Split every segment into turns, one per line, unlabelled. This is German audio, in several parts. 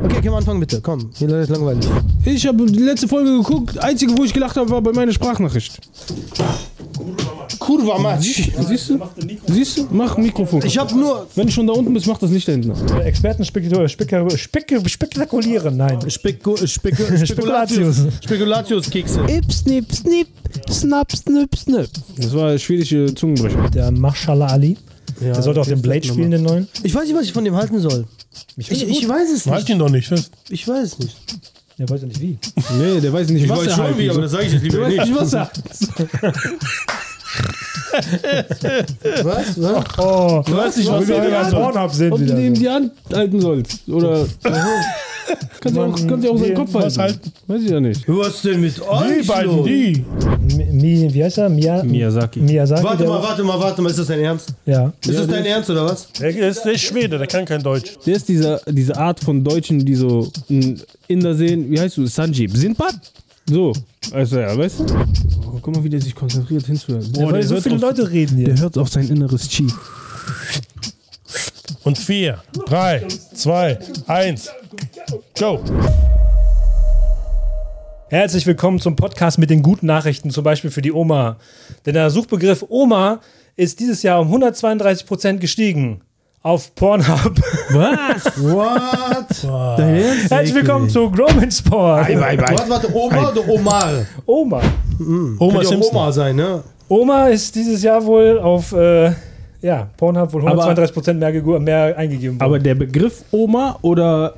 Können wir anfangen bitte? Komm, hier ist langweilig.
Ich habe die letzte Folge geguckt. Einzige, wo ich gelacht habe, war bei meiner Sprachnachricht.
Kurva Matsch.
Siehst du? Siehst du? Mach Mikrofon.
Ich hab nur
Wenn du schon da unten bist, mach das nicht da hinten.
Experten spekulieren. Spek spek spekulieren, nein.
Speko, Speko, Spekulatius. Spekulatius-Kekse.
Ip, snip, snip, snap, snip, snip. Das war schwedische Zungenbrecher.
Der Marshallah Ali. der sollte auch den Blade spielen, den neuen.
Ich weiß nicht, was ich von dem halten soll. Ich, ich weiß es
Halt
nicht.
ihn doch nicht fest.
Ich weiß es nicht.
Der weiß ja nicht wie.
Nee, der weiß nicht, was er halten soll.
sage ich jetzt
Der
lieber
weiß nicht, was er
Was? Was?
Oh,
Du weißt nicht,
wo
was
wir
er
beim
hat.
Pornhub sind
Ob du dem
wieder.
die Hand halten sollst. Oder. Kannst du auch, kannst ja auch seinen
Nee,
Kopf halten.
was
Weiß ich ja nicht.
Was denn mit
Die
euch
beiden,
los?
die.
Mi, wie heißt er? Mia,
Miyazaki.
Miyazaki.
Warte
der-
mal, warte mal, warte mal. Ist das dein Ernst?
Ja.
Ist das dein Ernst oder was?
Der ist, der ist Schwede, der kann kein Deutsch.
Der ist diese, diese Art von Deutschen, die so in Inder sehen, wie heißt du, Sanjeev, Sindbad? So, also ja, weißt du? Oh, guck mal, wie der sich konzentriert hinzuhören.
Der
Boah,
wollte
der,
so
hört
viele
auf,
Leute reden hier.
der hört auf sein inneres Chi.
Und vier, drei, zwei, eins. Go.
Herzlich willkommen zum Podcast mit den guten Nachrichten, zum Beispiel für die Oma. Denn der Suchbegriff Oma ist dieses Jahr um 132 Prozent gestiegen. Auf Pornhub.
Was?
What?
Dein Ernst?
Herzlich willkommen zu Gromans Porn.
Warte, warte, Oma oder Omar?
Oma.
Oma
Könnte auch
Simpson.
Oma sein, ne?
Oma ist dieses Jahr wohl auf äh, ja, Pornhub wohl
Aber-
132 Prozent mehr, gegu- mehr eingegeben.
Aber
worden.
der Begriff Oma oder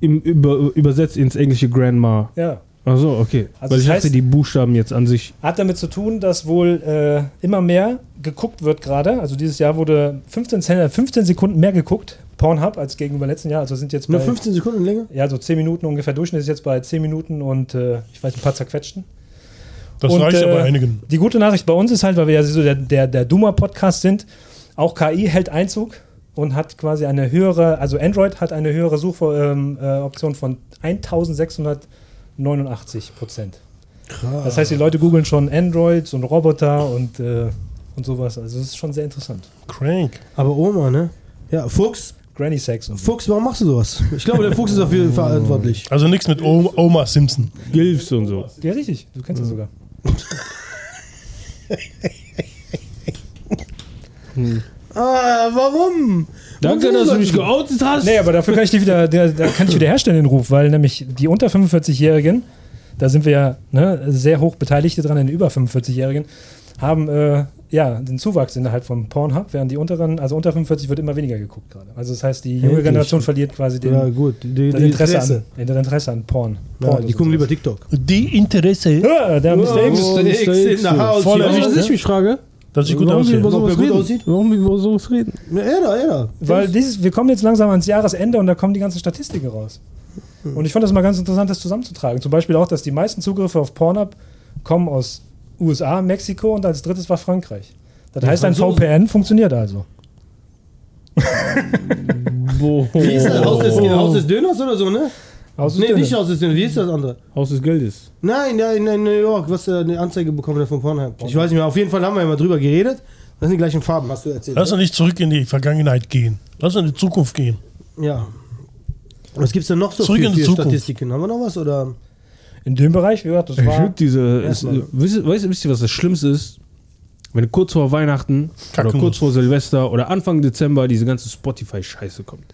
im, über, übersetzt ins englische Grandma?
ja.
Ach so, okay.
Also
Weil
das
ich dachte,
heißt-
die Buchstaben jetzt an sich.
Hat damit zu tun, dass wohl äh, immer mehr geguckt wird gerade. Also dieses Jahr wurde 15, Cent- 15 Sekunden mehr geguckt, Pornhub, als gegenüber letzten Jahr. Also sind jetzt bei,
Nur 15 Sekunden länger?
ja, so 10 Minuten ungefähr. Durchschnitt ist jetzt bei 10 Minuten und äh, ich weiß, ein paar zerquetschten.
Das
und,
reicht
äh,
aber einigen.
Die gute Nachricht bei uns ist halt, weil wir ja so der, der, der Duma-Podcast sind, auch KI hält Einzug und hat quasi eine höhere, also Android hat eine höhere Suchoption ähm, äh, Option von 1689 Prozent. Das heißt, die Leute googeln schon Androids und Roboter und, äh, und sowas. Also, das ist schon sehr interessant.
Crank.
Aber Oma, ne? Ja, Fuchs.
Granny Sex und so.
Fuchs, warum machst du sowas? Ich glaube, der Fuchs ist dafür verantwortlich.
Also nichts mit O- Oma Simpson.
Gilfs und so.
Ja, richtig. Du kennst das sogar.
Ah, warum?
Danke, dass du mich geoutet hast.
Nee, aber dafür kann ich die wieder, der, da kann ich wieder herstellen den Ruf, weil nämlich die unter 45-Jährigen, da sind wir ja ne, sehr hoch Beteiligte dran, den über 45-Jährigen, haben äh, ja den Zuwachs innerhalb von Pornhub, während die unteren, also unter 45 wird immer weniger geguckt gerade. Also das heißt, die junge
Endlich.
Generation verliert quasi den,
Ja, gut. Die, die
das Interesse, An, das Interesse an Porn. Porn
Ja, die gucken lieber TikTok.
Die Interesse.
Ja, der Mr. X.
Mr. X in the house.
Voll
ja.
Weißt du, was
ne?
ich mich frage?
Dass ich gut
Warum wir
aussehe.
über
Ob er
sowas
gut
reden?
aussieht?
Warum wir über sowas reden?
Ja, Era, Era.
Weil dieses, wir kommen jetzt langsam ans Jahresende und da kommen die ganzen Statistiken raus. Und ich fand das mal ganz interessant, das zusammenzutragen. Zum Beispiel auch, dass die meisten Zugriffe auf Pornhub kommen aus USA, Mexiko und als drittes war Frankreich. Das heißt, ein
Franzosen.
VPN funktioniert also.
Boah.
Wie ist das? Haus des, Haus des Döners oder so, ne?
Aus
Nee,
Dänemark.
nicht Haus des Döners. Wie ist das andere?
Haus des Geldes.
Nein, ja, in, in New York, was er eine Anzeige bekommen hat von Pornhub. Ich weiß nicht mehr. Auf jeden Fall haben wir ja mal drüber geredet. Das sind die gleichen Farben, hast du erzählt.
Lass uns nicht zurück in die Vergangenheit gehen. Lass uns in die Zukunft gehen.
ne? Ja. Was gibt's denn noch so
Zurück
für,
in die
für
Zukunft.
Statistiken? Haben wir noch was? Oder?
In dem Bereich, wie gesagt, das
Ich
war.
liebe diese. Es,
Erstmal.
wisst, ihr- weißt, wisst ihr, was das Schlimmste ist? Wenn du kurz vor Weihnachten
Kacken
oder
musst.
kurz vor Silvester oder Anfang Dezember diese ganze Spotify-Scheiße kommt.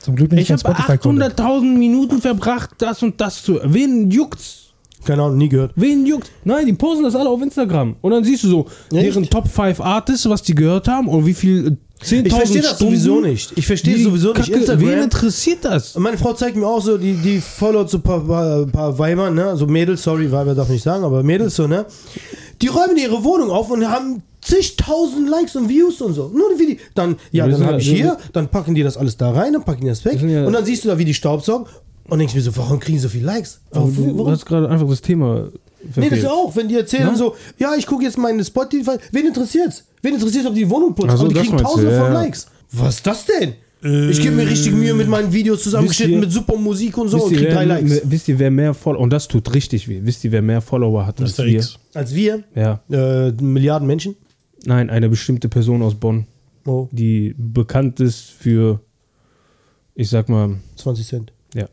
Zum Glück bin ich,
Ich
kein
habe
Spotify-Kunde.
800.000 Minuten verbracht, das und das zu. Wen juckt's?
Keine Ahnung, nie gehört.
Wen juckt's? Nein, die posen das alle auf Instagram. Und dann siehst du so,
Echt?
deren Top 5 Artists, was die gehört haben und wie viel. äh, 10.000
Ich verstehe das
Stunden
sowieso nicht. Ich verstehe
die
sowieso nicht. Äh,
Kacke-
Instagram-
Wen interessiert das?
Und meine Frau zeigt mir auch so, die, die followt so ein paar, paar, paar Weiber, ne? So Mädels, sorry, Weiber darf ich nicht sagen, aber Mädels so, ne? Die räumen ihre Wohnung auf und haben zigtausend Likes und Views und so. Nur wie die. Dann, ja,
Wir
dann
sind
habe
ja-
ich
wir
hier, dann packen die das alles da rein, dann packen die das weg.
sind ja-
Und dann siehst du da, wie die Staubsaugen. Und denkst mir so, warum kriegen so viele Likes?
Aber
Warum,
du
warum?
hast gerade einfach das Thema
Nee,
verfehlt. Ne?
das ist ja auch, wenn die erzählen so, ja, ich gucke jetzt meine Spotify. Wen interessiert's? Wen interessiert's, ob die Wohnung putzt?
Ach so,
Aber die
das
kriegen
meinst du,
tausende
ja,
von
ja.
Likes. Was ist das denn? Ich gebe mir richtig Mühe mit meinen Videos zusammengeschnitten,
ihr-
mit super Musik und so
Wisst
und
ihr, ne-
krieg
wer,
drei Likes.
wisst ihr, wer mehr Follower, und das tut richtig weh, wisst ihr, wer mehr Follower hat als
Mr.
wir?
X.
Als wir,
Ja.
äh, Milliarden Menschen.
Nein, eine bestimmte Person aus Bonn,
Oh,
die bekannt ist für, ich sag mal,
20 Cent.
Ja.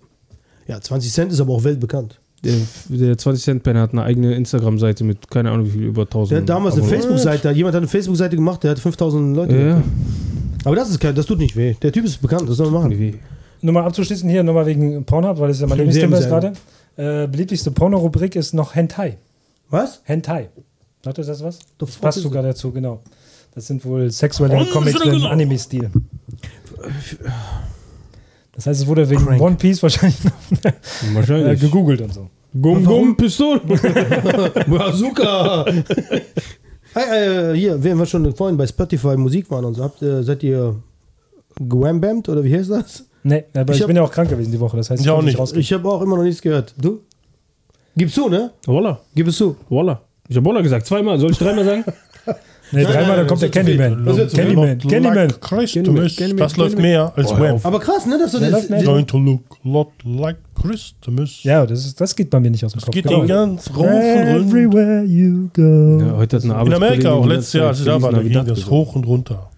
Ja, 20 Cent ist aber auch weltbekannt.
Der, der 20 Cent Penner hat eine eigene Instagram-Seite mit keine Ahnung wie viel über 1000.
Der hat damals eine
Abonnenten.
Facebook-Seite, jemand hat eine Facebook-Seite gemacht, der hat 5000 Leute.
Ja,
Aber das ist kein, das tut nicht weh. Der Typ ist bekannt, das soll man machen.
wie-
Nochmal abzuschließen hier, nochmal wegen Pornhub, weil das ja mein
Sehr
Lieblingsthema ist gerade.
gerne.
Äh, beliebteste Porno-Rubrik ist noch Hentai.
Was?
Hentai. Sagt ihr das was?
The
Das
fuck
passt
is
sogar dazu, genau. Das sind wohl
Oh,
sexuelle Comics im
genau.
Anime-Stil. Das heißt, es wurde wegen
Crank.
One Piece wahrscheinlich noch äh,
Wahrscheinlich.
gegoogelt und so.
Warum?
Gumm, Gumm,
um-
Pistole.
Bazooka! hey, äh, hier, wenn wir schon vorhin bei Spotify Musik waren und so, habt, äh, seid ihr gewambamt oder wie heißt das?
Nee, aber ich,
Ich hab-
bin ja auch krank gewesen die Woche. Das heißt,
Ich auch
konnte
nicht.
rausgehen.
Ich habe auch immer noch nichts gehört. Du? Gib zu, ne?
Walla,
Gib es zu.
Walla. Ich habe Walla gesagt, zweimal. Soll ich dreimal sagen?
Nee, dreimal,
nein,
da kommt der Candyman.
Das ist ja zu viel.
Candyman, Candyman.
Like Christ to
Candyman,
me.
Candyman,
Das läuft
Candyman.
mehr als Wham.
Aber krass, ne? Dass du
Ja,
das,
läuft nicht.
die,
Going to look lot like Christmas.
Ja, das, ist, das geht bei mir nicht aus dem Kopf.
Geht
Genau.
den ganz rauf und runter.
Everywhere you go.
Ja, heute hat eine
In
Arbeit.
Amerika auch letztes Jahr, als ich da war, da ging das hoch und runter.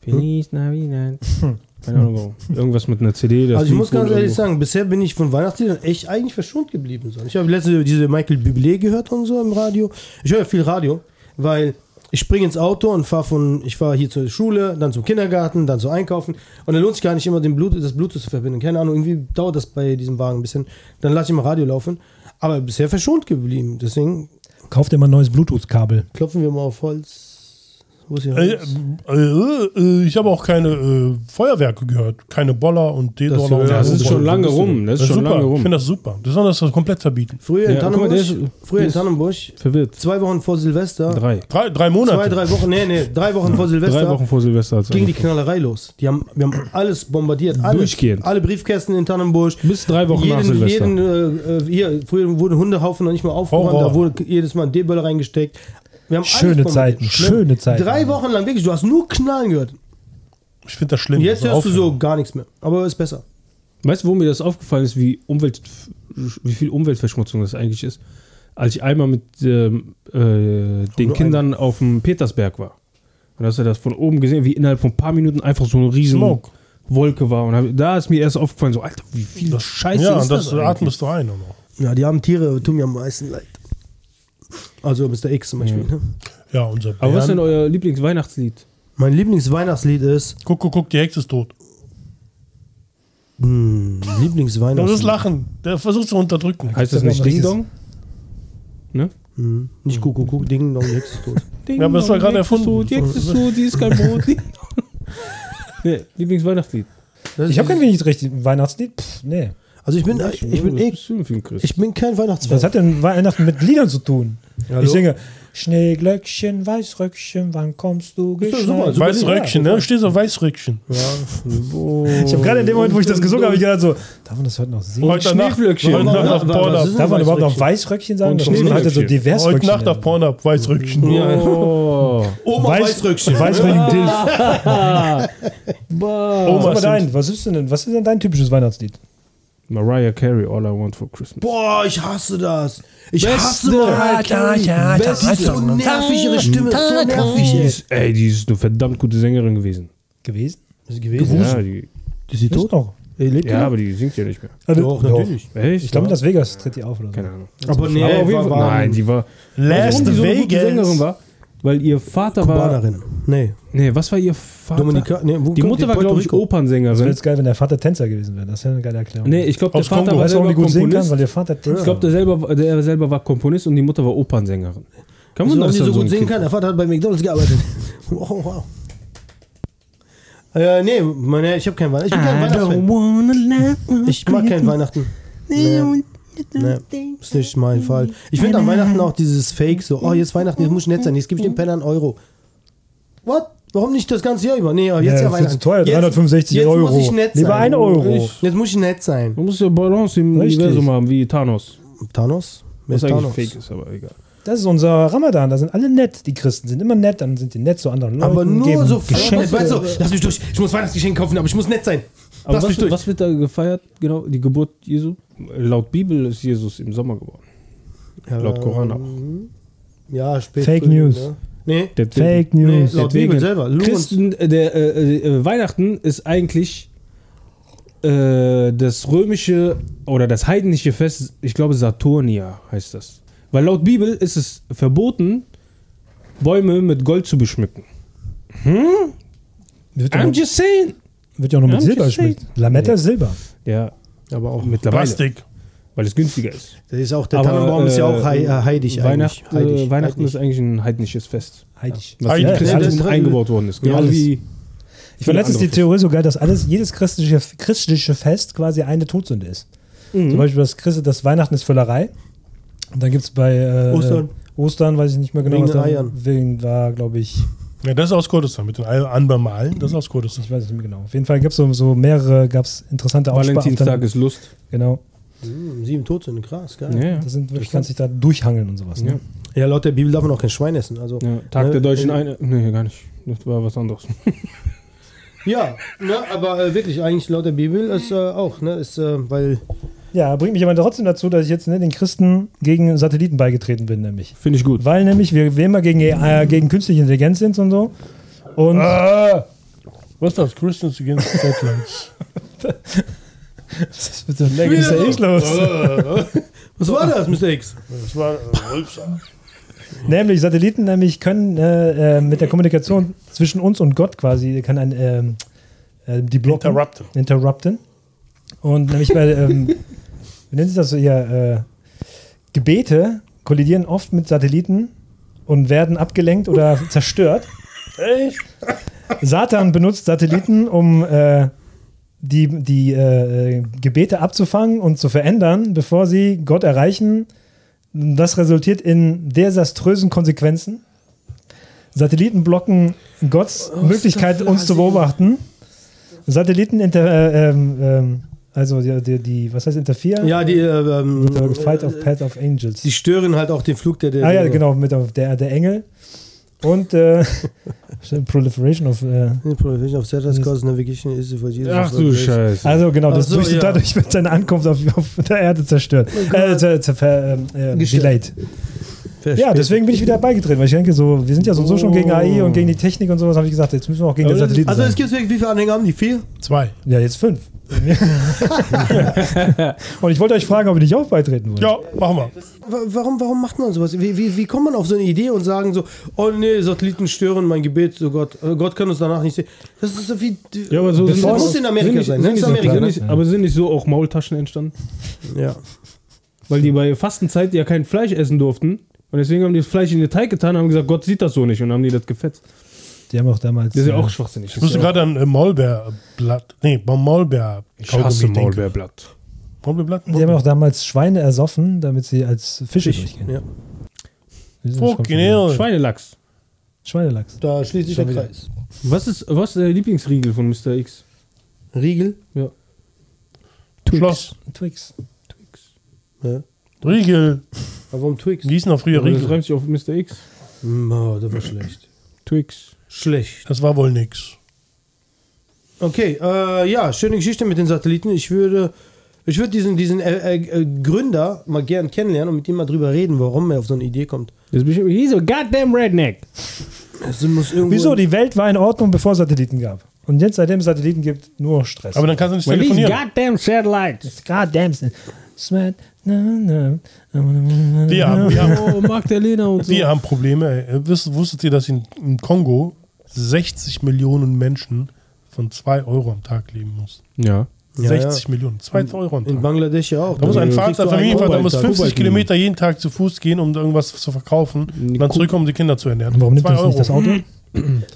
Feliz Navidad.
Hm.
Keine Ahnung. warum. Irgendwas mit einer CD. das
also ich muss
Lied
ganz
wurde
ehrlich
irgendwo-
sagen, bisher bin ich von Weihnachtsliedern echt eigentlich verschont geblieben. So. Ich habe letzte diese Michael Bublé gehört und so im Radio. Ich höre ja viel Radio, weil ich springe ins Auto und fahre von, ich fahre hier zur Schule, dann zum Kindergarten, dann zum Einkaufen und dann lohnt sich gar nicht immer den Bluetooth, das Bluetooth zu verbinden. Keine Ahnung, irgendwie dauert das bei diesem Wagen ein bisschen. Dann lasse ich mal Radio laufen. Aber bisher verschont geblieben. Deswegen
Kauft immer ein neues Bluetooth-Kabel.
klopfen wir mal auf Holz. Wo ist hier
Äh,
Holz?
äh, äh, ich habe auch keine äh, Feuerwerke gehört. Keine Boller und D-Dollar. und
ja,
Das ist
so.
schon lange rum. Das ist schon
super.
lange
Ich
rum.
finde das super. Das soll das komplett verbieten.
Früher in
Ja, guck mal,
Tannenbusch,
der ist-
früher
der
in
ist-
Tannenbusch,
Verwirrt.
zwei Wochen vor Silvester,
Drei.
Drei, drei Monate.
zwei, drei Wochen, nee, nee, drei Wochen vor Silvester
Drei Wochen vor Silvester. hat's
ging die
angefangen.
Knallerei los. Die haben, wir haben alles bombardiert. Alles,
Durchgehend.
Alle Briefkästen in Tannenbusch.
Bis drei Wochen nach
jeden,
Silvester.
jeden, äh, äh, hier, früher wurden Hundehaufen noch nicht mal aufgeräumt,
Horror.
da wurde jedes Mal ein D-Böller reingesteckt. Wir haben alles
Schöne
bombardiert.
Zeiten,
Schlimm.
schöne Zeiten.
Drei Wochen lang, wirklich, du hast nur Knallen gehört.
Ich finde das schlimm.
Und jetzt
Also
hörst du
aufhören.
so gar nichts mehr. Aber ist besser.
Weißt du, wo mir das aufgefallen ist, wie, Umwelt, wie viel Umweltverschmutzung das eigentlich ist? Als ich einmal mit ähm, äh, den
nur
Kindern auf dem Petersberg war. Und hast du das von oben gesehen, wie innerhalb von ein paar Minuten einfach so eine riesen
Smoke.
Wolke war. Und hab, da ist mir erst aufgefallen, so, Alter, wie viel Scheiße
Ja,
ist das,
das,
das eigentlich?
atmest du ein. Oder?
Ja, die armen Tiere tun mir am meisten leid. Also Mr. X zum Beispiel. Ne?
Ja, unser Bären.
Aber was ist denn euer Lieblingsweihnachtslied?
Mein Lieblingsweihnachtslied ist.
guck, guck, guck, die Hexe ist tot.
Hm,
Das
Lieblingsweihnachtslied.
ist Lachen. Der versucht zu unterdrücken.
Heißt
das
das nicht
noch ein
Ding Dong? Ne?
Hm, nicht Kuckuck, Kuckuck, Ding Dong, X ist tot.
Ding
Ja, aber das war
Dong,
gerade
jetzt Ne? ist
erfunden.
tot, Jetzt ist so, die ist kein Brot. Ding Dong. nee, Lieblingsweihnachtslied.
Das
Ich habe
ist-
kein wenig richtig Weihnachtslied. Pff, nee.
Also ich bin, ich bin,
Was
eh,
bist du denn für ein Christ?
ich bin kein Weihnachtsmann.
Was hat denn Weihnachten mit Liedern zu tun?
Hallo?
Ich singe Schneeglöckchen, Weißröckchen, wann kommst du
doch
geschneit?
super, super
Weißes Röckchen, ne? Stehst auf Weißes Röckchen.
Ich habe gerade in dem Moment, wo ich das gesungen habe, ich gedacht so, darf man das heute noch singen?
Heute Nacht,
Schneeflöckchen.
heute Nacht auf
Was
Pornhub.
ist
Darf man überhaupt noch
Weißröckchen?
Weißröckchen sagen?
Und
Das muss man halt so
Schneeglöckchen.
divers
Heute Nacht auf Pornhub, Weißröckchen.
Oh.
Oma Weißröckchen.
Weißröckchen.
Oma
Oh.
Sag mal
sind-
dein, was ist denn, was ist denn dein typisches Weihnachtslied?
Mariah Carey, All I Want for Christmas.
Boah, ich hasse das. Ich hasse
Beste.
Mariah Carey.
Ja, ja,
Das Hm.
ja,
ist so
ja.
nervig, ihre Stimme ist so nervig,
Die
ey.
ist, ey, die ist eine verdammt gute Sängerin gewesen.
Gewesen?
Ist gewesen?
Ja, die,
Ist sie
Tot
tot?
noch.
lebt
ja, aber die singt ja nicht mehr.
Also,
Doch, natürlich.
Echt?
Ich glaube, in Las Vegas tritt die auf oder so.
Keine Ahnung.
Aber Oh, nee,
Aber auf jeden
war-
Fall-
war-
nein, die war. Weißt
Last
du, warum die so eine gute Sängerin
Vegas.
war? Weil ihr Vater war.
Kubanerin. Nee,
Nee, was war ihr Vater?
Dominika. Nee, wo
Die
kommt
Mutter war,
Puerto
glaube ich,
Rico?
Das wäre
Opernsängerin.
jetzt geil, wenn der Vater Tänzer gewesen wäre. Das wäre eine geile Erklärung.
Nee, ich glaube, der
Aus
Vater
Kongo.
war
weißt du, warum
selber
die gut singen kann?
Komponist.
Weil der Vater Tänzer
Ich glaube, der selber, der selber war Komponist und die Mutter war Opernsängerin. Kann
Wieso,
man das
dass die
dann
so
ein
gut singen
Kind-
kann? Der Vater hat bei McDonalds gearbeitet. Wow, wow. Äh, nee, meine, ich habe keinen Weihnachten. Ich bin kein
Ah,
Weihnachtsfan. Ich mag kein Weihnachten. Nee. Nee, Ne, ist nicht mein Fall. Ich finde an Weihnachten auch dieses Fake so, oh, jetzt Weihnachten, jetzt muss ich nett sein, jetzt gebe ich den Penner einen Euro. What? Warum nicht das ganze Jahr über? Nee, aber jetzt ja,
Ja, das ist
Weihnachten.
zu teuer,
Jetzt-
365
jetzt
Euro.
Muss ich nett
Lieber
sein.
ein Euro.
Ich- Jetzt muss ich nett sein.
Man muss ja Balance im
Richtig.
Universum haben, wie Thanos.
Thanos? Wer
Was
ist
eigentlich
Thanos?
fake ist, aber egal.
Das ist unser Ramadan, da sind alle nett. Die Christen sind immer nett, dann sind die nett zu anderen Leuten.
Aber nur
geben
so
Geschenke.
Weißt du, lass mich durch, ich muss Weihnachtsgeschenke kaufen, aber ich muss nett sein.
Aber
lass mich
was,
durch.
was wird da gefeiert? Genau, die Geburt Jesu? Laut Bibel ist Jesus im Sommer geboren. Laut Koran auch.
Ja, spät.
Fake
Frühling,
News.
Ne? Nee,
Deswegen-
Fake
nee
News.
laut Bibel
Deswegen.
selber. Luren-
äh, Christen, äh, der, äh, äh, Weihnachten ist eigentlich äh, das römische oder das heidnische Fest, ich glaube Saturnia heißt das. Weil laut Bibel ist es verboten, Bäume mit Gold zu beschmücken. Genau.
Wird ja,
I'm
noch,
just saying.
wird ja auch noch
I'm
mit Silber
just saying.
geschmückt. Lametta ist Silber.
Ja,
Aber auch mit.
mittlerweile,
Plastik.
weil es günstiger ist.
Das ist auch, der
Aber,
Tannenbaum ist ja auch hei
äh,
äh, heidig
Weihnacht,
eigentlich. Heidig,
äh, Weihnachten
heidig.
ist eigentlich ein heidnisches Fest.
Heidig.
Was
Heilig.
im
Ja,
Christentum
ja, das-
eingebaut worden ist.
Ja,
Genau
alles.
wie
Ich fand letztens die
andere
Theorie so geil, dass alles, jedes christliche, christliche Fest quasi eine Todsünde ist.
Mhm.
Zum Beispiel das, Christ, das Weihnachten ist Völlerei. Und dann gibt es bei äh,
Ostern.
Ostern, weiß ich nicht mehr genau,
Wegen
was
den
da-
Eiern.
wegen war, glaube ich,
Ja, das ist aus Kurdistan. Mit den Al- Anbemalen, das ist aus Kurdistan.
ich weiß nicht mehr genau. Auf jeden Fall gibt es so, so mehrere, gab es interessante Aussprachen.
Valentinstag ist Lust.
Genau.
Hm, sieben Todsünden, krass, geil.
Ja, ja.
Das sind wirklich, kannst dich da durchhangeln und sowas. Ne?
Ja.
Ja, laut der Bibel darf man auch kein Schwein essen. Also,
Ja, Tag
Ne,
der deutschen
äh,
Einheit. Nee, gar nicht. Das war was anderes.
Ja, ne, aber äh, wirklich, eigentlich laut der Bibel ist äh, auch, ne, ist, äh, weil.
Ja, bringt mich aber trotzdem dazu, dass ich jetzt ne, den Christen gegen Satelliten beigetreten bin, nämlich.
Finde ich gut.
Weil nämlich wir, wir immer gegen, äh, gegen künstliche Intelligenz sind und so. Und
Ah. Was ist das? Christians Against Deadlands.
was ist mit so Leck, ist ja eh los.
Was war das, Mr. X?
Das war äh, Rülpser.
Nämlich Satelliten nämlich können äh, äh, mit der Kommunikation zwischen uns und Gott quasi kann ein ähm, äh, die blocken,
Interrupted.
interrupten und nämlich bei ähm, wie nennt sich das so hier äh, Gebete kollidieren oft mit Satelliten und werden abgelenkt oder zerstört. Satan benutzt Satelliten, um äh, die, die äh, Gebete abzufangen und zu verändern, bevor sie Gott erreichen. Das resultiert in desaströsen Konsequenzen. Satelliten blocken Gotts
Oh,
Möglichkeit, uns zu beobachten. Satelliten inter, äh, ähm, ähm, also die, die, die, was heißt Interfere?
Ja, die, äh, ähm,
Oder Fight of
äh,
Path of Angels.
die stören halt auch den Flug der. der
ah ja, genau, mit auf der, der Engel. Und äh, Proliferation of. Äh,
The Prohibition of ne, Satan's Cause Navigation is for Jesus. ne,
Ach du Scheiße.
also genau, das
Ach so,
durch,
ja. Oh
dadurch wird seine Ankunft auf, auf der Erde zerstört. Äh, zer, zer, ver, ähm, äh,
Gestört.
delayed.
Verstehe.
Ja, deswegen bin ich wieder beigetreten, weil ich denke, so, wir sind ja sowieso schon gegen AI und gegen die Technik und sowas, habe ich gesagt, jetzt müssen wir auch gegen den Satelliten.
Also, es
sein.
gibt wirklich, wie viele Anhänger haben die? Vier?
Zwei.
Ja, jetzt fünf. und ich wollte euch fragen, ob ihr nicht auch beitreten wollt.
Ja, machen wir.
Wa- Warum, warum macht man sowas? Wie, wie, wie kommt man auf so eine Idee und sagen so, oh nee, Satelliten stören mein Gebet zu Gott. Äh, Gott kann uns danach nicht sehen. Das ist so wie. das
sind-
muss in Amerika sein. Ne? Das
Sind nicht,
ist
sind
Amerika. ne?
nicht, aber sind nicht so auch Maultaschen entstanden?
Ja.
Weil die bei Fastenzeit ja kein Fleisch essen durften. Und deswegen haben die das Fleisch in den Teig getan und haben gesagt, Gott sieht das so nicht. Und haben die das gefetzt.
Die haben auch damals.
Das ist ja
äh,
auch schwachsinnig.
Ich musste gerade an äh, Maulbeerblatt. Nee, Maulbeer.
ich hasse Maulbeerblatt.
Maulbeerblatt?
Die haben auch damals Schweine ersoffen, damit sie als Fische durchgehen.
ja.
Das
genau.
kommt von
Fucking
mir.
hell.
Schweinelachs.
Schweinelachs.
Da schließt sich
Schon
der
wieder.
Kreis.
Was ist, was ist der Lieblingsriegel von Mr. X?
Riegel.
Ja.
Schloss.
Twix.
Ja.
Riegel.
Aber warum Twix?
Die hießen auch früher
Aber Das
Riegel.
reimt sich auf Mr. X.
Hm, Oh, das war schlecht.
Twix.
Schlecht.
Das war wohl nix.
Okay, äh, ja, schöne Geschichte mit den Satelliten. Ich würde, ich würde diesen, diesen äh, äh, äh, Gründer mal gern kennenlernen und mit ihm mal drüber reden, warum er auf so eine Idee kommt.
Das ist he's a goddamn redneck.
Es muss irgendwo
Wieso? Die Welt war in Ordnung, bevor es Satelliten gab. Und jetzt, seitdem es Satelliten gibt, nur noch Stress.
Aber dann kannst du nicht
Weil these
telefonieren.
goddamn satellites.
goddamn Smart. Na, na, na, na,
Die haben, die haben,
Oh, Magdalena und
Also,
so.
die haben Probleme. ey. Wisst, wusstet ihr, dass in, im Kongo 60 Millionen Menschen von 2 Euro am Tag leben müssen?
Ja.
Ja,
60 Millionen, 2 Euro am
in
Tag.
Bangladesch ja auch.
Da muss ein
kriegst
Vater,
du einen
Familienvater,
Euro
muss
am Tag.
50 Kilometer jeden Tag zu Fuß gehen, um da irgendwas zu verkaufen und dann
Kuh-
zurück, um die Kinder zu ernähren.
Warum nimmt
Zwei
er jetzt nicht das
Euro. Mhm.
Auto?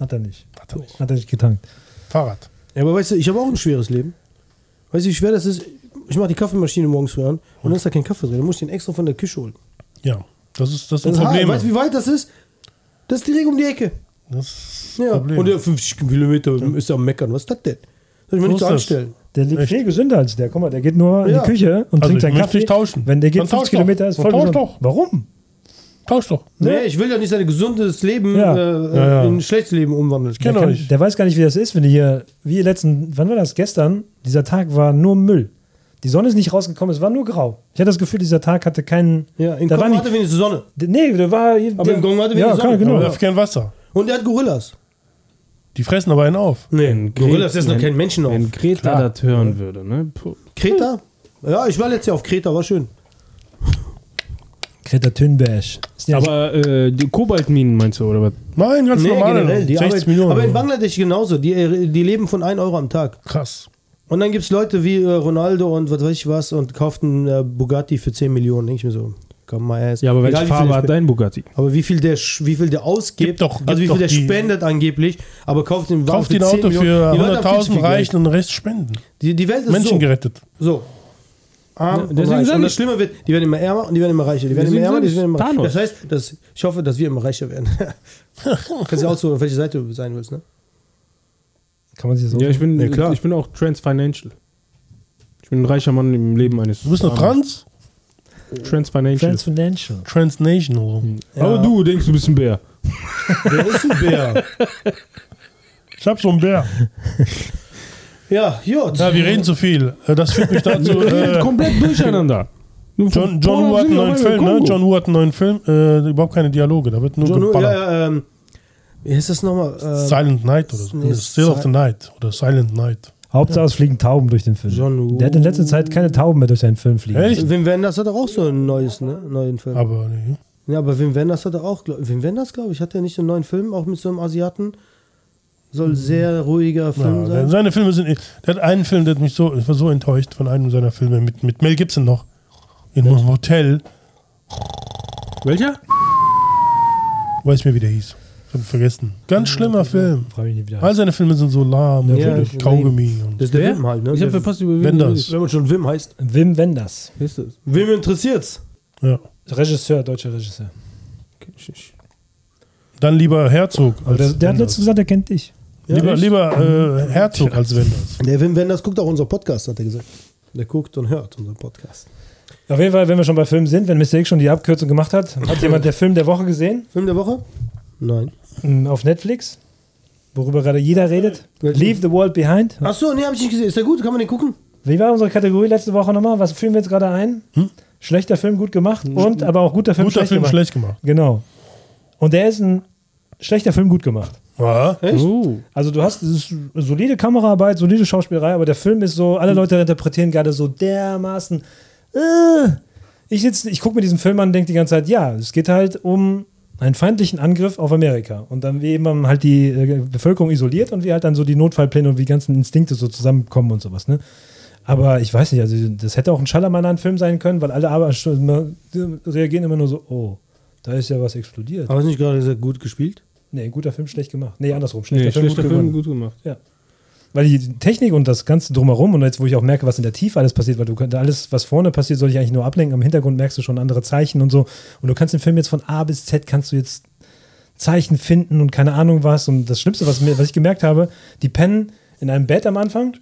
Hat er nicht.
Hat er nicht.
Hat er nicht getankt.
Fahrrad.
Ja, aber weißt du, ich habe auch ein schweres Leben. Weißt du, wie schwer das ist? Ich mache die Kaffeemaschine morgens früh an und dann ist da kein Kaffee drin. Dann muss ich den extra von der Küche holen.
Ja, das ist das,
Das
ist ein Problem.
Weißt du, wie weit das ist? Das ist direkt um die Ecke.
Das ist das
Ja.
Problem.
Und der 50 Kilometer ist am Meckern. Was ist das denn? Soll ich mir
So
nicht so
ist das.
anstellen? ne?
Der lebt
Echt?
viel gesünder als der. Guck mal, der geht nur in
Ja.
die Küche und
Also
trinkt
ich
seinen
möchte
Kaffee.
nicht tauschen.
Wenn der geht
Dann tausch
50 Kilometer,
doch.
ist
Dann
voll
tausch
gesund.
doch.
Warum?
Tausch doch.
Nee, ich will doch nicht sein gesundes Leben
Ja.
äh,
Ja, ja.
in ein schlechtes Leben umwandeln.
kenn
Der,
doch
kann,
nicht.
der weiß gar nicht, wie das ist, wenn die hier, wie letzten, wann war das? Gestern, dieser Tag war nur Müll. Die Sonne ist nicht rausgekommen, es war nur grau. Ich hatte das Gefühl, dieser Tag hatte keinen.
Ja, in
da war
Kongo
nicht,
hatte wenigstens Sonne.
Nee, der war.
Aber
der,
in Kongo hatte wenigstens
ja, klar,
Sonne.
Aber
genau.
darf kein Wasser.
Und er hat Gorillas.
Die fressen aber einen auf.
Nee,
Wenn
Gorillas essen doch
Krebs-
keinen Menschen auf.
Wenn Greta
Klar.
das hören würde, ne? Puh.
Kreta? Ja, ich war letztes Jahr auf Kreta, war schön.
Greta Thunberg. Ist die nicht-
Aber äh, die Kobaltminen meinst du, oder was?
Nein, ganz
Nee,
normale.
generell, die
60
Arbeit,
Millionen.
aber in
oder so.
Bangladesch genauso. Die, äh, die leben von 1 Euro am Tag.
Krass.
Und dann gibt es Leute wie äh, Ronaldo und was weiß ich was und kauft einen äh, Bugatti für 10 Millionen. Denk ich mir so, komm mal erst.
Ja, aber welche Farbe hat
der?
dein Bugatti?
Aber wie viel der, sch- wie viel der ausgibt,
Gib doch- gib
also wie viel
doch
der
die-
spendet angeblich, aber kauft den Wagen
Kauft dir ein
10
Auto für
Millionen. Die Leute haben viel zu viel
100.000
Geld.
reichen und den Rest spenden.
Die, die Welt ist
Menschen gerettet.
so. Ah. so. Arm und
deswegen
reich.
sag
Und
ich-
das Schlimme wird, die werden immer ärmer und die werden immer reicher. Die werden
Deswegen
immer ärmer,
sag
die
ich,
werden immer reicher.
Thanos.
Das heißt, dass, ich hoffe, dass wir immer reicher werden. Kannst ja aussuchen, auf welche Seite du sein willst, ne?
Kann man sich so.
Ja, ich bin,
Ja, klar.
ich bin auch trans financial. Ich bin ein reicher Mann im Leben eines.
Du bist
Ah.
noch
Armen.
trans?
Trans financial.
Friends Financial.
Transnational.
Hm.
Mhm.
Ja.
Aber du denkst, du bist ein Bär.
Wer ist ein Bär?
Ich hab so einen Bär.
ja, gut.
Ja, wir reden zu viel. Äh, Das führt mich dazu.
Äh,
äh,
Komplett durcheinander.
John, John Woo hat einen neuen Film, ne? John Woo hat einen neuen Film. Äh, überhaupt keine Dialoge, da wird nur
John, Woo, ja,
geballert.
ja, ähm, wie heißt das nochmal? Ähm,
Silent Night oder so.
Nee,
Still of
Si-
the Night oder Silent Night.
Hauptsache es fliegen Tauben durch den Film.
John Woo.
Der hat in letzter Zeit keine Tauben mehr durch seinen Film fliegen.
Echt?
Wim Wenders hat doch auch so einen neues, ne? neuen Film.
Aber nee.
Ja, aber Wim Wenders hat er auch, glaub, Wim Wenders, glaube ich, hat er nicht einen neuen Film, auch mit so einem Asiaten. Soll sehr ruhiger Film
Ja,
sein.
seine Filme sind. eh- Der hat einen Film, der hat mich so, ich war so enttäuscht von einem seiner Filme mit, mit Mel Gibson noch. In einem Hotel,
Welcher?
weiß mir, wie der hieß. Ich hab ihn vergessen. Ganz schlimmer Film.
Frag mich nicht wieder.
All seine Filme sind so lahm,
Ja,
und
ich-
Kaugummi. Und
Das ist der Wim halt, ne?
Ich
Der-
hab verpasst, über wen
Wenn
du
das.
redest.
Wenn man schon Wim heißt.
Wim Wenders.
Wer ist das?
Wem interessiert's?
ja.
Regisseur, deutscher Regisseur.
Okay, ich- ich-
Dann lieber Herzog.
Aber der,
als
der hat
Wenders.
letztens gesagt, er kennt dich.
Ja,
lieber
echt?
lieber äh, Herzog als Wenders.
Der Wim Wenders guckt auch unseren Podcast, hat er gesagt. Der guckt und hört unseren Podcast.
Auf jeden Fall, wenn wir schon bei Filmen sind, wenn Mistake schon die Abkürzung gemacht hat, hat jemand der Film der Woche gesehen
Film der Woche? Nein.
Mm, auf Netflix, worüber gerade jeder redet.
Welchen?
Leave the World Behind.
Achso, nee, hab ich nicht gesehen. Ist der gut? Kann man den gucken?
Wie war unsere Kategorie letzte Woche nochmal? Was fühlen wir jetzt gerade ein? Schlechter Film, gut gemacht und aber auch guter Film,
Hm? Guter
schlecht
Film,
gemacht.
schlecht gemacht.
Genau. Und der ist ein schlechter Film, gut gemacht.
Ja.
Echt?
Oh.
Also du hast es ist solide Kameraarbeit, solide Schauspielerei, aber der Film ist so, alle Leute interpretieren gerade so dermaßen. Äh, ich sitz, ich gucke mir diesen Film an und denke die ganze Zeit, ja, es geht halt um einen feindlichen Angriff auf Amerika. Und dann wie man halt die äh, Bevölkerung isoliert und wie halt dann so die Notfallpläne und wie die ganzen Instinkte so zusammenkommen und sowas, ne? Aber ich weiß nicht, also das hätte auch ein Schallermann-Film sein können, weil alle aber immer, reagieren immer nur so, oh, da ist ja was explodiert.
Aber ist nicht gerade gesagt, gut gespielt?
Nee, guter Film, schlecht gemacht. Nee, andersrum, schlechter
Nee,
Film,
schlechter
gut
Film,
gemacht.
gut gemacht.
Weil die Technik und das Ganze drumherum und jetzt, wo ich auch merke, was in der Tiefe alles passiert, weil du könnt, alles, was vorne passiert, soll ich eigentlich nur ablenken. Im Hintergrund merkst du schon andere Zeichen und so. Und du kannst den Film jetzt von A bis Z, kannst du jetzt Zeichen finden und keine Ahnung was. Und das Schlimmste, was, mir, was ich gemerkt habe, die pennen in einem Bett am Anfang.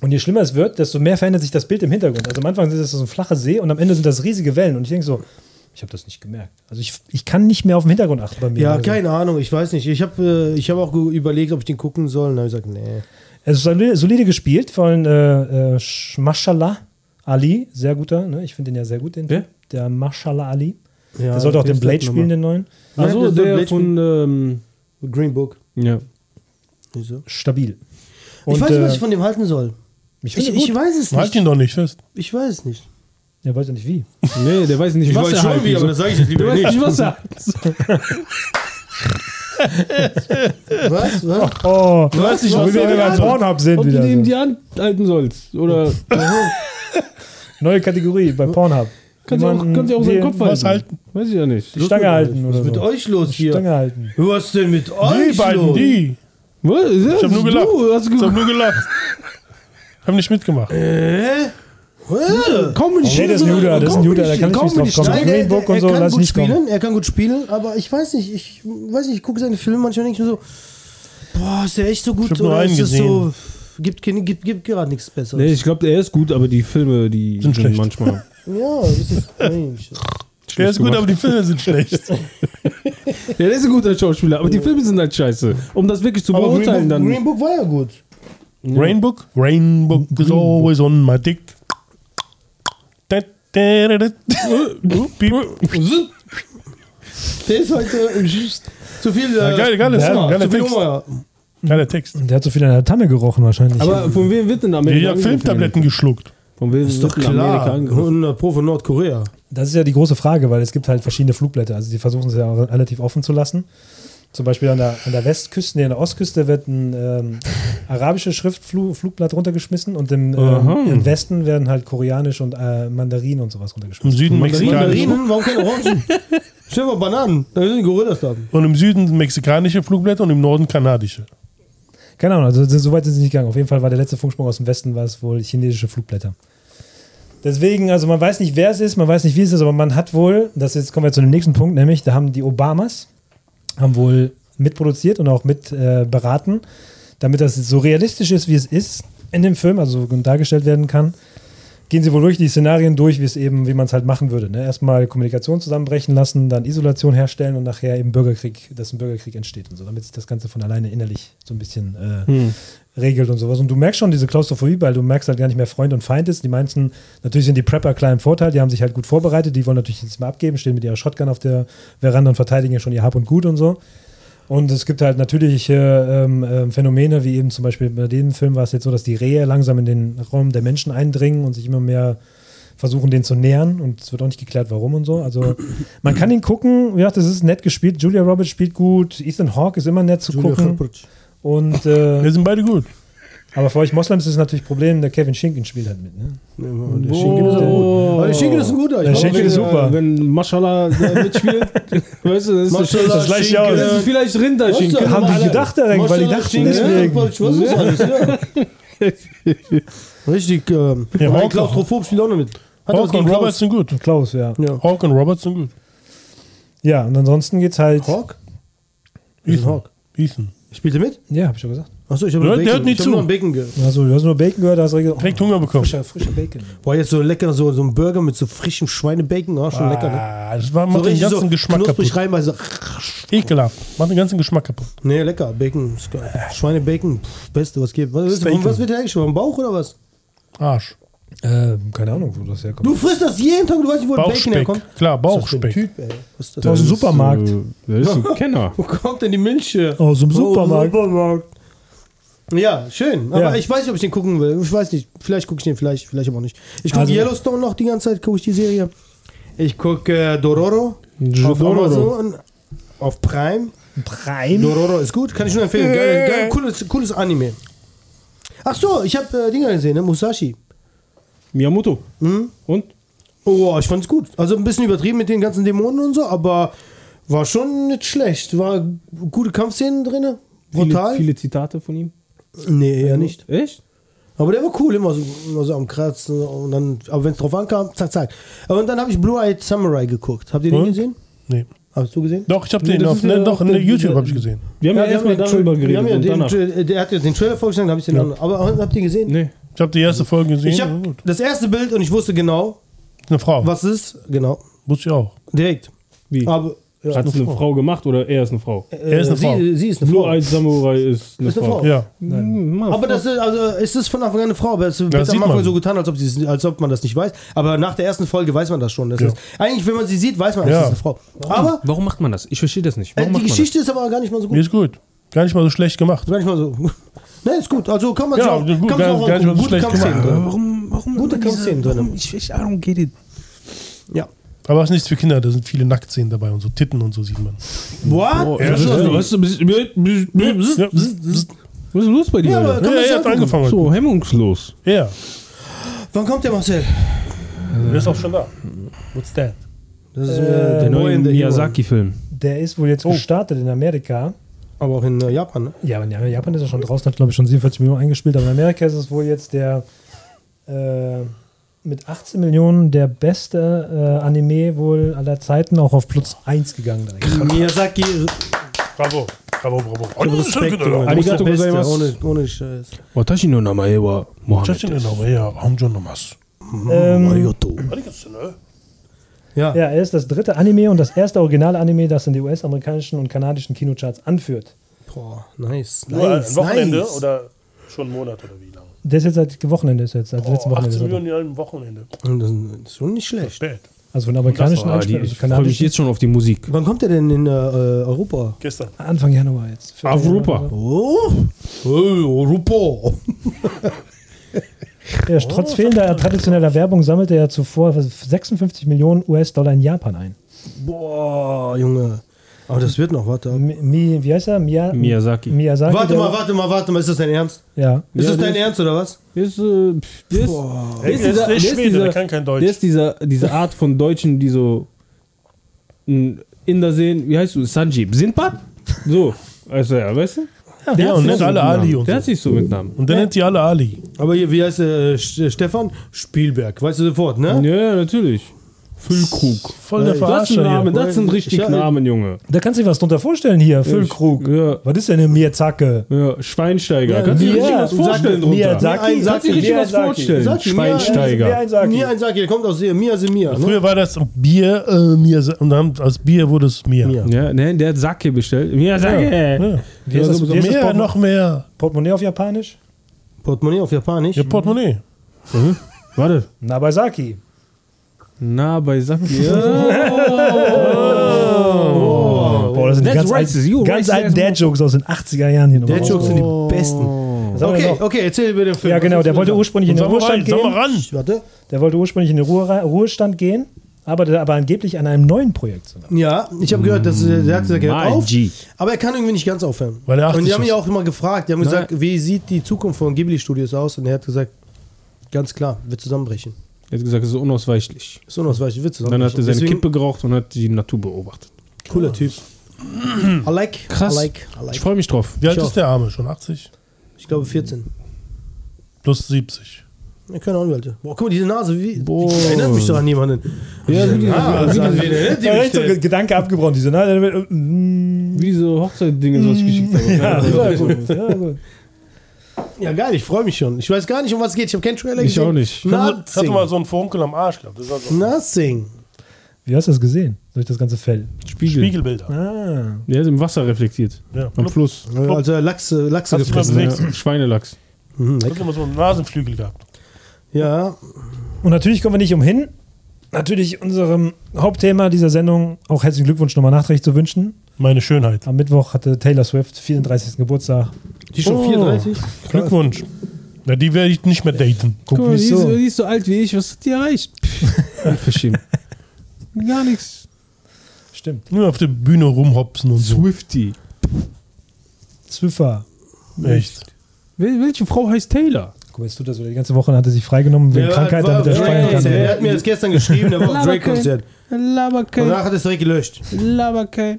Und je schlimmer es wird, desto mehr verändert sich das Bild im Hintergrund. Also am Anfang ist das so ein flacher See und am Ende sind das riesige Wellen. Und ich denke so, ich habe das nicht gemerkt. Also ich, ich kann nicht mehr auf den Hintergrund achten bei mir.
Ja,
Also-
keine Ahnung, ich weiß nicht. Ich habe äh, ich hab auch ge- überlegt, ob ich den gucken soll. Und dann habe ich gesagt, nee.
Also Es ist solide, solide gespielt von äh, äh, Sch- Mashallah Ali, sehr guter. Ne? Ich finde den ja sehr gut, den
Wer?
Typ. Der Mashallah Ali.
Ja,
der sollte auch
wer
den
ist das
Blade spielen,
nochmal?
den neuen.
Nein,
Also
das ist
der
Blade
von. Ähm,
Green Book.
ja.
Wieso?
Stabil.
ich weiß nicht, was
äh,
ich von dem halten soll.
ich
Ich,
finde
ich
gut.
weiß es
Halt
nicht.
ihn doch nicht fest.
Ich weiß es nicht.
Ja, weiß ja nicht wie.
Nee, der weiß nicht, was er halt ist.
sage ich jetzt
Der weiß nicht, was er halt ist.
Was? Was?
Oh,
Du weißt nicht,
wo
was
wir beim
er
Pornhub sind
Ob du
wieder.
dem
So.
die Hand halten sollst. Oder
Neue Kategorie bei Pornhub.
kannst du auch,
Jemanden,
kannst du auch
die-
seinen Kopf halten.
was halten.
Weiß ich ja nicht.
Die Stange halten
Was
oder
ist mit
so.
euch los hier?
Stange halten.
Was ist denn mit euch
Die beiden,
los?
die.
Was?
Ich hab nur gelacht.
Du hast ge
Ich hab nur gelacht. Ich hab nicht mitgemacht.
Hä? Hä?
Komm in die
Nee, das ist ein Judah, das ist ein Judah, da kann ich nicht drauf kommen.
Nein, der,
Green
der,
Book und
er
so,
kann
lass
gut
nicht kommen.
spielen, er kann gut spielen, aber ich weiß nicht, ich weiß nicht, ich gucke seine Filme manchmal denke ich mir so, boah, ist der echt so gut
Ich hab nur einen
ist das
gesehen.
so, gibt, keine- gibt, gibt gerade nichts Besseres.
Nee, ich glaube, er ist gut, aber die Filme, die
Sind
sind,
schlecht.
manchmal.
Ja, das ist strange.
Der ist gut,
gemacht.
aber die Filme sind schlecht.
ja, der ist ein guter Schauspieler, aber die Filme sind halt scheiße. Um das wirklich zu
aber Green Book,
beurteilen, dann.
Green Book war ja gut.
Rainbook? Rainbook is always on my dick. Da, da, da, da. Piep.
Der ist heute äh, zu viel. Äh,
halt,
Ja, geil, geiles
Humor,
Song, geiler
zu viel
Text.
Humor.
Geiler Text.
Der hat so viel an der Tanne gerochen wahrscheinlich.
Aber von wem wird denn damit?
Ja, Filmtabletten geschluckt.
Von wem
Ist doch
wird denn Amerika
klar.
angegriffen?
100 Pro von Nordkorea.
das ist ja die große Frage, weil es gibt halt verschiedene Flugblätter. Also die versuchen es ja auch relativ offen zu lassen. Zum Beispiel an der, an der Westküste, nee, an der Ostküste wird ein ähm, arabisches Schriftflugblatt runtergeschmissen und im,
Aha.
ähm, im Westen werden halt koreanisch und äh, Mandarin und sowas
Im
runtergeschmissen.
Süden mexikanische.
Mandarinen, warum keine Orangen? Stell dir mal Bananen, da sind die Gorillas da.
Und im Süden mexikanische Flugblätter und im Norden kanadische.
Keine Ahnung, also so so weit sind sie nicht gegangen. Auf jeden Fall war der letzte Funksprung aus dem Westen, war es wohl chinesische Flugblätter. Deswegen, also man weiß nicht, wer es ist, man weiß nicht, wie es ist, aber man hat wohl, das jetzt kommen wir zu dem nächsten Punkt, nämlich, da haben die Obamas, haben wohl mitproduziert und auch mit äh, beraten, damit das so realistisch ist, wie es ist in dem Film, also so dargestellt werden kann, gehen sie wohl durch die Szenarien durch, wie es eben, wie man es halt machen würde. Ne? Erstmal Kommunikation zusammenbrechen lassen, dann Isolation herstellen und nachher eben Bürgerkrieg, dass ein Bürgerkrieg entsteht und so, damit sich das Ganze von alleine innerlich so ein bisschen äh, regelt und sowas. Und du merkst schon diese Klaustrophobie, weil du merkst halt gar nicht mehr Freund und Feind ist. Die meisten, natürlich sind die Prepper klar im Vorteil, die haben sich halt gut vorbereitet, die wollen natürlich nichts mehr abgeben, stehen mit ihrer Shotgun auf der Veranda und verteidigen ja schon ihr Hab und Gut und so. Und es gibt halt natürliche ähm, ähm, Phänomene, wie eben zum Beispiel bei dem Film war es jetzt so, dass die Rehe langsam in den Raum der Menschen eindringen und sich immer mehr versuchen, den zu nähern. Und es wird auch nicht geklärt, warum und so. Also man kann ihn gucken. Wie gesagt, es ist nett gespielt. Julia Roberts spielt gut. Ethan Hawke ist immer nett zu gucken. Und, äh,
Wir sind beide gut.
aber für euch Moslems ist es natürlich ein Problem, der Kevin Schinken spielt halt mit. Ne?
Der Schinken ist
Oh.
gut. Der Schinken ist ein guter.
Der
Ich
Schinken
glaube,
ist super.
Wenn Maschallah
äh,
da mitspielt, weißt du, das ist
Maschallah,
das gleiche
Schinken.
Das ist vielleicht Rinderschinken.
Schinken.
Haben die gedacht direkt, weil die
Maschallah,
dachten ne?
Schinken,
deswegen.
ja, Was ist alles, ja. Richtig, ähm,
Ja,
ja,
Hawk-
Klaustrophob spielt auch noch mit. Hat auch
Hawk und
gegen
Roberts sind gut.
Klaus, ja.
Ja.
Hawk und Roberts sind gut.
Ja, und ansonsten geht's halt.
Hawk?
Ethan.
Hawk.
Ethan.
Spielt er mit?
Ja, hab ich schon gesagt.
Achso, ich habe
Der
nur
hört- der
Bacon.
hört nicht
Ich hab
zu.
nur einen Bacon gehört.
Also, du hast nur Bacon gehört, da hast du gesagt,
Direkt
oh,
Hunger bekommen.
frischer, frischer Bacon.
Boah, jetzt so lecker, so, so ein Burger mit so frischem Schweinebacon, oh, schon lecker, ne?
Ah, das war, macht
so
den ganzen
so
Geschmack
knusprig
kaputt.
rein, weil so,
Ekelhaft. Macht den ganzen Geschmack kaputt.
nee, lecker, Bacon, ist geil. Schweinebacon, pff, beste, was gibt. Was,
Äh. Bacon.
von was wird der eigentlich? Vom Bauch oder was?
Arsch.
Äh, keine Ahnung, wo das herkommt.
Du frisst das jeden Tag, du weißt nicht, wo der Bacon
Bauchspeck.
herkommt.
Klar,
Was ist das für ein
Bauchspeck.
Typ, ey. Was ist das?
Aus dem Supermarkt.
Das ist ein Kenner.
Wo kommt denn die Milch her?
Aus dem Supermarkt.
Aus dem Supermarkt. Ja, schön. Aber
Ja.
ich weiß nicht, ob ich den gucken will. Ich weiß nicht. Vielleicht gucke ich den, vielleicht, vielleicht aber auch nicht. Ich gucke
Also-
Yellowstone noch die ganze Zeit, gucke ich die Serie. Ich gucke äh, Dororo auf
Dororo.
Amazon, auf Prime.
Prime?
Dororo ist gut, kann ich nur empfehlen. Geil, geil, cooles, cooles Anime. Ach so, ich habe äh, Dinger gesehen, ne? Musashi.
Miyamoto.
Hm?
Und?
Oh, ich fand's gut. Also ein bisschen übertrieben mit den ganzen Dämonen und so, aber war schon nicht schlecht. War gute Kampfszenen drin. Brutal.
Viele, viele Zitate von ihm.
Nee,
Also,
eher nicht.
Echt?
Aber der war cool, immer so, immer so am Kratzen. Und dann, aber wenn es drauf ankam, zack, zack. Aber dann habe ich Blue-Eyed Samurai geguckt. Habt ihr den
Und?
gesehen?
Nee.
Hast du gesehen?
Doch, ich habe
Nee,
den
das
auf,
ist ja
ne, doch,
auch
in
der-
YouTube
der-
habe ich gesehen.
Wir haben ja,
wir
erstmal
den
darüber
Tra- wir
geredet.
haben ja
und
den
danach.
Tra- der hat jetzt den Trailer vorgeschlagen, habe ich den
Ja.
anderen. Aber habt ihr gesehen?
Nee.
Ich habe die erste Folge gesehen.
Ich
Ja,
habe
gut.
das erste Bild und ich wusste genau,
Eine Frau.
was es ist. Genau.
Wusste ich auch.
Direkt.
Wie?
Aber. ja,
Hat es eine
Frau.
Frau gemacht oder er ist eine Frau?
er ist eine Frau.
Sie, sie ist Äh, eine
Blue
Frau.
Eyes Samurai ist eine
Ist eine
Frau.
Frau. Hm,
Ja.
Mhm,
Aber das ist, also, es ist von Anfang an eine Frau, aber es wird
Das
am
sieht
Anfang
man.
so getan, als ob, sie, es- als ob man das nicht weiß. Aber nach der ersten Folge weiß man das schon. Das
Ja.
ist, eigentlich, wenn man sie sieht, weiß man,
Ja.
es ist eine Frau. Aber
Warum macht man das? Ich verstehe das nicht.
äh, die Geschichte ist aber gar nicht mal so
Mir
gut.
ist gut. Gar nicht mal so schlecht gemacht.
Gar nicht mal so. ne, ist gut. Also kann man
Ja,
sich auch,
gut,
kann
gar-
man sich auch
gar nicht mal so
gute
schlecht
Kampfszenen
gemacht.
drin.
warum, warum
Gute
immer
Kampfszenen drin.
warum- Ich, ich I don't get it.
Ja.
Aber es ist nichts für Kinder, da sind viele Nacktszenen dabei und so Titten und so sieht man.
What? Also,
ja,
Hast du das
ja.
nicht?
Was ist
Ja, bzz, bzz.
denn los bei dir?
Ja, aber
Alter?
kann
Ja,
man sich
er
angucken.
hat
oh,
angefangen. heute.
so hemmungslos.
Ja.
Wann kommt der Marcel?
Der ist auch schon da. What's that?
Das ist,
Äh,
äh, Boy
Der neue
in the Hero.
Miyazaki-Film.
Der ist wohl jetzt gestartet in Amerika.
Aber auch in äh, Japan, ne?
Ja, aber in Japan ist er schon draußen, hat glaube ich schon 47 Millionen eingespielt, aber in Amerika ist es wohl jetzt der äh, mit 18 Millionen der beste äh, Anime wohl aller Zeiten, auch auf Platz 1 gegangen direkt.
Miyazaki,
Bravo. Bravo, bravo. Oh,
Respekt.
genau.
Junge. Du bist der
Arigato
Beste,
gozaimasu.
ohne, ohne Scheiß.
Watashi no namae wa
Das sind
Mohammed.
genau, ja, Hongjon nochmals.
Ähm,
Oh, Arigato.
ne?
Ist
Ja.
ja, er ist das dritte Anime und das erste Original-Anime, das in die US-amerikanischen und kanadischen Kinocharts anführt.
Boah, nice.
Nur
nice
ein Wochenende
nice.
oder schon einen Monat oder wie lange?
Der ist jetzt seit Wochenende, ist jetzt, seit letztem
Oh,
Wochenende.
18
ist er
Millionen in einem Wochenende.
Das ist schon nicht schlecht.
Spät.
Also von amerikanischen also
Ah, die,
Ansprachen.
ich freue mich jetzt schon auf die Musik.
Wann kommt der denn in äh, äh, Europa?
Gestern.
Anfang Januar jetzt.
Ah, Europa.
Oh, oh Europa.
Ja, trotz fehlender traditioneller Werbung sammelte er zuvor 56 Millionen US-Dollar in Japan ein.
Boah, Junge. Aber das wird noch, warte.
Mi, Mi, wie heißt er? Mia,
Miyazaki.
Miyazaki.
Warte
der-
mal, warte mal, warte mal. Ist das dein Ernst?
Ja.
Ist
Ja,
das dein
das-
Ernst oder was?
Ist, äh, pff, der ist,
Boah.
der
Ey,
ist
der ist
dieser, der
nicht
ist
Schwede,
dieser,
der kann kein Deutsch.
Der ist dieser, diese Art von Deutschen, die so in Inder sehen, wie heißt du, Sanjeev, Sindbad? So, also ja, weißt du? Der
Ja,
hat
und
sich
nennt
so
alle
mit Namen.
Ali und
Der
so.
hat sich so mit Namen.
Und dann nennt die alle Ali.
Aber hier, wie heißt äh, Sch- Stefan? Spielberg. Weißt du sofort, ne?
Ja, ja, natürlich. Füllkrug.
Voll der
Das sind
Verarscher hier.
Namen, das sind richtig
Ja.
Namen, Junge.
Da kannst du dir was drunter vorstellen hier. Füllkrug.
Ja,
Was ist denn eine Miyazaki?
ja. Schweinsteiger. Kannst du dir
Ja,
richtig was
und sag
vorstellen
mir,
drunter?
Miyazaki.
Mir ein
Kannst du dir
Saki,
richtig was
Miyazaki.
vorstellen?
Sag mir,
Schweinsteiger.
Miyazaki.
Miyazaki, der kommt aus hier. Mia Semia. Ne?
Früher war das Bier, äh, Mir, und dann als Bier wurde es Mir.
Mir.
Ja, ne, der hat Sake bestellt. Miyazaki.
Ja.
Wie ist das, wie ist das
Mehr,
Portem
noch mehr.
Portemonnaie auf Japanisch?
ne? Portemonnaie auf Japanisch.
Ja,
Hm.
Portemonnaie.
Warte.
Nabasaki.
Na, bei Saki. Ja.
Oh. Boah, das sind die
Oh. That's
ganz,
racist. You
alten, ganz
racist
alten
ass
Dad-Jokes aus den 80er Jahren hier nochmal.
Dad-Jokes sind die besten.
Was haben wir
Okay,
noch?
okay, erzähl über den Film.
Ja, genau,
Was
der wollte
willst
ursprünglich in den
Sag mal
Ruhestand
rein, sag mal
gehen.
ran.
du sagen?
Der wollte ursprünglich in den Ruhe- Ruhestand gehen, aber der aber angeblich an einem neuen Projekt.
Warte. Ja, ich habe gehört, dass äh, der hat gesagt, er hört
Mein
auf.
G.
Aber er kann irgendwie nicht ganz aufhören.
Weil er
und
80
die haben
ist.
ihn auch immer gefragt. Die haben gesagt, wie sieht die Zukunft von Ghibli Studios aus? Und er hat gesagt, ganz klar, wird zusammenbrechen.
Er hat gesagt, es ist unausweichlich.
Ist unausweichlich, wird
Dann
zusammenbrechen.
hat er seine
Deswegen,
Kippe geraucht und hat die Natur beobachtet.
Cooler Typ. I like,
Krass.
I like, I
Ich
like.
freue mich drauf.
Wie alt
Ich auch.
ist der Arme? Schon 80?
Ich glaube 14.
Plus 70.
Ja, keine Ahnung, Alter. Boah, guck mal, diese Nase, wie.
Boah.
Die erinnert mich doch an jemanden.
Ja, wie, die,
Ah, das erinnert
Da ist so ein Gedanke abgebrochen, diese, ne?
wie so Hochzeitdinge, was ich geschickt habe.
Mm. Ja,
Ja,
ja, gut. Ja, gut.
Ja, geil, ich freue mich schon. Ich weiß gar nicht, um was es geht. Ich habe keinen Trailer
Ich
gesehen.
auch nicht.
Ich hatte
Nothing.
mal so einen Funkel am Arsch gehabt. Das war so
Nothing.
Wie hast du das gesehen? Durch das ganze Fell.
Spiegel.
Spiegelbilder.
Ah.
Der ist im Wasser reflektiert.
Ja.
Am Fluss.
Äh, Also Lachse, Lachse
Hast du
gefressen.
mal gesehen?
Ja, Schweinelachs.
Mhm,
Ich
lecker.
hab immer so einen Nasenflügel gehabt.
ja,
Und natürlich kommen wir nicht umhin, natürlich unserem Hauptthema dieser Sendung auch herzlichen Glückwunsch nochmal nachträglich zu wünschen.
Meine Schönheit.
Am Mittwoch hatte Taylor Swift 34. Geburtstag.
die ist schon
Oh.
34.
Glückwunsch. Na, die werde ich nicht mehr daten.
Guck
Guck
mal,
mich
die, ist,
so.
die ist so alt wie ich. Was hat die erreicht? Pff, Unverschämt. Gar nichts.
Stimmt.
Nur auf der Bühne rumhopsen und so.
Swifty.
Zwiffer.
Echt.
Wel welche Frau heißt Taylor?
Guck mal, jetzt tut das so. Die ganze Woche hatte sie freigenommen wegen
Ja,
Krankheit,
war-
damit er
war-
feiern kann.
Er hat mir das gestern geschrieben, der war auf Drake-Konzert. Und
Laberkei.
danach hat er es direkt gelöscht.
Laberkei.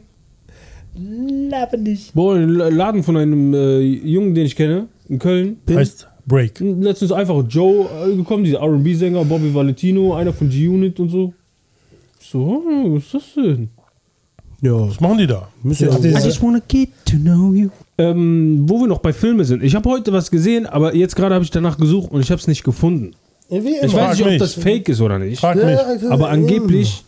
Labe nicht.
Boah, ein La- Laden von einem äh, Jungen, den ich kenne, in Köln.
Heißt Break.
Letztens einfach Joe äh, gekommen, dieser RB-Sänger, Bobby Valentino, einer von G-Unit und so. Ich So, hm, was ist das denn?
Ja,
Was machen die da?
müssen
Jetzt
wir
diese-
wanna get to know you. Ähm, wo wir noch bei Filme sind. Ich habe heute was gesehen, aber jetzt gerade habe ich danach gesucht und ich habe es nicht gefunden.
Wie
Ich
immer.
weiß nicht, ob
mich.
das fake ist oder nicht.
Frag mich.
Ja, also,
Aber angeblich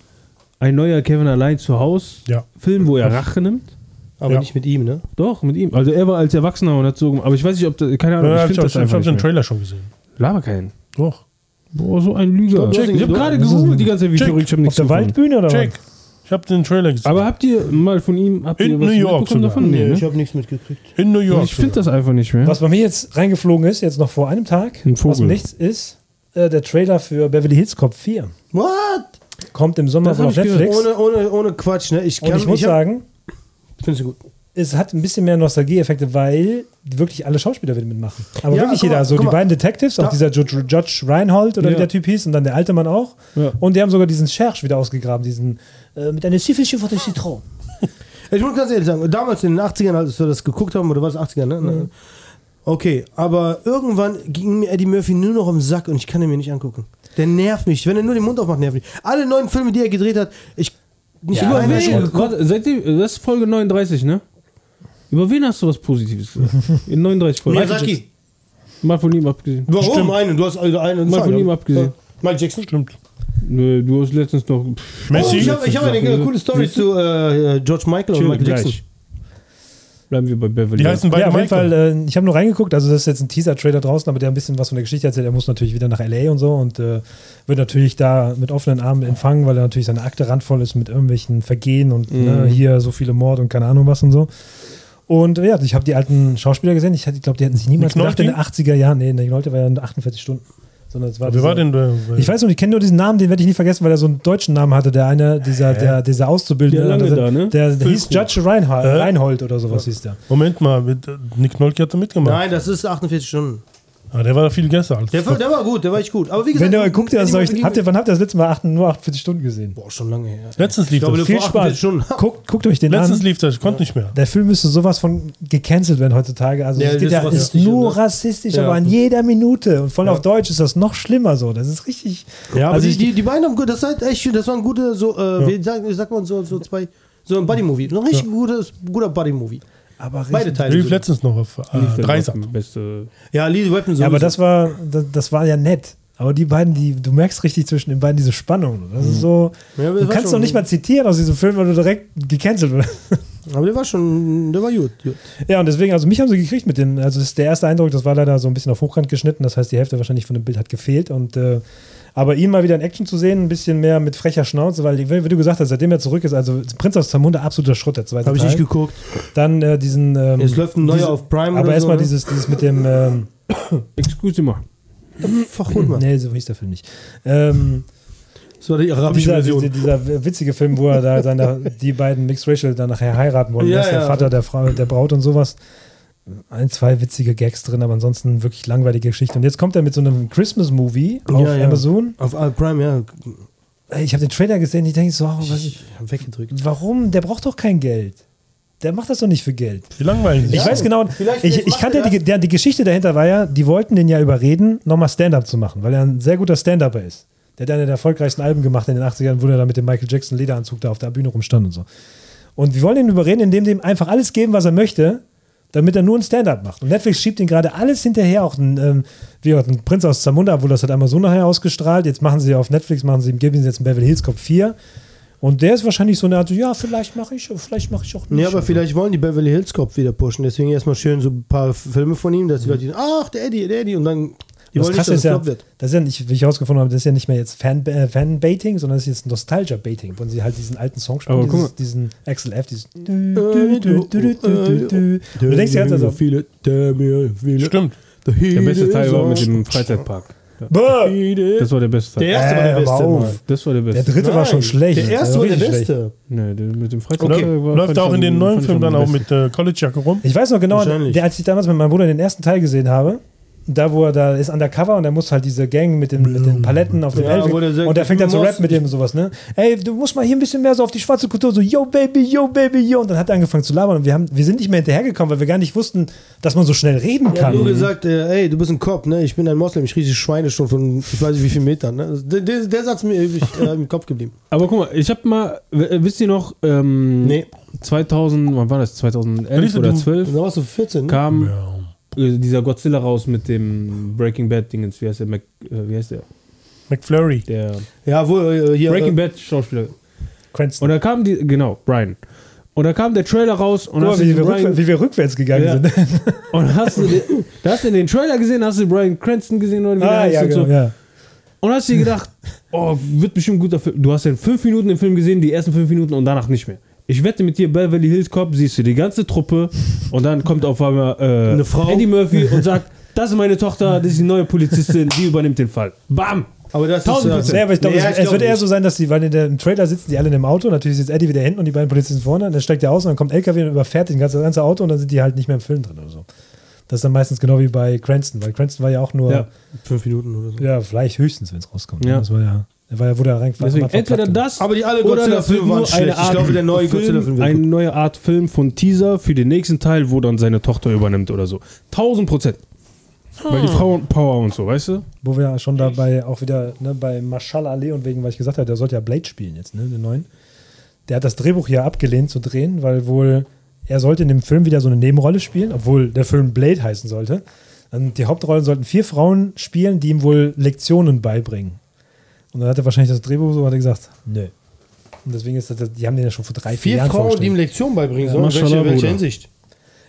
ein neuer Kevin allein zu Haus
Ja. Äh,
Film, wo er Rache nimmt.
Aber
Ja.
nicht mit ihm, ne?
Doch, mit ihm. Also er war als Erwachsener und hat so gemacht. Aber ich weiß nicht, ob das. Keine Ahnung,
Ja,
ich
ich
finde
habe
das einfach
hab den
nicht mehr.
Trailer schon gesehen.
Laber keinen.
Doch.
Boah, so ein Lüger.
Check,
ich habe
check.
gerade gegoogelt die ganze Zeit, wie
Check.
verrückt. Ich habe
Auf
nichts
der
gefunden.
Waldbühne oder
Check. Ich habe den Trailer gesehen.
Aber habt ihr mal von ihm habt
In
ihr
New York
mitbekommen
sogar.
davon? Nee, ne?
Ich habe nichts mitgekriegt.
In New York.
Ich finde das einfach nicht mehr.
was? Was bei mir jetzt reingeflogen ist, jetzt noch vor einem Tag,
Mhm. Ein Vogel.
aus dem Nichts, ist äh, der Trailer für Beverly Hills Cop 4.
What?
Kommt im Sommer
Das
wohl
hab
auf
ich gehört.
Netflix.
Ohne, ohne, ohne Quatsch, ne? Ich
Und
kann
ich muss
ich hab-
sagen,
Findest du gut.
es hat ein bisschen mehr Nostalgieeffekte, weil wirklich alle Schauspieler wieder mitmachen. Aber
Ja,
wirklich
guck
jeder.
mal,
Also
guck
die
mal.
beiden Detectives, auch
Da-
dieser Judge, Judge Reinhold oder
Ja.
wie der Typ hieß und dann der alte Mann auch.
Ja.
Und die haben sogar diesen Scherch wieder ausgegraben, diesen äh, mit einer Sifische von der Citron.
Ich muss ganz ehrlich sagen, damals in den 80ern, als wir das geguckt haben, oder was, 80er, ne? Okay, aber irgendwann ging mir Eddie Murphy nur noch im Sack und ich kann ihn mir nicht angucken. Der nervt mich. Wenn er nur den Mund aufmacht, nervt mich. Alle neuen Filme, die er gedreht hat, ich. Nicht
Über
über einen
wen?
Schrott.
Warte, seitdem, das ist Folge 39, ne? Über wen hast du was Positives gesagt? In 39 Folgen.
Miyazaki.
Mal von ihm abgesehen.
Warum einen? Du hast also einen
Mal von
Fall,
ihm
ja.
abgesehen.
Michael Jackson.
Stimmt.
Nö, Du hast letztens noch. Pff,
Oh,
Messi.
ich habe hab eine
Sachen.
coole Story zu äh, George Michael und
Chill,
Michael
gleich.
Jackson.
Bleiben wir bei Beverly.
Die heißen beide
ja, auf jeden
Michael.
Fall, äh, ich habe nur reingeguckt, also das ist jetzt ein Teaser-Trailer draußen, aber der ein bisschen was von der Geschichte erzählt. Er muss natürlich wieder nach L.A. und so und äh, wird natürlich da mit offenen Armen empfangen, weil er natürlich seine Akte randvoll ist mit irgendwelchen Vergehen und
Mhm.
ne, hier so viele Mord und keine Ahnung was und so. Und äh, ja, ich habe die alten Schauspieler gesehen. Ich glaube, die hätten sich niemals
Nick
gedacht in den
Nolte?
80er Jahren. Nee, Nick Nolte war ja in 48 Stunden. Sondern es war
Wer
dieser-
war denn äh der?
Also Ich weiß noch, nicht, ich kenne nur diesen Namen, den werde ich nie vergessen, weil er so einen deutschen Namen hatte. Der eine, dieser, der, dieser Auszubildende,
Der lange
der,
da, ne?
der, der hieß Judge Reinhold,
Äh?
Reinhold oder sowas hieß der.
Moment mal, mit, äh, Nick Nolke hat da mitgemacht.
Nein, das ist 48 Stunden.
Ah, der war viel gestern. Als
Der, war- der war gut, der war echt gut. Aber wie gesagt,
Wenn ihr mal guckt, ihr das
Eddie
euch,
Murphy-
habt ihr, wann habt ihr das letzte Mal acht, nur 48 Stunden gesehen?
Boah, schon lange her.
Letztens lief
Ich glaube,
das.
vor
Viel Spaß.
48 Stunden.
Guckt, guckt euch den
Letztens
an.
lief das, ich konnte nicht mehr.
Der Film müsste sowas von gecancelt werden heutzutage. Also
Ja,
es geht
das
ja,
ist
ist
rassistisch,
nur
ne?
rassistisch,
Ja.
aber an jeder Minute. Und voll auf Deutsch ist das noch schlimmer so. Das ist richtig.
Ja, aber
also
die,
ich,
die, die beiden haben gut, das, war echt, schön, das waren gute, so, äh, wie sagt, wie sagt man so, so zwei, so ein Buddy-Movie. Ein richtig gutes, guter Buddy-Movie.
aber richtig-
Beide Teile.
lief
sogar.
letztens noch auf äh, Dreisat.
Beste.
Ja, Lethal Weapon
Ja, aber
sowieso.
das war, das, das war ja nett. Aber die beiden, die, du merkst richtig zwischen den beiden diese Spannung. Das ist so.
Mhm. Ja, aber das
du
war
kannst
schon-
doch nicht mal zitieren aus diesem Film, weil du direkt gecancelt wirst.
Aber der war schon, der war gut. gut.
Ja, und deswegen, also mich haben sie gekriegt mit dem, also das ist der erste Eindruck, das war leider so ein bisschen auf Hochkant geschnitten, das heißt, die Hälfte wahrscheinlich von dem Bild hat gefehlt und äh, aber ihn mal wieder in Action zu sehen, ein bisschen mehr mit frecher Schnauze, weil, wie wie du gesagt hast, seitdem er zurück ist, also Prinz aus Zamunda, absoluter Schrott, der zweite
Habe ich
Teil.
nicht geguckt.
Dann äh, diesen... Ähm,
Jetzt läuft ein neuer
diese-
auf Prime
Aber
oder
erstmal
so, ne?
dieses, dieses mit dem... Ähm,
Excuse mal.
Verholt mal.
nee, so hieß der Film nicht. Ähm,
Das war die arabische
dieser,
Version.
dieser, dieser witzige Film, wo er da seine, die beiden Mixed Racial dann nachher heiraten wollen.
Ja,
er ist der
ja.
Vater der Frau, der Braut und sowas. Ein, zwei witzige Gags drin, aber ansonsten wirklich langweilige Geschichte. Und jetzt kommt er mit so einem Christmas-Movie auf
Ja, ja.
Amazon.
Auf äh, Prime, ja.
Ey, Ich habe den Trailer gesehen, ich denke so, oh, was,
Ich hab weggedrückt.
warum? Der braucht doch kein Geld. Der macht das doch nicht für Geld.
Wie langweilig
Ich
ist
weiß genau,
Vielleicht-
ich,
vielleicht
ich
macht
kannte
er
die,
das.
der, die Geschichte dahinter war ja, die wollten den ja überreden, nochmal Stand-Up zu machen, weil er ein sehr guter Stand-Upper ist. Der hat einer der erfolgreichsten Alben gemacht in den 80ern, wo er da mit dem Michael Jackson Lederanzug da auf der Bühne rumstand und so. Und wir wollen ihn überreden, indem wir ihm einfach alles geben, was er möchte, damit er nur ein Stand-Up macht. Und Netflix schiebt ihn gerade alles hinterher, auch ein, ähm, wie gesagt, ein Prinz aus Zamunda, wo das hat Amazon nachher ausgestrahlt. Jetzt machen sie auf Netflix, machen sie ihm, geben sie jetzt einen Beverly Hills Cop 4. Und der ist wahrscheinlich so eine Art, ja, vielleicht mache ich, vielleicht mache ich auch nicht.
Nee, aber vielleicht wollen die Beverly Hills Cop wieder pushen. Deswegen erstmal schön so ein paar Filme von ihm, dass die Leute, ach, der Eddie, der Eddie. Und dann, die
Das
wollen nicht,
Krasse
dass
ist
es
ja,
Flop wird.
das ist ja nicht, wie ich herausgefunden habe, das ist ja nicht mehr jetzt Fan, äh, Fan-Baiting, sondern das ist jetzt Nostalgia-Baiting, wo sie halt diesen alten Song spielen,
Aber guck
dieses,
mal.
diesen Axel F, dieses du, du, du, du, du, du, du. Und du denkst die ganze Zeit so,
viele, der mir viele.
Stimmt.
Der beste Teil war mit dem Freizeitpark.
Bäh!
Der
Das war der beste Teil.
erste war der
Äh,
beste.
hör auf.
Mann.
Das war der
der
beste.
dritte war schon
Nein,
schlecht.
Der erste
Also
war der
richtig
beste.
schlecht.
Nee, der mit dem Freizeitpark.
Okay.
war- fand
Läuft
ich
auch
am-
in den neuen
fand ich
Film
am
dann auch
besten.
mit äh, Kolitschak rum.
Ich weiß noch genau,
Wahrscheinlich.
der, als ich damals mit meinem Bruder den ersten Teil gesehen habe, da wo er da ist undercover und er muss halt diese Gang mit, dem, mit den Paletten auf den
Ja,
Elfen
wo der sagt,
und der fängt dann
du
zu
musst-
rappen mit dem und sowas, ne? Ey, du musst mal hier ein bisschen mehr so auf die schwarze Kultur, so yo baby, yo baby, yo und dann hat er angefangen zu labern und wir, haben, wir sind nicht mehr hinterhergekommen, weil wir gar nicht wussten, dass man so schnell reden
Er hat
kann.
nur gesagt, äh, ey, du bist ein Kopf, ne? Ich bin ein Moslem, ich rieche Schweine schon von ich weiß nicht wie viel Metern. Ne? Der, der, der Satz ist mir ewig äh, im Kopf geblieben.
Aber guck mal, ich hab mal, w- äh, wisst ihr noch, ähm,
Nee.
2000, wann war das? 2011
Lief
oder
du-
12
Da warst du 14, ne?
kam äh, dieser Godzilla raus mit dem Breaking Bad Dingens. Wie heißt der? Mac, äh, wie heißt der?
McFlurry.
Der
Ja, wo äh, hier.
Breaking
äh,
Bad Schauspieler.
Cranston.
Und da kam die, genau, Brian. Und da kam der Trailer raus und
Guck mal,
hast du
wie, wir
Brian,
rückwär- wie wir rückwärts gegangen
Ja.
sind.
und hast du, den- da hast du den Trailer gesehen, hast du Brian Cranston gesehen oder wie der
ah,
heißt
ja,
und
genau,
so.
ja.
Und hast dir gedacht, oh, wird bestimmt ein guter Film. Du hast ja in fünf Minuten den Film gesehen, die ersten fünf Minuten und danach nicht mehr. Ich wette mit dir, Beverly Hills Cop, siehst du die ganze Truppe und dann kommt auf einmal äh,
Eine Frau.
Eddie Murphy und sagt, das ist meine Tochter, das ist die neue Polizistin, die übernimmt den Fall. Bam!
Aber das ist.
1000%.
äh,
Nee, aber ich glaube,
ja,
es, es wird
glaub
eher
nicht.
so sein, dass die, weil in der, im Trailer sitzen die alle in dem Auto, natürlich sitzt Eddie wieder hinten und die beiden Polizisten vorne, dann steigt der aus und dann kommt LKW und überfährt den ganzen, das ganze Auto und dann sind die halt nicht mehr im Film drin oder so. Das ist dann meistens genau wie bei Cranston, weil Cranston war ja auch nur, ja,
Ja.
Fünf Minuten oder so.
vielleicht höchstens, wenn es rauskommt. ne?
Ja.
Das war ja, er war ja, wurde ja reingefahren.
Deswegen entweder das
Aber die alle
oder das wird
Godzilla-Filme
nur
waren schlecht. Ich glaube, der neue
Film,
Godzilla-Film wird
Eine
gut.
neue Art Film von Teaser für den nächsten Teil, wo dann seine Tochter übernimmt oder so. 1000 Prozent. Weil die Frauen Power und so, weißt du?
Wo wir ja schon dabei auch wieder ne, bei Marshall Ali und wegen, weil ich gesagt habe, der sollte ja Blade spielen jetzt, ne, den neuen. Der hat das Drehbuch hier abgelehnt zu drehen, weil wohl er sollte in dem Film wieder so eine Nebenrolle spielen, obwohl der Film Blade heißen sollte. Und die Hauptrollen sollten vier Frauen spielen, die ihm wohl Lektionen beibringen. Und dann hat er wahrscheinlich das Drehbuch so hat er gesagt, nö. Und deswegen ist das, die haben den ja schon vor drei, vier,
Vier
Jahren
Frauen, die ihm
vorgestellt.
Lektionen beibringen
Ja,
sollen.
Maschallah,
Welche, welche
Bruder.
Hinsicht?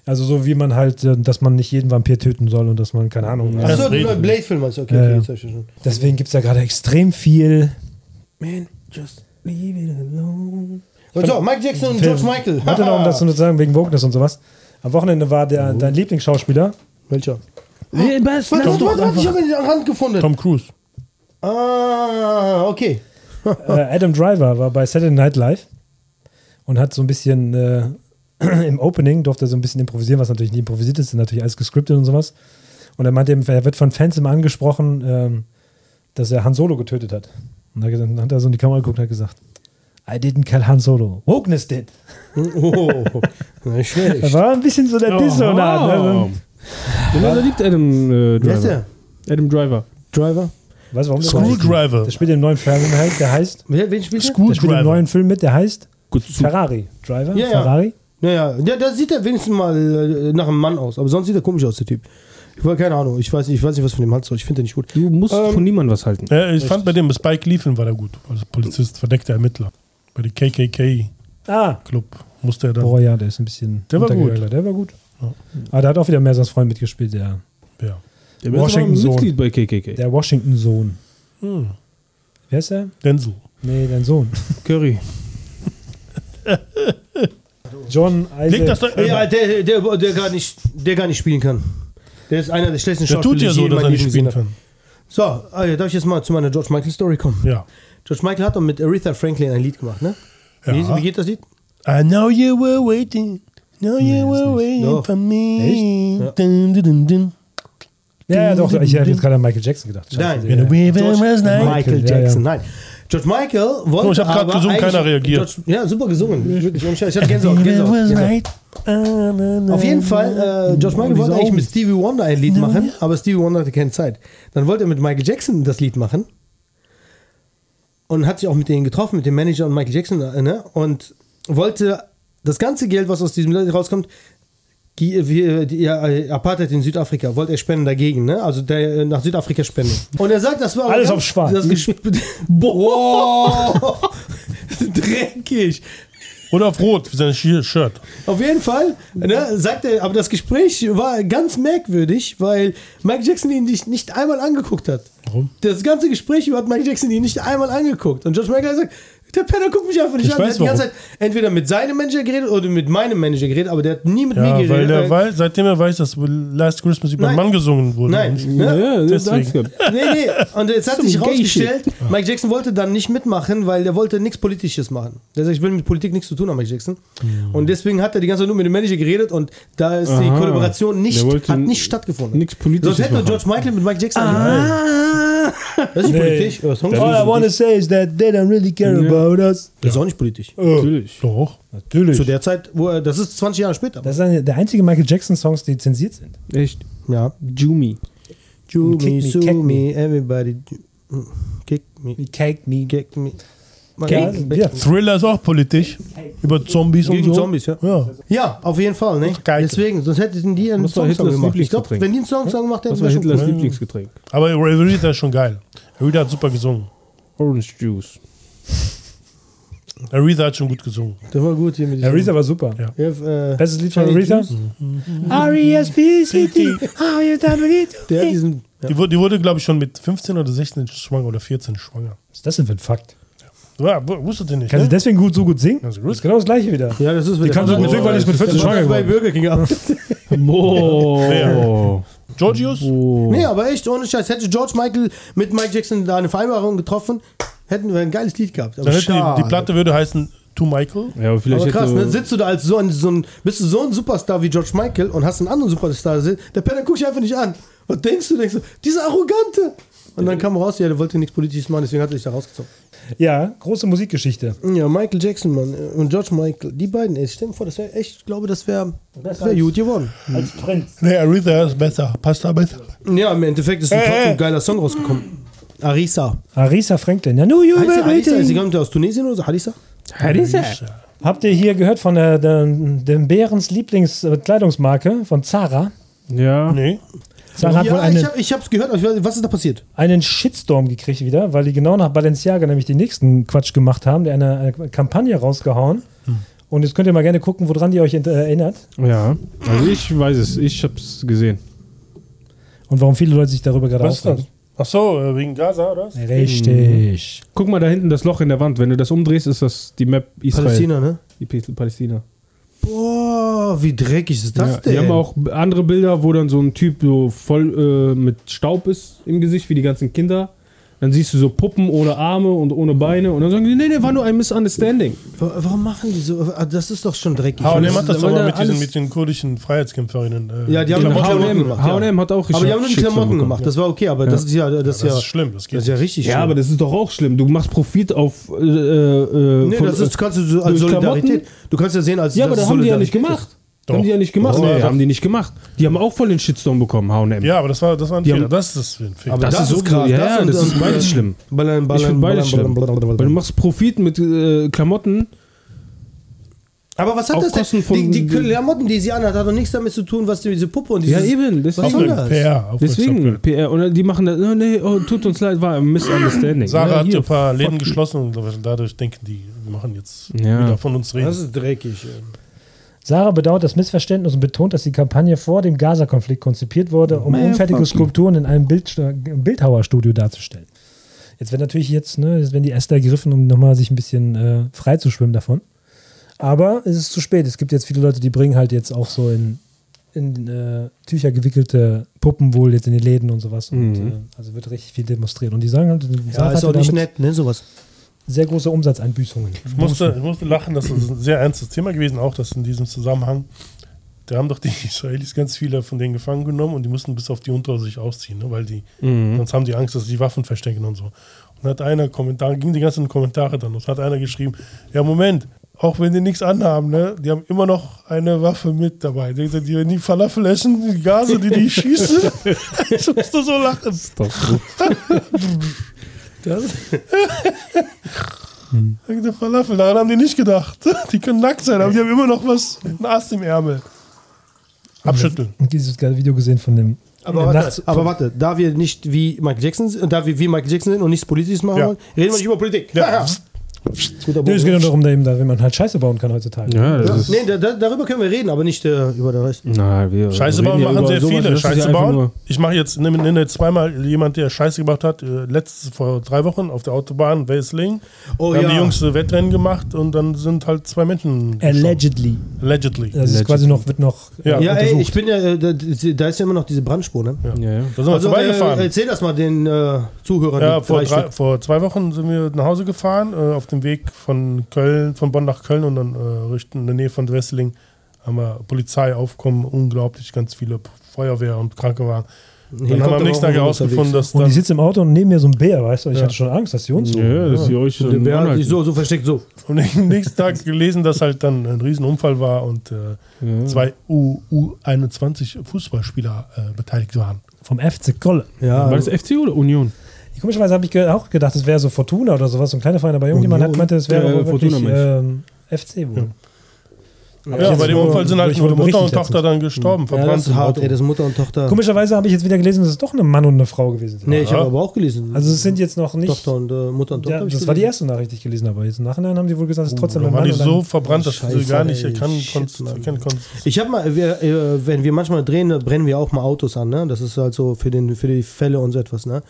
Also so wie man halt, äh, dass man nicht jeden Vampir töten soll und dass man, keine Ahnung.
Ach so,
das
du
Reden.
Blade-Film meinst du? Okay,
Ja,
okay,
ja.
jetzt hab ich schon.
Deswegen gibt es da gerade extrem viel.
Man, just leave it alone. Und so, Mike Jackson und
Film.
George Michael.
Warte noch, um
Haha.
das zu sagen, wegen Wokeness und sowas. Am Wochenende war
Oh.
der, dein Lieblingsschauspieler.
Welcher?
Nee,
Warte,
was? Lass
warte,
doch
warte, warte, ich
einfach-
habe ihn am Rand gefunden.
Tom Cruise.
Ah, okay.
äh, Adam Driver war bei Saturday Night Live und hat so ein bisschen äh, im Opening durfte er so ein bisschen improvisieren, was natürlich nie improvisiert ist, ist natürlich alles gescriptet und sowas. Und er meinte, eben, er wird von Fans immer angesprochen, ähm, dass er Han Solo getötet hat. Und dann hat er- dann hat er so in die Kamera geguckt und hat gesagt, I didn't kill Han Solo. Wokeness did.
Oh, na, schwierig.
Das war ein bisschen so der Diss so eine Art, ne?
Oh. Den Mörder liebt Adam äh,
Wer ist der?
Driver. Adam Driver.
Driver?
Weißt du, warum das heißt?
Screwdriver.
Der spielt im neuen Film halt, der heißt,
Wer, wen spielt er?
der spielt im
Screwdriver.
neuen Film mit, der heißt
Gut, zu.
Ferrari. Driver?
Ja, ja.
Ferrari?
Naja, ja, da sieht er wenigstens mal äh, nach einem Mann aus. Aber sonst sieht er komisch aus, der Typ. Ich war keine Ahnung. Ich weiß nicht, ich weiß nicht was von dem hat. so. Ich finde den nicht gut.
Du musst
Ähm,
von niemandem was halten.
Ja, ich fand bei dem Spike Leafin war der gut. Als Polizist, verdeckter Ermittler. Bei dem KKK-Club
Ah,
musste er dann.
Boah, ja, der ist ein bisschen.
Der war gut.
untergegangen. Der war gut. Aber der hat auch wieder mehr als Freund mitgespielt, der,
Ja.
Der ist aber
Washington
ein
Sohn.
Mitglied bei KKK.
der Washington-Sohn. Wer ist er?
Hm. Denzel.
Nee, dein Sohn.
Curry.
John
Leg das
Isaac.
Also,
doch. äh,
Ja, der, der, der, gar nicht, der gar nicht spielen kann. Der ist einer der schlechtesten
der tut
die
ja
ich
so,
je in
dass er
meinem
nicht
Leben
spielen
gesehen habe. So,
kann.
äh, darf ich jetzt mal zu meiner George Michael Story kommen?
Ja.
George Michael hat doch mit Aretha Franklin ein Lied gemacht, ne? Wie,
ja.
wie geht das Lied?
I know you were waiting. Know you were waiting
Doch.
for me.
Echt? Ja.
Dun, dun, dun, dun.
Ja, ja, doch, ich hätte jetzt gerade an Michael Jackson gedacht. Scheiße,
Nein.
der-
Gonna wave
George
and rest night.
Michael
Michael, ja,
Jackson, nein. George Michael wollte.
So, Oh, ich hab grad
aber
gesungen, keiner
eigentlich-
reagiert.
George, ja, super gesungen. Wirklich, ohne Scheiß. ich hatte Gänsehaut,
Wave
Gänsehaut,
was
Gänsehaut.
night. Ah, na, na,
Auf jeden Fall, äh, George Michael
Diese
wollte eigentlich
Augen.
mit Stevie Wonder ein Lied machen, aber Stevie Wonder hatte keine Zeit. Dann wollte er mit Michael Jackson das Lied machen und hat sich auch mit denen getroffen, mit dem Manager und Michael Jackson, äh, ne? und wollte das ganze Geld, was aus diesem Lied rauskommt, die, wir- die äh, Apartheid in Südafrika, wollte er spenden dagegen, ne? also der, äh, nach Südafrika spenden. Und er sagt, das war
Alles
ganz-
auf schwarz.
Das gesp- Boah! Dreckig!
Oder auf Rot für sein Schi- Shirt.
Auf jeden Fall, ne, sagt er, aber das Gespräch war ganz merkwürdig, weil Mike Jackson ihn nicht, nicht einmal angeguckt hat.
Warum?
Das ganze Gespräch über hat Mike Jackson ihn nicht einmal angeguckt. Und George Michael hat gesagt, der Penner guckt mich einfach nicht
Ich
an. Der
weiß
hat die ganze Zeit entweder mit seinem Manager geredet oder mit meinem Manager geredet, aber der hat nie mit mir
Ja,
geredet.
weil
Äh,
der weiß, seitdem er weiß, dass Last Christmas über
Nein.
einen Mann gesungen wurde.
Nein. ne?
Und-
Ja,
Ja, das
deswegen.
ist gut.
Nee, nee, und jetzt hat
Zum
sich
Gay-Shit.
rausgestellt, Mike Jackson wollte dann nicht mitmachen, weil der wollte nichts Politisches machen. Der sagt, ich will mit Politik nichts zu tun haben, Mike Jackson. Und deswegen hat er die ganze Zeit nur mit dem Manager geredet und da ist die
Aha.
Kollaboration nicht,
Der wollte
hat nicht stattgefunden.
nichts Politisches
Sonst hätte er
machen.
George Michael mit Mike Jackson. Ah. Das ist nicht politisch. Das ist
All I
auch
wanna say is that they don't really care
Ja.
about us.
das ist auch nicht politisch.
Natürlich.
Doch.
Natürlich.
Zu der Zeit, wo er, das ist 20 Jahre später.
Das ist eine, der einzige Michael Jackson-Songs, die zensiert sind.
Echt.
ja.
Jumi.
Kick
Kick me,
me, sue
kick me.
me, everybody. Kick me,
Cake Me.
kick me.
Cake, ja.
Thriller ist auch politisch. Über Zombies und
Gegen
so.
Zombies, ja.
Ja.
Ja, auf jeden Fall, ne?
Geil.
Deswegen, sonst hätten die einen
Was war
Song
Hitlers
gemacht. Ich glaube,
Lieblingsgetränk?
wenn die einen Song gemacht hätten,
Das war
wäre schon
Hitlers
cool.
Lieblingsgetränk.
Aber Aretha ist schon geil. Aretha hat super gesungen.
Orange Juice.
Aretha hat schon gut gesungen.
Das war gut hier mit diesem-
Aretha war super.
Ja.
Ja, äh,
Bestes Lied von
Charlie
Aretha? R-E-S-P-C-T. How you done with it?
Der hat diesen. Ja.
Die wurde, die wurde glaube ich, schon mit 15 oder 16 schwanger oder 14 schwanger.
Was ist das denn für ein Fakt?
Ja, wu- wusstet ihr nicht,
Kann sie
ne?
deswegen gut, so gut singen?
Also gut.
Das ist genau das gleiche wieder.
Ja, das ist wieder.
kann so gut singen, weil ich mit 14 schwanger
bei Burger King ab.
Boah.
Georgius?
Oh.
Nee, aber echt, ohne Scheiß. Hätte George Michael mit Mike Jackson da eine Vereinbarung getroffen, hätten wir ein geiles Lied gehabt. Aber
Dann hätte die,
schade.
die Platte würde heißen To Michael.
Ja, aber vielleicht
Aber krass,
hätte...
ne? Sitzt du da als so ein, so ein. Bist du so ein Superstar wie George Michael und hast einen anderen Superstar gesehen, der Penner guckt dich einfach nicht an. Was denkst du? Denkst du, dieser Arrogante. Und dann kam raus, ja, der wollte nichts Politisches machen, deswegen hat er sich da rausgezogen.
Ja, große Musikgeschichte.
Ja, Michael Jackson, Mann. äh, Und George Michael. Die beiden, ey, stell dir vor, das wäre echt, ich glaube, das wäre wär gut geworden.
Als Prinz.
Nee, Aretha ist besser. Passt da besser.
Ja, im Endeffekt ist ein trotzdem geiler Song rausgekommen. Arisa.
Arisa Franklin. Ja, no, you
Heißt sie
were
Arisa? Ist sie
waiting.
kommt aus Tunesien oder so? Arisa?
Habt ihr hier gehört von der, der, dem Bärens Lieblingskleidungsmarke von Zara?
Ja.
Nee.
Zara hat wohl
Ja, ich,
einen,
hab, ich hab's gehört, aber ich weiß, was ist da passiert?
einen Shitstorm gekriegt wieder, weil die genau nach Balenciaga nämlich den nächsten Quatsch gemacht haben, die eine, eine Kampagne rausgehauen, Und jetzt könnt ihr mal gerne gucken, woran die euch ent- äh, erinnert
Ja, also ich weiß es, ich hab's gesehen.
und warum viele Leute sich darüber gerade
Was ist das?
aufregen.
Ach so, äh, wegen Gaza, oder was?
Richtig.
Guck mal da hinten das Loch in der Wand. Wenn du das umdrehst, ist das die Map Israel.
Palästina, ne?
Die Pä- Palästina.
Boah, wie dreckig ist das
ja,
denn?
Die haben auch b- andere Bilder, wo dann so ein Typ so voll äh, mit Staub ist im Gesicht, wie die ganzen Kinder. Dann siehst du so Puppen ohne Arme und ohne Beine. Und dann sagen die, nee, nee, war nur ein Misunderstanding.
Wa- Warum machen die so? Ah, Das ist doch schon dreckig.
H&M hat das doch
Weil
mal
da
mit diesen,
alles-
mit den kurdischen Freiheitskämpferinnen. äh,
Ja, die haben
Genau,
nur Klamotten
H&M
gemacht.
H&M hat auch
aber die haben nur die Klamotten
Shitstorm bekommen.
gemacht. Das war okay, aber das ist ja, das ist
das
ja,
ist schlimm, das geht.
das ist ja richtig.
Ja,
schlimm.
aber das ist doch auch schlimm. Du machst Profit auf. Äh, äh,
nee,
von-
das ist, kannst du so als
durch
Solidarität. Du kannst ja sehen als
Ja, aber
das
das
ist
haben die ja nicht
Solidarität.
gemacht. Haben die ja nicht gemacht.
Das war
Nee,
doch-
haben die nicht gemacht. Die haben auch voll den Shitstorm bekommen, H&M.
ja, aber das war, das war ein
Die haben-
Fehler. Das ist ein Fehler.
Aber
Das, ist, so krass. Ja, das,
und-
ist
und-
beides schlimm.
Ballern,
Ich
ballern,
finde
ballern,
beides schlimm.
ballern, ballern, ballern,
Weil du
ballern.
machst Profit mit äh, Klamotten.
Aber was
auf
hat das
Kosten
denn?
von-
Die, die Klamotten, die sie anhat, hat doch nichts damit zu tun, was diese Puppe und diese.
Ja, eben.
Was
Deswegen.
soll
Aufmerksamkeit,
das?
PR, Aufmerksamkeit.
Deswegen, PR. Und die machen das, oh, nee, oh, tut uns leid, war ein Misunderstanding.
Sarah
ja,
hat
hier,
ein paar
fuck
Läden
you.
geschlossen und glaub ich, dadurch denken die, wir machen jetzt
Ja.
wieder von uns reden.
Das ist dreckig. ey.
Sarah bedauert das Missverständnis und betont, dass die Kampagne vor dem Gaza-Konflikt konzipiert wurde, um unfertige Skulpturen in einem Bild, Bildhauerstudio darzustellen. Jetzt werden natürlich jetzt, ne, jetzt werden die Äste ergriffen, um nochmal sich ein bisschen äh, frei zu schwimmen davon. Aber es ist zu spät. Es gibt jetzt viele Leute, die bringen halt jetzt auch so in, in äh, Tücher gewickelte Puppen wohl jetzt in die Läden und sowas. Und, äh, also wird richtig viel demonstriert. Und die sagen halt, Sarah
Mhm. Ja, ist
hatte
auch nicht
damit
nett, ne, sowas.
sehr große Umsatzeinbüßungen.
Ich musste, ich musste lachen, das ist ein sehr ernstes Thema gewesen, auch das in diesem Zusammenhang. Da haben doch die Israelis ganz viele von denen gefangen genommen und die mussten bis auf die Unterhose sich ausziehen, ne? weil die, sonst haben die Angst, dass sie die Waffen verstecken und so. Und hat einer Kommentar, ging die ganzen Kommentare dann los, hat einer geschrieben, ja Moment, auch wenn die nichts anhaben, ne, die haben immer noch eine Waffe mit dabei. Die, die, die, die Falafel essen, die Gase, die die schießen. ich musste so lachen. Wegen der Falafel, daran haben die nicht gedacht. Die können nackt sein, aber die haben immer noch was, einen Ast im Ärmel. Abschütteln.
Und dieses geile Video gesehen von dem
Aber
äh,
warte,
nachts-
aber warte, da wir nicht wie Michael Jackson sind, da wir wie Michael Jackson sind und nichts Politisches machen
Ja.
wollen, reden wir nicht über Politik.
Ja.
Ja. Guter
Nö,
Bogen.
es geht nur darum, da eben, da, wenn man halt Scheiße bauen kann heutzutage.
Ja, das ist.
Nee, da, da, darüber können wir reden, aber nicht äh, über den Rest.
Na, wir
Scheiße
reden
bauen
ja
machen
über
sehr
sowas,
viele.
das ist ja
Scheiße
einfach
bauen.
nur-
Ich mache jetzt, nenne nenne jetzt zweimal jemand, der Scheiße gebaut hat. Äh, Letztes vor drei Wochen auf der Autobahn Wesling.
Oh
da haben
ja.
die Jungs äh, Wettrennen gemacht und dann sind halt zwei Menschen. gestorben.
Allegedly.
Allegedly.
Das ist quasi noch, wird noch.
Ja.
Ja, ey, ich
untersucht.
bin ja, äh, da, da ist ja immer noch diese Brandspur, ne?
Ja.
Ja, ja.
Da sind wir vorbeigefahren.
äh, erzähl das mal den äh, Zuhörern.
Ja,
die
vor,
drei
drei,
Stück.
vor zwei Wochen sind wir nach Hause gefahren, äh, auf dem Weg von Köln, von Bonn nach Köln und dann äh, Richtung in der Nähe von Wesseling haben wir Polizeiaufkommen, unglaublich, ganz viele P- Feuerwehr und Krankenwagen. Dann haben wir am
Helikopter
nächsten Tag
waren
herausgefunden, dass
Und
dann,
ich sitze im Auto und neben mir so ein Bär, weißt du? Ich
Ja.
hatte schon Angst, dass die uns so.
Ja, dass ihr
äh,
euch
Der
ähm,
Bär hat
anhalten.
sich so, so versteckt, so.
und am nächsten Tag gelesen, dass halt dann ein Riesenunfall war und äh,
Mhm.
zwei U, U21 Fußballspieler äh, beteiligt waren.
Vom FC Kolle.
Ja,
War das FC oder Union?
Komischerweise habe ich ge auch gedacht, es wäre so Fortuna oder sowas, so ein kleiner Verein, aber irgendjemand hat
Union.
meinte, es wäre
Äh,
wohl wirklich
Fortuna,
ähm, FC wohl.
Ja,
Ja,
jetzt
bei dem
wurde-
Unfall sind halt
ich
nur
wurde
Mutter und
berichtet
Tochter dann gestorben,
ja,
verbrannt.
das ist
im
hart,
Auto.
ey, das ist Mutter und Tochter.
Komischerweise habe ich jetzt wieder gelesen, dass es doch ein Mann und eine Frau gewesen sind.
nee, ich
Ja.
habe aber auch gelesen.
Also es sind jetzt noch nicht.
Tochter und äh, Mutter und Tochter.
ja,
hab ich
das war die
gelesen.
erste Nachricht, die ich gelesen habe. aber Jetzt im Nachhinein haben die wohl gesagt, es ist trotzdem ein
Dann Oh, war
Mann.
die
und ein-
so verbrannt, dass du sie
Scheiße,
gar nicht
ey,
erkennen
shit,
konntest.
Mann.
Erkennen konntest.
Ich habe mal, wir, äh, wenn wir manchmal drehen, ne, brennen wir auch mal Autos an, ne? Das ist halt so für, den, für die Fälle und so etwas, ne?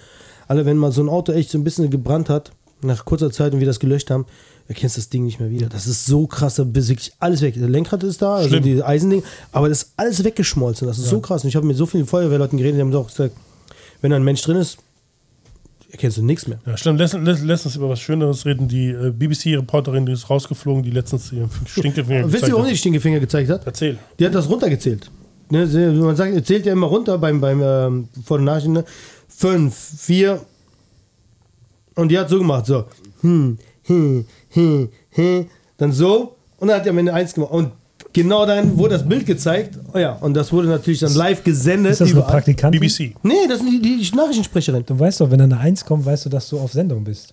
Alle, wenn mal so ein Auto echt so ein bisschen gebrannt hat, nach kurzer Zeit und wir das gelöscht haben, erkennst das Ding nicht mehr wieder. Das ist so krass, da ist wirklich alles weg. Der Lenkrad ist da, also
Schlimm.
die Eisending, aber das ist alles weggeschmolzen. Das ist so krass. Und ich habe mit so vielen Feuerwehrleuten geredet, die haben auch gesagt, wenn da ein Mensch drin ist, erkennst du nichts mehr.
Ja, stimmt. Letztens, letzt- letztens über was Schöneres reden. Die äh, BBC-Reporterin, die ist rausgeflogen, die letztens ihren Stinkefinger
Wisst ihr,
gezeigt
warum die
hat.
den Stinkefinger gezeigt hat?
Erzähl.
Die hat das runtergezählt. Ne, sie- man sagt, er zählt ja immer runter beim, beim ähm, vor den Nachrichten. Ne? Fünf, vier. Und die hat so gemacht, so. Hm, hm, hm, hm. Dann so. Und dann hat die am Ende eins gemacht. Und genau dann wurde das Bild gezeigt. Oh ja, und das wurde natürlich dann live gesendet.
Ist das eine Also
überall.
Praktikantin?
BBC.
Nee, das sind die, die Nachrichtensprecherin.
Du weißt doch, wenn da eine Eins kommt, weißt du, dass du auf Sendung bist.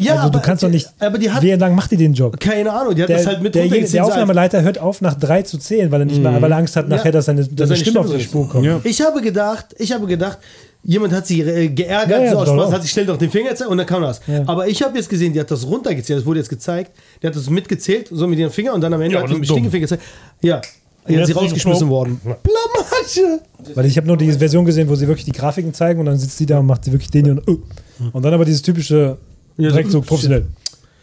Ja,
also du kannst doch nicht.
Aber die hat
wie lang macht die den Job?
keine Ahnung. Die hat
Der,
das halt mit
der, der,
runtergezählt.
Aufnahmeleiter hört auf, nach drei zu zählen, weil er nicht mehr, weil er Angst hat, nachher, dass seine, dass seine Stimme auf die
drin ist.
Spur kommt.
Ja.
Ich habe gedacht, ich habe gedacht, jemand hat sie äh, geärgert,
Ja, ja,
so aus
soll
Spaß,
auch.
hat sie schnell noch den Finger gezeigt und dann kam das. Aber ich habe jetzt gesehen, die hat das runtergezählt, das wurde jetzt gezeigt, der hat das mitgezählt, so mit ihren Fingern und dann am Ende
Ja,
hat
das
sie mit
ist dumm.
Stinkefinger gezeigt. Ja, jetzt
jetzt
ist sie
ist sie
rausgeschmissen
geflogen.
worden. Blamage!
Weil ich habe nur die Version gesehen, wo sie wirklich die Grafiken zeigen und dann sitzt die da und macht sie wirklich den hier und, uh. und dann aber dieses typische
Ja, so-
direkt so professionell.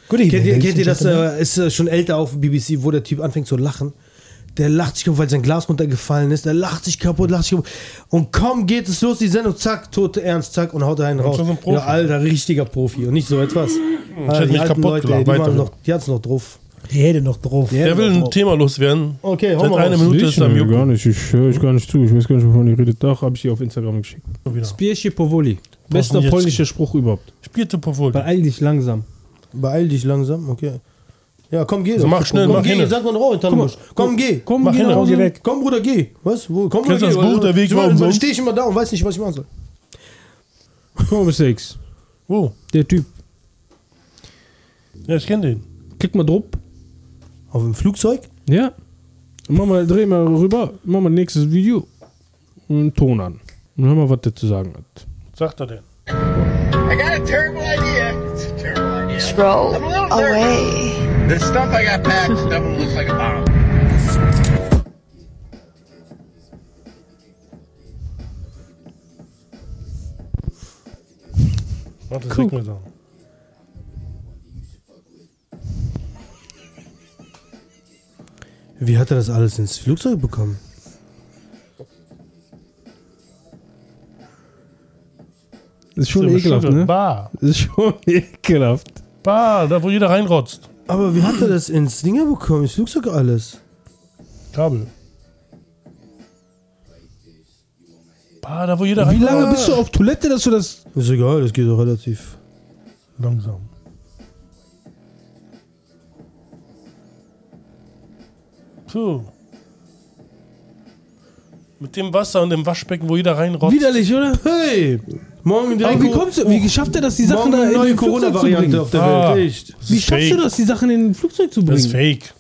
Gute Idee.
Kennt ihr,
ladies
kennt ihr das,
and
äh, ist äh, schon älter auf BBC, wo der Typ anfängt zu lachen? Der lacht sich kaputt, weil sein Glas runtergefallen ist. Der lacht sich kaputt, lacht sich kaputt. Und kaum geht es los, die Sendung, zack, tot, ernst, zack, und haut einen raus.
schon so ein Profi.
Ja, alter, richtiger Profi und nicht so etwas. Alter,
hätte
die
mich
alten
kaputt
Leute,
gelacht,
ey, die,
weiter.
waren noch, die hat's noch drauf.
Gentlemen. Die hätte noch drauf.
Der will ein Thema loswerden.
Okay, hau
Seit
mal
einer
raus.
Minute
Ich
ist am
mir
Jucken.
gar nicht, ich höre euch gar nicht zu, ich weiß gar nicht, wovon ihr redet. Doch, habe ich hier auf Instagram geschickt.
Wieder.
Spiersche Powoli.
Bester
Bester polnischer
polnischer
Spruch überhaupt.
Spielte Povol.
Beeil dich langsam.
Beeil dich langsam, okay. Ja, komm, geh.
So, mach schnell,
komm,
mach
geh,
hin.
sag mal raus, Tannebusch. Komm, geh.
Komm,
Mach
geh
hin,
nach
komm,
Hause.
geh
weg.
Komm, Bruder, geh. Was? Wo? Komm,
Kennst du das Buch, der Weg war um
Steh
umsonst?
stehe ich immer da und weiß nicht, was ich machen soll.
Komm, bis sechs.
Wo?
Der Typ.
Ja, ich kenne den.
Klick mal drauf.
Auf dem Flugzeug?
Ja. Mach mal, dreh mal rüber. Mach mal nächstes Video. Und Ton an. Und hör mal, was der zu sagen hat.
Sagt er denn?
I got a terrible idea. It's a terrible idea.
Throw
I'm a little
away.
The stuff I got packed definitely looks like a bomb.
Warte, das cool. mir sagen.
Wie hat er das alles ins Flugzeug bekommen?
Ist schon
Ist ja
ekelhaft,
bestimmt-
ne?
Bar.
Ist schon ekelhaft.
Bar, da wo jeder reinrotzt.
Aber wie hat er das ins Dinger bekommen? Ins Flugzeug alles?
Kabel. Bar, da wo jeder
Wie
reinrotzt.
lange bist du auf Toilette, dass du das.
Ist egal, das geht doch relativ.
Langsam. So. Mit dem Wasser und dem Waschbecken, wo jeder reinrotzt.
Widerlich, oder?
Hey! Morgen
Aber wie kommst du? Wie geschafft er das, die Sachen da in
neue
den Flugzeug zu
Corona-Variante
bringen?
auf der
Ah.
Welt. Echt?
Das
Wie
ist
schaffst
fake.
du das, die Sachen in den Flugzeug zu
Das ist
bringen?
fake.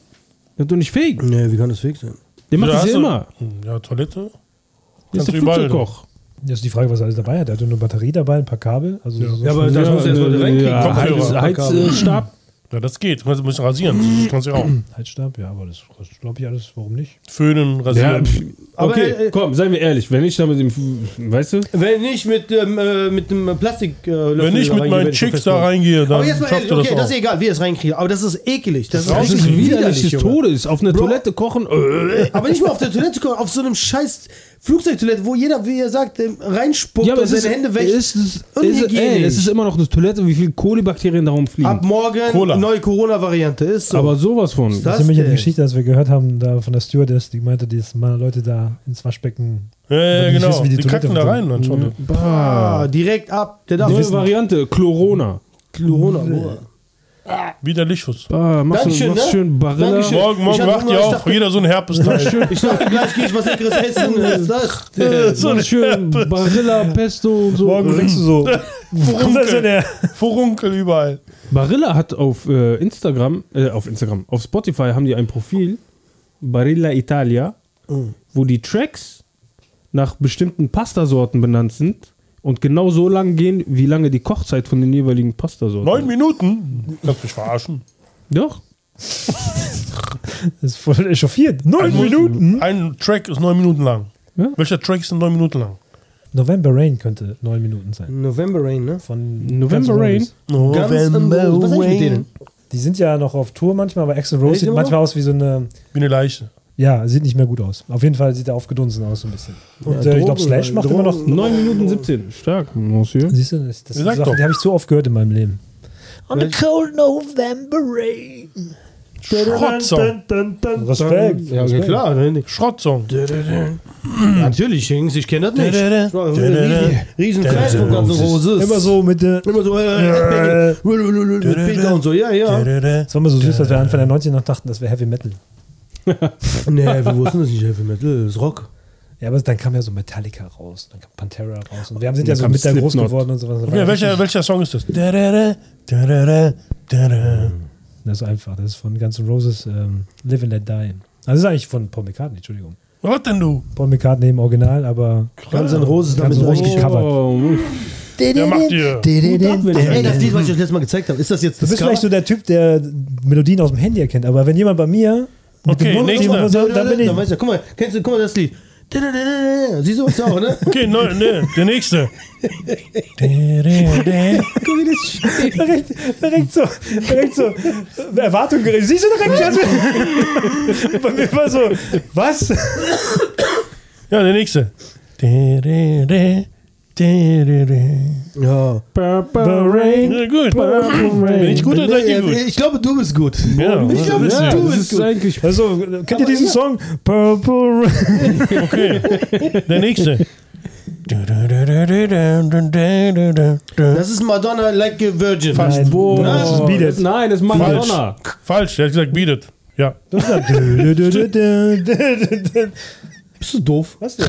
Das ist doch nicht fake.
Nee, wie kann das fake sein?
Der macht
Da
das
hast
ja
du- Hm,
immer.
Ja, Toilette.
Der ist
Kannst
der
du überall-
Flugzeugkoch.
Das ist die Frage, was er alles dabei hat. Er hatte nur eine Batterie dabei, ein paar Kabel. Also so
aber das muss er erst mal direkt kriegen.
äh, ja, Heiz- äh,
Kopfhörer.
Heizstab.
Ja, das geht. Du kannst ein bisschen rasieren. Das kannst du ja auch.
Heizstab, ja, aber das kostet, glaube ich, alles. Warum nicht?
Föhnen,
Ja,
rasieren.
pff,
Aber,
okay,
äh, äh,
komm, seien wir ehrlich. Wenn ich da mit dem, F- weißt du?
Wenn nicht mit, ähm, äh, mit einem Plastik. Äh, Löffel
Wenn ich
da
mit
reingehe,
meinen
werde ich schon
Chicks da
festmachen.
reingehe, dann
Aber jetzt mal
schafft
ehrlich,
ihr
okay, das,
das
ist
auch.
egal, wie er es reinkriegt. Aber das ist eklig. Das,
Das
ist
ist
richtig
widerlich des
Junge.
Todes. Auf einer
Bro.
Toilette kochen. Äh.
Aber nicht mal auf der Toilette kommen, auf so einem scheiß Flugzeugtoilette, wo jeder, wie ihr sagt, ähm, reinspuckt
Ja, aber
und
es
seine
ist,
Hände wäscht.
Es ist, es, ist,
Unhygienisch.
ey, es ist immer noch eine Toilette, wie viele Kolibakterien da rumfliegen.
Ab morgen
Cola.
neue Corona-Variante ist so.
Aber sowas von.
das
Das ist nämlich ja die
denn?
Geschichte, als wir gehört haben, da von der Stewardess, die meinte, die ist mal Leute da ins Waschbecken.
Ja, ja,
Wenn die
genau.
wissen, wie die
Die kacken
Toilette
da rein dann schon.
Ah, direkt ab. Der darf
Neue
wissen.
Variante, Chlorona.
Corona. boah.
Mhm.
Wieder Lichtschuss.
Bah, Ah, machst du
Dankeschön,
machst
ne?
schön Barilla.
Dankeschön.
Morgen,
Ich
morgen
hab
wacht
Hunger,
ihr
ich
auf.
dachte-
Jeder so ein Herpes.
Ich dachte, gleich gehe ich was leckeres essen. Was ist das?
Äh, so schön Barilla, Pesto und so.
wächst du so. Warum ist das denn der?
Furunkel überall.
Barilla hat auf äh, Instagram, äh, auf Instagram, auf Spotify haben die ein Profil, Barilla Italia, wo die Tracks nach bestimmten Pastasorten benannt sind und genau so lang gehen, wie lange die Kochzeit von den jeweiligen Pastasorten.
Neun Minuten? Kannst mich verarschen.
Doch.
Das ist voll echauffiert.
Also-
Neun Minuten.
Ein Track ist neun Minuten lang.
Ja.
Welcher Track ist denn neun Minuten lang?
November Rain könnte neun Minuten sein.
November Rain, ne?
Von
November
Guns N'
Rain.
Roses.
Ganz im Großen. Was ist eigentlich mit denen?
Die sind ja noch auf Tour manchmal, aber Axel
Echt
Rose sieht
immer
manchmal aus wie so eine.
Wie eine Leiche.
Ja, sieht nicht mehr gut aus. Auf jeden Fall sieht er aufgedunsen aus, so ein bisschen. Und äh, ich
Drogen,
glaube, Slash macht
Drogen.
immer noch.
9 Minuten 17. Stark. Muss hier.
Siehst du, das, das sind
Sag
Sachen,
doch.
die habe ich so oft gehört in meinem Leben. On
the
cold November Rain.
Schrottsong.
Respekt.
Ja, okay, klar. ne?
Schrottsong.
Natürlich, Hings, ich kenne das nicht.
Dä, dä, dä.
Riesen- Riesen Fan von Guns N' Roses.
Immer so mit. Äh,
Immer so, äh, äh, äh, mit Peter und so, ja, ja.
es war immer so süß, dass wir Anfang der 90er noch dachten, das wäre Heavy Metal.
Nee, wir wussten das nicht, Heavy Metal, das ist Rock.
Ja, aber dann kam ja so Metallica raus, dann kam Pantera raus und wir haben sind ja
Dann
so
kam
mit da groß
Slipknot.
geworden und so was.
Okay, welcher, welcher Song ist das? Da, da, da, da, da, da, da, da.
Das ist einfach, das ist von Guns N' Roses ähm, Live and Let Die. Also das ist eigentlich von Paul McCartney, Entschuldigung.
Was denn du?
Paul McCartney im Original, aber
Ganz in Roses damit
Guns N' Roses
Oh,
reich
gecovert.
Ja, macht ihr.
Ey, das Lied, was ich euch letztes Mal gezeigt habe, ist das jetzt
Du
das
bist vielleicht so der Typ, der Melodien aus dem Handy erkennt, aber wenn jemand bei mir mit
Okay,
dem Mund
nächster.
oder so, dann bin ich.
Dann weißt du, guck mal, kennst du, guck mal das Lied. Siehst du was auch, ne?
Okay, ne, ne, der nächste.
Guck, wie das direkt, direkt so, direkt so Erwartung gerät. Siehst du direkt, Jasmin? Bei mir war so, was?
Ja, der nächste. Ja,
Ja.
gut. Bin ich gut oder seid ihr gut?
Ich glaube, du bist gut.
Ja,
Ich glaube,
ja,
du
Das
bist
ist
gut.
eigentlich.
Also, kennt ihr diesen Song? Purple Rain.
okay. Der nächste.
Das ist Madonna like a Virgin.
Nein,
Boah.
das ist Beat It.
Oh. Nein, das ist Madonna.
Falsch, der hat gesagt, bietet. Ja.
Bist du doof?
Was denn?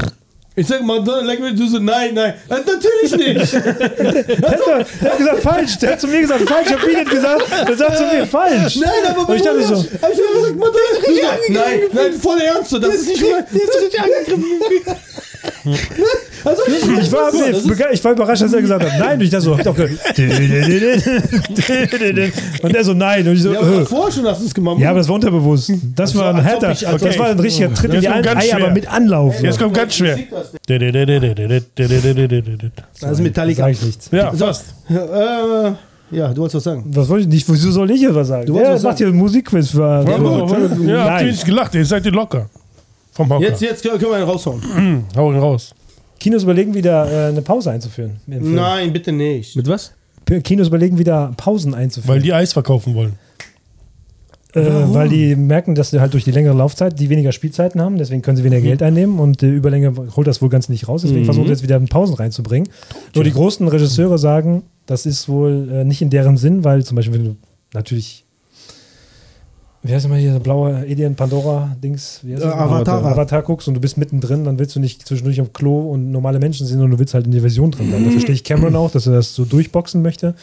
Ich sag Madonna like a Virgin, du so, nein, nein. Äh, Natürlich nicht.
Der hat, doch- der hat gesagt falsch. Der hat zu mir gesagt falsch. Ich hab Beat It gesagt. Der sagt zu mir falsch.
Nein, aber
Und ich dachte so,
Hab ich immer gesagt, Madonna ist richtig Nein, nein, voll ernst, so, das ist nicht mein... Das ist richtig angegriffen. Also,
Ich war,
so,
nee,
das ist-
bega- ich war überrascht, dass er gesagt hat, nein. Und ich dachte so, hab ich auch gehört. Und er so, nein. Und ich so,
Ja, aber
äh.
vorher schon hast du es gemacht.
ja, aber das war unterbewusst. Das war ein
als ob
härter,
ich- als
das
ob-
war ein richtiger Tritt in
Das
die
ist
Eier,
ganz schwer.
aber mit Anlauf.
Jetzt kommt ganz schwer.
das ist
Sag
Metallica.
ich nichts.
Ja, fast.
Äh, ja, du wolltest was sagen.
Was wollte ich nicht? Wieso soll ich jetzt was sagen?
wolltest
Ja,
was
macht hier ein Musikquiz für.
Ja, habt ihr
Nein.
nicht gelacht, ihr seid ihr locker. Vom Hocker.
Jetzt, jetzt können wir einen raushauen.
Hau ihn raus.
Kinos überlegen wieder äh, eine Pause einzuführen. im Film.
Nein, bitte nicht.
Mit was?
Kinos überlegen wieder Pausen
Weil
einzuführen.
die Eis verkaufen wollen.
äh, weil die merken, dass sie halt durch die längere Laufzeit die weniger Spielzeiten haben, deswegen können sie weniger
Mhm.
Geld einnehmen und die Überlänge holt das wohl ganz nicht raus. Deswegen versuchen sie jetzt wieder Pausen reinzubringen. Nur die großen Regisseure sagen, das ist wohl äh, nicht in deren Sinn, weil zum Beispiel, wenn du natürlich. Wie heißt immer hier, der blaue Alien Pandora-Dings? Wie heißt
Äh,
das?
Avatar.
Avatar guckst und du bist mittendrin, dann willst du nicht zwischendurch auf Klo und normale Menschen sehen, sondern du willst halt in die Version drin bleiben. Da verstehe ich Cameron auch, dass er das so durchboxen möchte.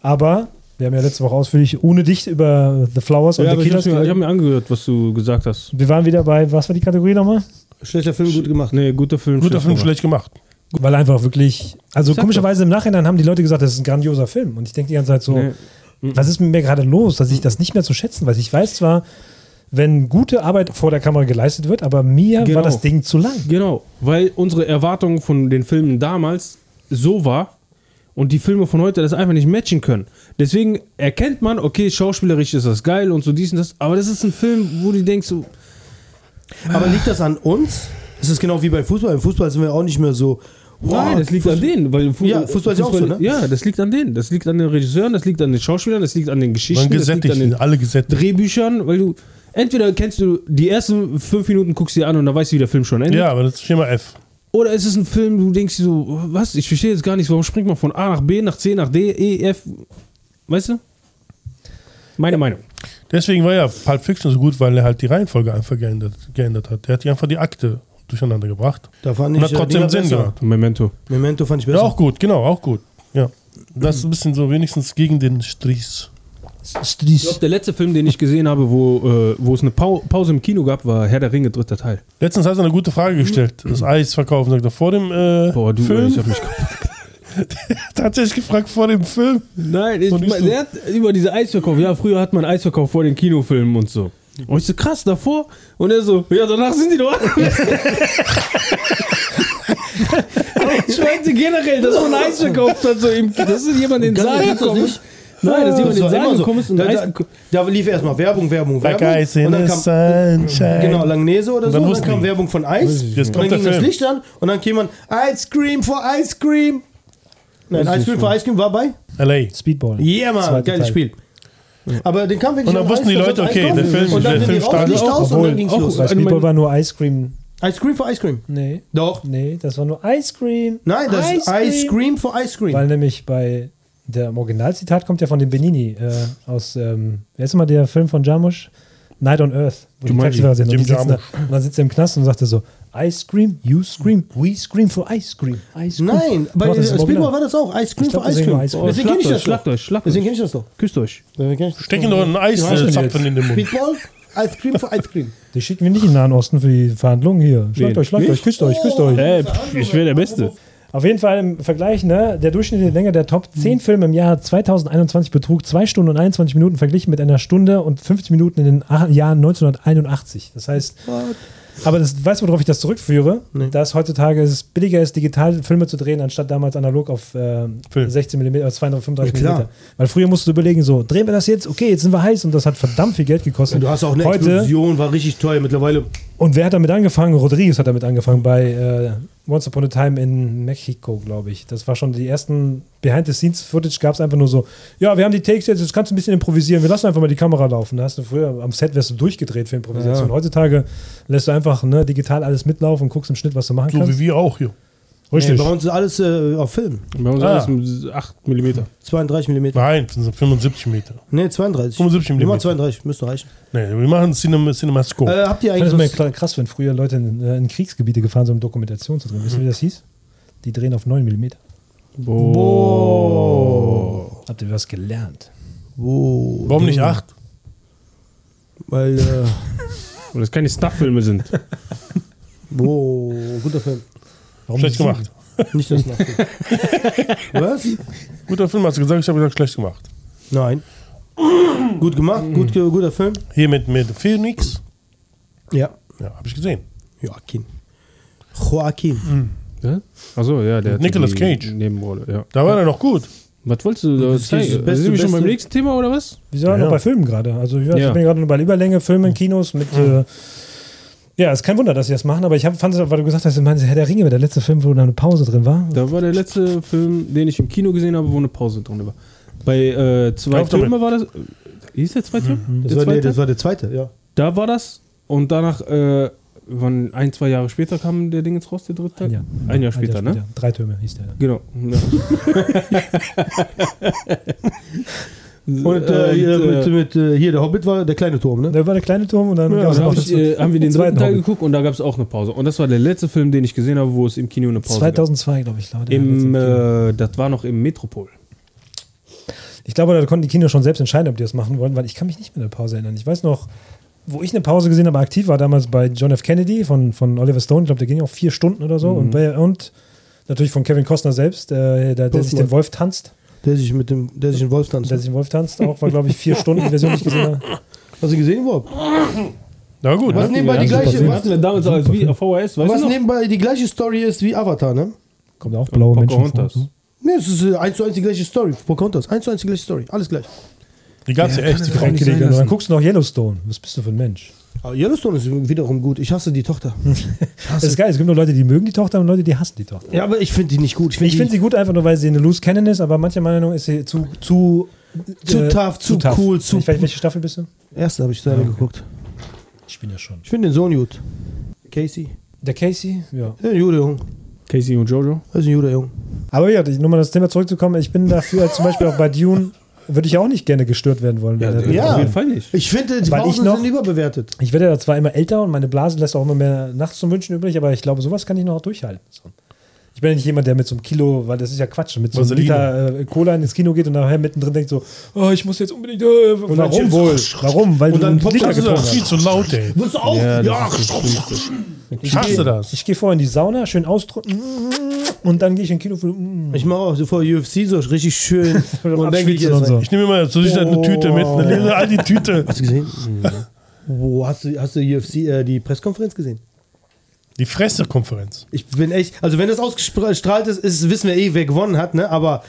Aber wir haben ja letzte Woche ausführlich ohne dich über The Flowers
Ja,
und
aber ich
The Killers
habe mir, ich hab
geredet.
mir angehört, was du gesagt hast.
Wir waren wieder bei, was war die Kategorie nochmal?
Schlechter Film, gut gemacht.
Nee, guter Film.
Guter
schlecht
Film,
gemacht.
schlecht gemacht.
Weil einfach wirklich, also
Ich sag
komischerweise im Nachhinein haben die Leute gesagt, das ist ein grandioser Film. Und ich denke die ganze Zeit so, was ist mit mir gerade los, dass ich das nicht mehr zu schätzen weiß. Ich weiß zwar, wenn gute Arbeit vor der Kamera geleistet wird, aber mir
Genau.
war das Ding zu lang.
Genau, weil unsere Erwartung von den Filmen damals so war und die Filme von heute das einfach nicht matchen können. Deswegen erkennt man, okay, schauspielerisch ist das geil und so dies und das, aber das ist ein Film, wo du denkst, so,
Aber liegt das an uns? Es ist genau wie bei Fußball. Im Fußball sind wir auch nicht mehr so. wow,
nein, das liegt
Fuß-
an denen. Weil Fu
Ja, Fußball ist ja auch so, ne?
Ja, das liegt an denen. Das liegt an den Regisseuren, das liegt an den Schauspielern, das liegt an den
Man
Geschichten, das liegt
gesättigt,
an den
alle gesättigt.
Drehbüchern, weil du entweder kennst du die ersten fünf Minuten, guckst dir an und dann weißt du, wie der Film schon endet.
Ja, aber das ist Schema F.
Oder ist es ein Film, du denkst dir so, was, ich verstehe jetzt gar nicht, warum springt man von A nach B, nach C, nach D, E, F, weißt du? Meine Meinung.
Deswegen war ja Pulp Fiction so gut, weil er halt die Reihenfolge einfach geändert, geändert hat. Er hat hier einfach die Akte durcheinander gebracht.
Da fand
Und
ich
hat
äh,
trotzdem
Dinger
Sinn
besser.
gemacht.
Memento.
Memento fand ich
Ja,
besser.
auch gut, genau, auch gut. Ja. Das ist ein bisschen so wenigstens gegen den Strich.
Ich glaube, der letzte Film, den ich gesehen habe, wo, äh, wo es eine Pau Pause im Kino gab, war Herr der Ringe, dritter Teil.
Letztens hast du eine gute Frage gestellt. Das Eis verkaufen, sagt er. Vor dem äh,
Boah, du,
Film?
ich hab mich kaputt.
Tatsächlich gefragt, vor dem Film.
Nein, ich,
Und ich
mein,
so-
der hat über diese Eisverkauf, ja, früher hat man Eisverkauf vor den Kinofilmen und so. Und ich so, krass, davor? Und er so, ja, danach sind die doch alle weg. Aber Ich meinte generell, dass man Eis verkauft hat, so im, dass jemand in den
Ganz
Saal
kennst du das
gekommen
nicht?
ist. Nein, dass
Das
jemand in den
war
Saal
immer so.
gekommen ist und
da,
Eis
da, da lief erstmal Werbung, Werbung,
Like
Werbung.
Eis in
und dann
the
kam
sunshine.
genau Langnese oder so.
äh, dann
Und dann
wussten
kam
die.
Werbung von Eis.
Jetzt
und dann
kommt der
ging das
Film.
Licht an und dann käme man Ice Cream for Ice Cream. Nein, Ice Cream for Ice Cream war bei.
L.A.
Speedball.
Yeah, Mann,
Zweiter
geiles
Teil.
Spiel. Aber den kam wirklich
Und dann
am
wussten die
Eis,
Leute,
Eis
okay,
kaufen.
der Film-
und dann
der
sind die
Film
raus,
startet
Licht
auch.
aus und
Obwohl,
dann ging's
auch
los.
Bei
Also
Speedball
mein-
war nur Ice Cream.
Ice Cream for Ice Cream.
Nee.
Doch.
Nee, das war nur Ice Cream.
Nein, das ist Ice Cream for Ice
Weil
Cream.
nämlich bei der im Originalzitat kommt ja von dem Benini äh, aus, ähm, wer ist immer der Film von Jarmusch? Night on Earth. Wo die
Jumanji,
Taxifahrer sind und,
Jim
die sitzen da,
Jarmusch.
und dann sitzt er im Knast und sagt er so, I scream, you scream, we scream for ice cream. Ice cream.
Nein, äh, bei
Doch, das ist im
Speedball
Original.
war das auch. Ice Cream
Ich
for
glaub,
Ice
deswegen
Cream.
war Ice Cream.
Deswegen kenne ich das
schlagt
doch.
euch, schlagt
Deswegen
euch.
kenne ich das doch.
Küsst euch.
Deswegen kenn ich das
Steck ihm doch einen
doch.
Eiszapfen
jetzt.
in den Mund.
Speedball? Ice Cream für Ice Cream.
Die schicken wir nicht in den Nahen Osten für die Verhandlungen hier. Schlagt
Wen?
euch, schlagt
Mich?
euch, küsst euch, küsst euch.
Ey, pff, ich wäre der Beste.
Auf jeden Fall im Vergleich, ne? Der durchschnittliche Länge der Top 10 Filme im Jahr 2021 betrug 2 Stunden und 21 Minuten verglichen mit einer Stunde und 50 Minuten in den A- Jahren 1981. Das heißt, aber das, weißt du, worauf ich das zurückführe? Dass heutzutage es billiger ist, digital Filme zu drehen, anstatt damals analog auf äh, 16 mm, äh, 235
Ja, klar.
mm. Weil früher musst du überlegen, so, drehen wir das jetzt? Okay, jetzt sind wir heiß und das hat verdammt viel Geld gekostet.
Du hast auch eine
Heute,
Explosion, war richtig teuer mittlerweile.
und wer hat damit angefangen? Rodriguez hat damit angefangen bei äh, Once Upon a Time in Mexico, glaube ich. Das war schon die ersten Behind-the-Scenes-Footage, gab es einfach nur so, ja, wir haben die Takes jetzt, jetzt kannst du ein bisschen improvisieren, wir lassen einfach mal die Kamera laufen. Da hast du früher am Set wärst du durchgedreht für Improvisation. Heutzutage lässt du einfach ne, digital alles mitlaufen und guckst im Schnitt, was du machen
So
kannst.
wie wir auch hier.
Nee,
Richtig.
bei uns ist alles äh, auf Film.
Bei uns
Ah.
alles mit 8 mm.
32 mm.
Nein, das sind 75 Meter.
Ne, 32.
75 mm.
Immer 32, müsste reichen.
Nee, wir machen Cinema, Cinemascope.
Äh, habt ihr
ich fand
eigentlich.
das immer
Was,
kla- krass, wenn früher Leute in, äh, in Kriegsgebiete gefahren sind, um Dokumentation zu drehen. Wisst ihr, wie das hieß? Die drehen auf 9 mm.
Boah.
Habt ihr was gelernt?
wo,
Warum nicht 8?
Weil, äh,
Weil das keine Stuff-Filme sind.
wo, guter Film.
Warum
Schlecht
sieben?
gemacht.
Nicht das Nachfilm. Was?
Guter Film hast du gesagt, ich habe gesagt, schlecht gemacht.
Nein. Gut gemacht, gut, ge- guter Film.
Hier mit, mit Phoenix.
Ja.
Ja, habe ich gesehen.
Joaquin. Joaquin.
Achso, ja, der hatte
Nicolas
die
Cage.
Nebenrolle, ja.
Da war er noch gut.
Was wolltest du da
Das ist das
zeigen?
Beste,
Sind wir schon beim
Beste.
nächsten Thema oder was?
Wir sind auch
Ja.
noch bei Filmen gerade. Also
Ja.
ja,
Hm.
ich bin gerade noch bei Überlänge, Filmen, Kinos mit. Äh, ja, ist kein Wunder, dass sie das machen, aber ich hab, fand es, weil du gesagt hast, ich meine, Herr der Ringe, der letzte Film, wo da eine Pause drin war.
Da war der letzte Film, den ich im Kino gesehen habe, wo eine Pause drin war. Bei äh, zwei
Auf damit.
Türme war das. äh, Hieß der zwei Türme?
Das
Mhm. Der
war, nee,
zweite?
das war der zweite, ja.
Da war das und danach, äh, wann, ein, zwei Jahre später kam der Ding jetzt raus, der dritte Teil? Ein Jahr später, ne?
Ah, Drei Türme hieß der. dann.
Genau. Ja.
Und äh, hier mit, mit äh, hier der Hobbit war der kleine Turm, ne?
Da war der kleine Turm und dann
ja,
gab's
da hab
noch
ich, äh, haben wir den
zweiten
zweiten Teil
Hobbit.
geguckt und da gab es auch eine Pause. Und das war der letzte Film, den ich gesehen habe, wo es im Kino eine Pause
2002, glaube ich. Glaub,
gab. Im, äh, das war noch im Metropol.
ich glaube, da konnten die Kinos schon selbst entscheiden, ob die das machen wollen, weil ich kann mich nicht mehr an eine Pause erinnern. Ich weiß noch, wo ich eine Pause gesehen habe, aktiv war damals bei John F. Kennedy von, von Oliver Stone. Ich glaube, der ging auch vier Stunden oder so. Und, bei, und natürlich von Kevin Costner selbst, äh, der, der sich den Wolf tanzt.
Der sich mit dem, der sich in Wolf tanzt.
Der sich im Wolf tanzt, auch war, glaube ich, vier Stunden, die Version nicht gesehen habe.
Hast du gesehen überhaupt?
Na gut.
Was
ne?
nebenbei die gleiche,
Wir hatten
was,
ja damals als wie auf VHS, weißt du
was
noch?
nebenbei die gleiche Story ist wie Avatar, ne?
Kommt auch blaue Menschen vor.
Pocahontas.
Ne, es ist äh, eins zu eins die gleiche Story. Pocahontas, eins zu eins die gleiche Story, alles gleich.
Die gab's ja, echt. Die
Frank
Frankie-
Kilian, und dann guckst du noch Yellowstone. Was bist du für ein Mensch?
Aber Ah, Yellowstone ist wiederum gut. Ich hasse die Tochter.
Das ist geil. Es gibt nur Leute, die mögen die Tochter und Leute, die hassen die Tochter.
Ja, aber ich finde die nicht gut.
Ich
die
finde sie gut einfach nur, weil sie eine loose Cannon ist, aber mancher Meinung ist sie zu zu äh,
Zu tough, zu cool, zu-
Ich weiß, welche Staffel bist du?
Erste habe ich zu
Ah,
Ende geguckt.
Ich bin ja schon.
Ich finde den Sohn gut. Casey.
Der Casey? Ja.
Der ist ein guter Junge.
Casey und Jojo.
Das ist ein guter Junge.
Aber ja, nur mal das Thema zurückzukommen. Ich bin dafür, als zum Beispiel auch bei Dune, würde ich auch nicht gerne gestört werden wollen. wenn der-
ja.
auf jeden Fall nicht.
Ich finde, die
Weil ich
Pausen
noch-
sind überbewertet.
Ich werde ja zwar immer älter und meine Blase lässt auch immer mehr nachts zum Wünschen übrig, aber ich glaube, sowas kann ich noch durchhalten. So. Ich bin ja nicht jemand, der mit so einem Kilo, weil das ist ja Quatsch, mit so einem
Vaseline.
Liter äh, Cola ins Kino geht und nachher mittendrin denkt so, oh, ich muss jetzt unbedingt, äh, warum
Chips.
wohl? Warum? Weil du
dann
einen
poppt
Liter
Das ist
getrunken
doch
hast.
viel zu laut, ey.
Willst du auch?
Ja, das
ja.
ist das Schlimmste.
Ich hasse das.
Ich gehe vorher in die Sauna, schön ausdrücken und mm, dann gehe ich in Kino für,
Ich mache auch so vor UFC so richtig schön. und denke ich,
Abschwitzen und so.
Ich nehme immer zur Sicherheit eine Tüte mit, eine leere Aldi-Tüte.
Hast du gesehen? Mhm. Wo hast du, hast du UFC äh, die Pressekonferenz gesehen?
Die Fresse-Konferenz.
Ich bin echt, also wenn das ausgestrahlt ist, ist wissen wir eh, wer gewonnen hat, ne? Aber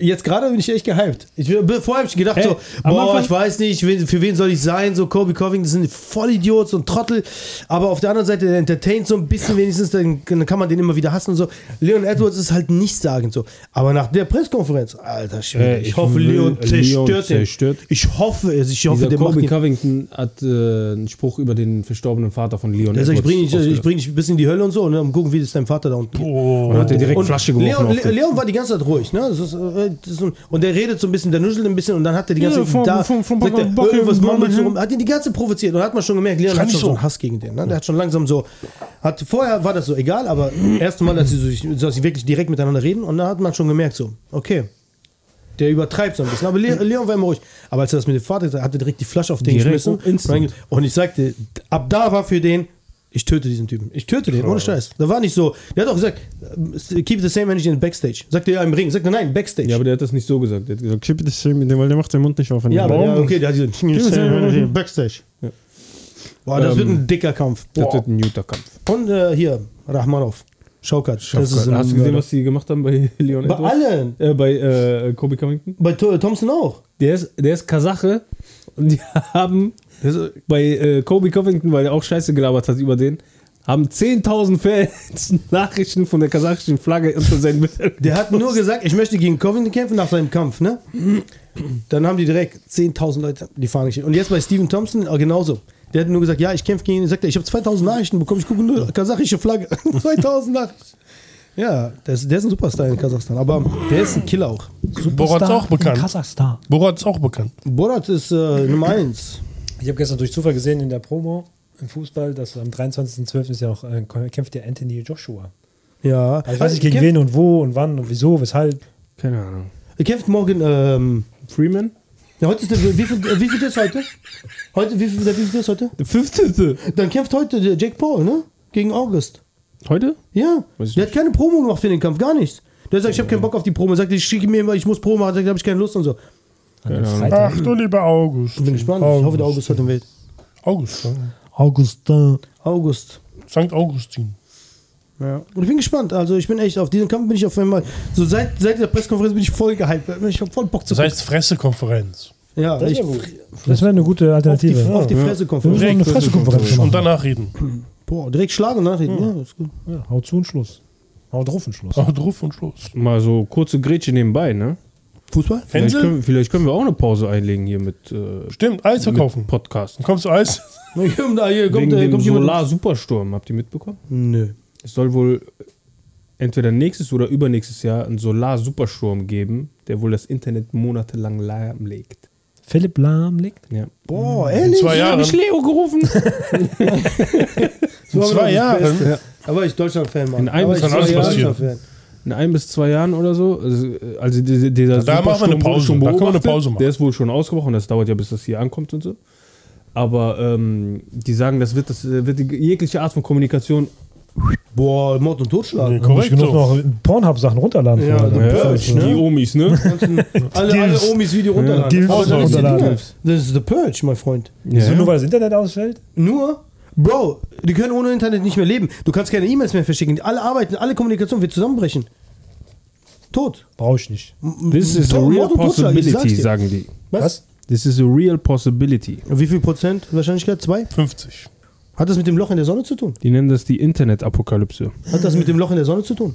jetzt gerade bin ich echt gehypt. Ich, bin- vorher habe ich gedacht,
Hey,
so,
am
boah,
Anfang-
ich weiß nicht, wen, für wen soll ich sein? So, Kobe Covington sind Vollidiots und Trottel. Aber auf der anderen Seite, der entertaint so ein bisschen wenigstens, dann, dann kann man den immer wieder hassen und so. Leon Edwards ist halt nichtssagend so. Aber nach der Pressekonferenz, alter Schwede,
Ey,
ich,
ich
hoffe,
will-
Leon
Leon
zerstört,
zerstört.
ihn. Ich hoffe es, ich hoffe,
Dieser
der macht
Kobe
ihn.
Covington hat äh, einen Spruch über den verstorbenen Vater von Leon.
Der sagt, Also ich
Edwards
bringe dich, ich
rausgelassen.
bring dich bis in die Hölle und so und dann gucken, wie ist dein Vater da unten. geht.
Und Oh, hat er direkt Flasche geworfen.
Leon,
auf
Le-
den.
Leon war die ganze Zeit ruhig, ne? Das ist, äh, das ist, ein- und der redet so ein bisschen, der nuschelt ein bisschen und dann hat er die ganze
Ja,
Zeit
vom-
da,
vom- vom-
sagt er,
vom Bock
irgendwas
hin,
murmelt so
hin.
rum, hat ihn die ganze Zeit provoziert und hat man schon gemerkt, Leon hat
nicht
schon so
so.
einen Hass gegen den, ne? Der hat schon langsam so, hat, vorher war das so egal, aber das erste Mal, dass sie, so, dass sie wirklich direkt miteinander reden und da hat man schon gemerkt so, okay, Der übertreibt so ein bisschen. Aber Le Leon war immer ruhig. Aber als er das mit dem Vater gesagt hat, hat er direkt die Flasche auf den
Direkt
geschmissen.
instant.
Und dann- Und ich sagte, ab da war für den, ich töte diesen Typen. Ich töte den, ohne Scheiß. Da war nicht so. Der hat auch gesagt, keep the same energy in Backstage. Sagte er ja, im Ring. Sagte nein, Backstage.
Ja, aber der hat das nicht so gesagt. Der hat gesagt, keep this same, weil der macht den Mund nicht auf. wenn
Ja,
der-
aber ja, okay, der hat diesen keep the same energy in Backstage. Boah, das
Ähm,
wird ein dicker Kampf.
Das
Boah.
wird ein guter Kampf.
Und äh, hier, Rahmanov. Schaukat. Das ist ein
Hast du gesehen,
Mörder.
was die gemacht haben bei Leon
Bei allen.
Äh, bei äh, Kobe Covington?
Bei Th- Thompson auch.
Der ist, der ist Kasache und die haben bei äh, Kobe Covington, weil er auch Scheiße gelabert hat über den, haben 10.000 Fans Nachrichten von der kasachischen Flagge unter seinen Bildern.
Der hat nur gesagt, ich möchte gegen Covington kämpfen nach seinem Kampf, ne? Dann haben die direkt 10.000 Leute die Fahne geschickt. Und jetzt bei Steven Thompson äh, genauso. Der hat nur gesagt, ja, ich kämpfe gegen ihn. Sagt er, ich habe 2.000 Nachrichten bekommen, ich gucke nur kasachische Flagge. 2.000 Nachrichten. Ja, der ist, der ist ein Superstar in Kasachstan, aber der ist ein Killer auch.
Borat ist auch bekannt.
Kasachstan.
Borat ist auch bekannt.
Borat ist äh, Nummer 1.
Ich habe gestern durch Zufall gesehen in der Promo im Fußball, dass am 23.12. ist ja noch, äh, kämpft der Anthony Joshua.
Ja.
Also ich weiß nicht gegen wen und wo und wann und wieso, weshalb.
Keine Ahnung.
Er kämpft morgen, ähm,
Freeman?
ja, heute ist der, wie viel, äh, wie viel ist heute? Heute, wie viel, wie viel ist heute?
Der fünfte.
Dann kämpft heute der Jake Paul, ne? Gegen August.
Heute?
Ja, der
Weiß ich
hat keine Promo gemacht für den Kampf, gar nichts. Der sagt, ich habe keinen Bock auf die Promo. Er sagt, ich schicke mir immer, ich muss Promo machen. Er sagt, habe ich keine Lust und so.
An dem
Ahnung.
Ah.
Freitag.
Ach du lieber August.
Ich bin gespannt. Ich hoffe, der August hat den Welt.
August, ja.
Augustin.
August.
St. Augustin.
Ja. Und ich bin gespannt. Also ich bin echt, auf diesen Kampf bin ich auf einmal, so seit, seit der Pressekonferenz bin ich voll gehypt. Ich habe voll Bock zu
Das heißt Fressekonferenz.
Ja,
Das
ich,
wäre Das wäre eine gute
auf die,
Alternative.
auf die
Wir
Pressekonferenz.
müssen eine Pressekonferenz
Und
machen.
danach reden.
Boah, direkt schlagen Nachrichten. Ja, ist gut.
Ja, haut zu und Schluss. Haut drauf und Schluss.
Haut drauf und los.
Mal so kurze Grätsche nebenbei, ne?
Fußball?
Vielleicht
Fensel?
können, vielleicht können wir auch eine Pause einlegen hier mit, äh,
Stimmt, Eis verkaufen.
mit Podcast.
Dann kommst du Eis?
Hier kommt, da, hier
Wegen
kommt, äh,
dem
kommt jemand.
Solar-Supersturm. Habt ihr mitbekommen?
Nö.
Es soll wohl entweder nächstes oder übernächstes Jahr einen Solar-Supersturm geben, der wohl das Internet monatelang lahmlegt.
Philipp Lahm liegt.
Ja.
Boah, ehrlich?
zwei Jahren.
Leo gerufen.
In
zwei Jahren?
Aber ich Deutschland-Fan, Mann.
In einem
Aber ich
kann
war
alles
ja
passieren.
Deutschland-Fan.
In ein bis zwei Jahren oder so. Also, äh, also diese- dieser
Da machen wir eine
Supersturm wurde
Pause.
schon
Da können wir eine
beobachtet.
Pause machen.
Der ist wohl schon ausgebrochen. Das dauert ja, bis das hier ankommt und so. Aber ähm, die sagen, das wird, das äh, wird die- jegliche Art von Kommunikation.
Boah, Mord und Totschlag.
Nee,
Korrekt.
korrekt.
genug
so.
noch Pornhub-Sachen runterladen.
Ja,
vorher.
ja,
Bevor ich-
ich, ne?
Die Omis, ne?
alle, alle
Deals.
Omis Video runterladen.
Deals
Aber das, ist
runterladen.
Deals. das ist The Purge, mein Freund.
Wieso
Ja.
nur weil das Internet ausfällt?
Nur, Bro, die können ohne Internet nicht mehr leben. Du kannst keine E-Mails mehr verschicken. Alle arbeiten, alle Kommunikation wird zusammenbrechen. Tot.
Brauche ich nicht.
This is a
Mord
real
und Totschlag, ich sag's
possibility,
dir.
sagen die.
Was?
This is a real possibility.
Wie viel Prozent Wahrscheinlichkeit? Zwei?
50.
Hat das mit dem Loch in der Sonne zu tun?
Die nennen das die Internet-Apokalypse.
Hat das mit dem Loch in der Sonne zu tun?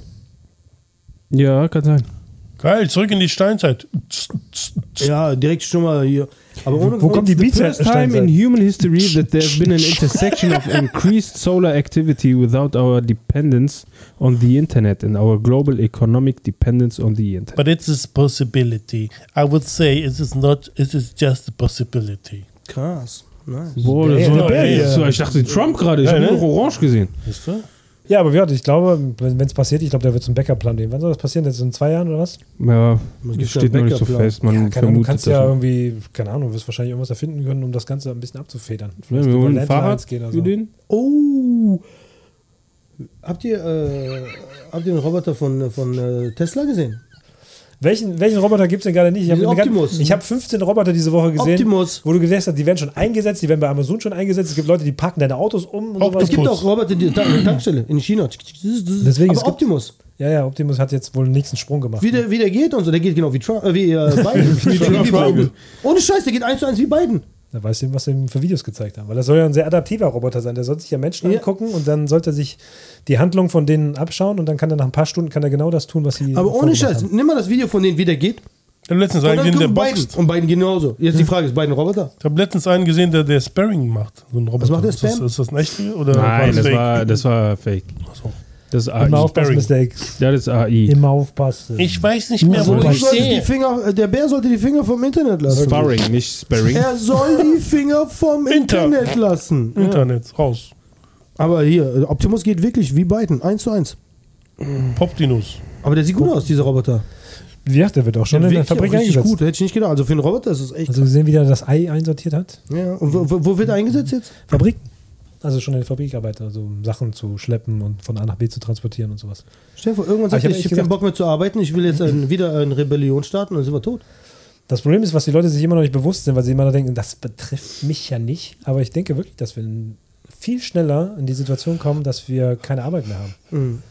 Ja, kann sein.
Geil, zurück in die Steinzeit.
Ja, direkt schon mal hier. Aber ohne
Wo kommt die
It's the first time in
Beats?
human history that there has been an intersection of increased solar activity without our dependence on the internet and our global economic dependence on the internet.
But it's a possibility. I would say it is not, it is just a possibility.
Krass. Nice.
Boah, das
Ja,
war,
ja, ja.
so, ich dachte Trump gerade, ich
Ja,
habe
ne?
nur noch orange gesehen.
Siehst du?
Ja, aber wie gesagt, ich glaube, wenn es passiert, ich glaube, da wird es einen Backup-Plan geben. Wann soll das passieren? Jetzt in zwei Jahren oder was?
Ja,
gibt's
steht
da
noch nicht so
Backup-Plan?
fest, man
ja, keine Ahnung, du
vermutet
kannst
das.
ja
noch.
irgendwie, keine Ahnung, du wirst wahrscheinlich irgendwas erfinden können, um das Ganze ein bisschen abzufedern.
Ja,
Vielleicht
wir
über
holen ein
Landlines
Fahrrad
gehen oder
für
so.
den.
Oh. Habt ihr, äh, habt ihr den Roboter von, von äh, Tesla gesehen?
Welchen, welchen Roboter gibt es denn gerade nicht? Ich
Den
habe
Optimus.
ich hab 15 Roboter diese Woche gesehen,
Optimus.
wo du gesagt hast, die werden schon eingesetzt, die werden bei Amazon schon eingesetzt. Es gibt Leute, die parken deine Autos um und
Es
sowas.
gibt auch Roboter die Ta- Tankstelle in China.
Deswegen,
Deswegen
es
Aber
gibt-
Optimus.
Ja, ja, Optimus hat jetzt wohl den nächsten Sprung gemacht.
Wie der, wie der geht und so. Der geht genau wie Trump. Äh, wie, äh, Biden. Der geht wie Biden. Ohne Scheiß, der geht eins zu eins wie Biden.
Da weiß ich, was sie ihm für Videos gezeigt haben. Weil das soll ja ein sehr adaptiver Roboter sein. Der soll sich ja Menschen
Ja.
angucken und dann sollte er sich die Handlung von denen abschauen und dann kann er nach ein paar Stunden kann er genau das tun, was sie.
Aber ohne
vorgemacht
Scheiß,
haben.
nimm mal das Video von denen, wie der geht.
Ich habe letztens
Und
einen
dann
gesehen, der
kommt
boxt.
Biden. Und Biden genauso. Jetzt die Frage, ist Biden ein Roboter?
Ich habe letztens einen gesehen, der, der Sparring macht. So ein Roboter.
macht der
ist, das,
Spam?
ist das ein echter oder
Nein, das
fake?
war, das war fake.
so.
Das ist
Immer
AI.
aufpassen, Mr. X.
Das ist AI.
Immer aufpassen.
Ich weiß nicht mehr,
Also,
wo
du
ich
solltest die
stehe.
Finger, äh, der Bär sollte die Finger vom Internet lassen.
Sparring, nicht Sparring.
Er soll die Finger vom
Inter-
Internet lassen.
Internet, raus.
Aber hier, Optimus geht wirklich wie Biden, eins zu eins.
Popdinos.
Aber der sieht gut aus, dieser Roboter.
wie gesagt, der wird auch schon in der
Wirklich
Fabrik
auch richtig
eingesetzt.
gut, hätte ich nicht gedacht. Also für einen Roboter ist es echt.
Also wir sehen, wie der das Ei einsortiert hat.
ja. Und wo, wo- wo wird er eingesetzt jetzt?
Fabrik. Also schon in der Fabrikarbeit, also um Sachen zu schleppen und von A nach B zu transportieren und sowas.
Stell dir vor, irgendwann sagt
ich hab Mhm.
er, ich
echt
habe keinen
gedacht-
Bock mehr zu arbeiten, ich will jetzt ein, wieder eine Rebellion starten, dann sind wir tot.
Das Problem ist, was die Leute sich immer noch nicht bewusst sind, weil sie immer noch denken, das betrifft mich ja nicht. Aber ich denke wirklich, dass wir viel schneller in die Situation kommen, dass wir keine Arbeit mehr haben.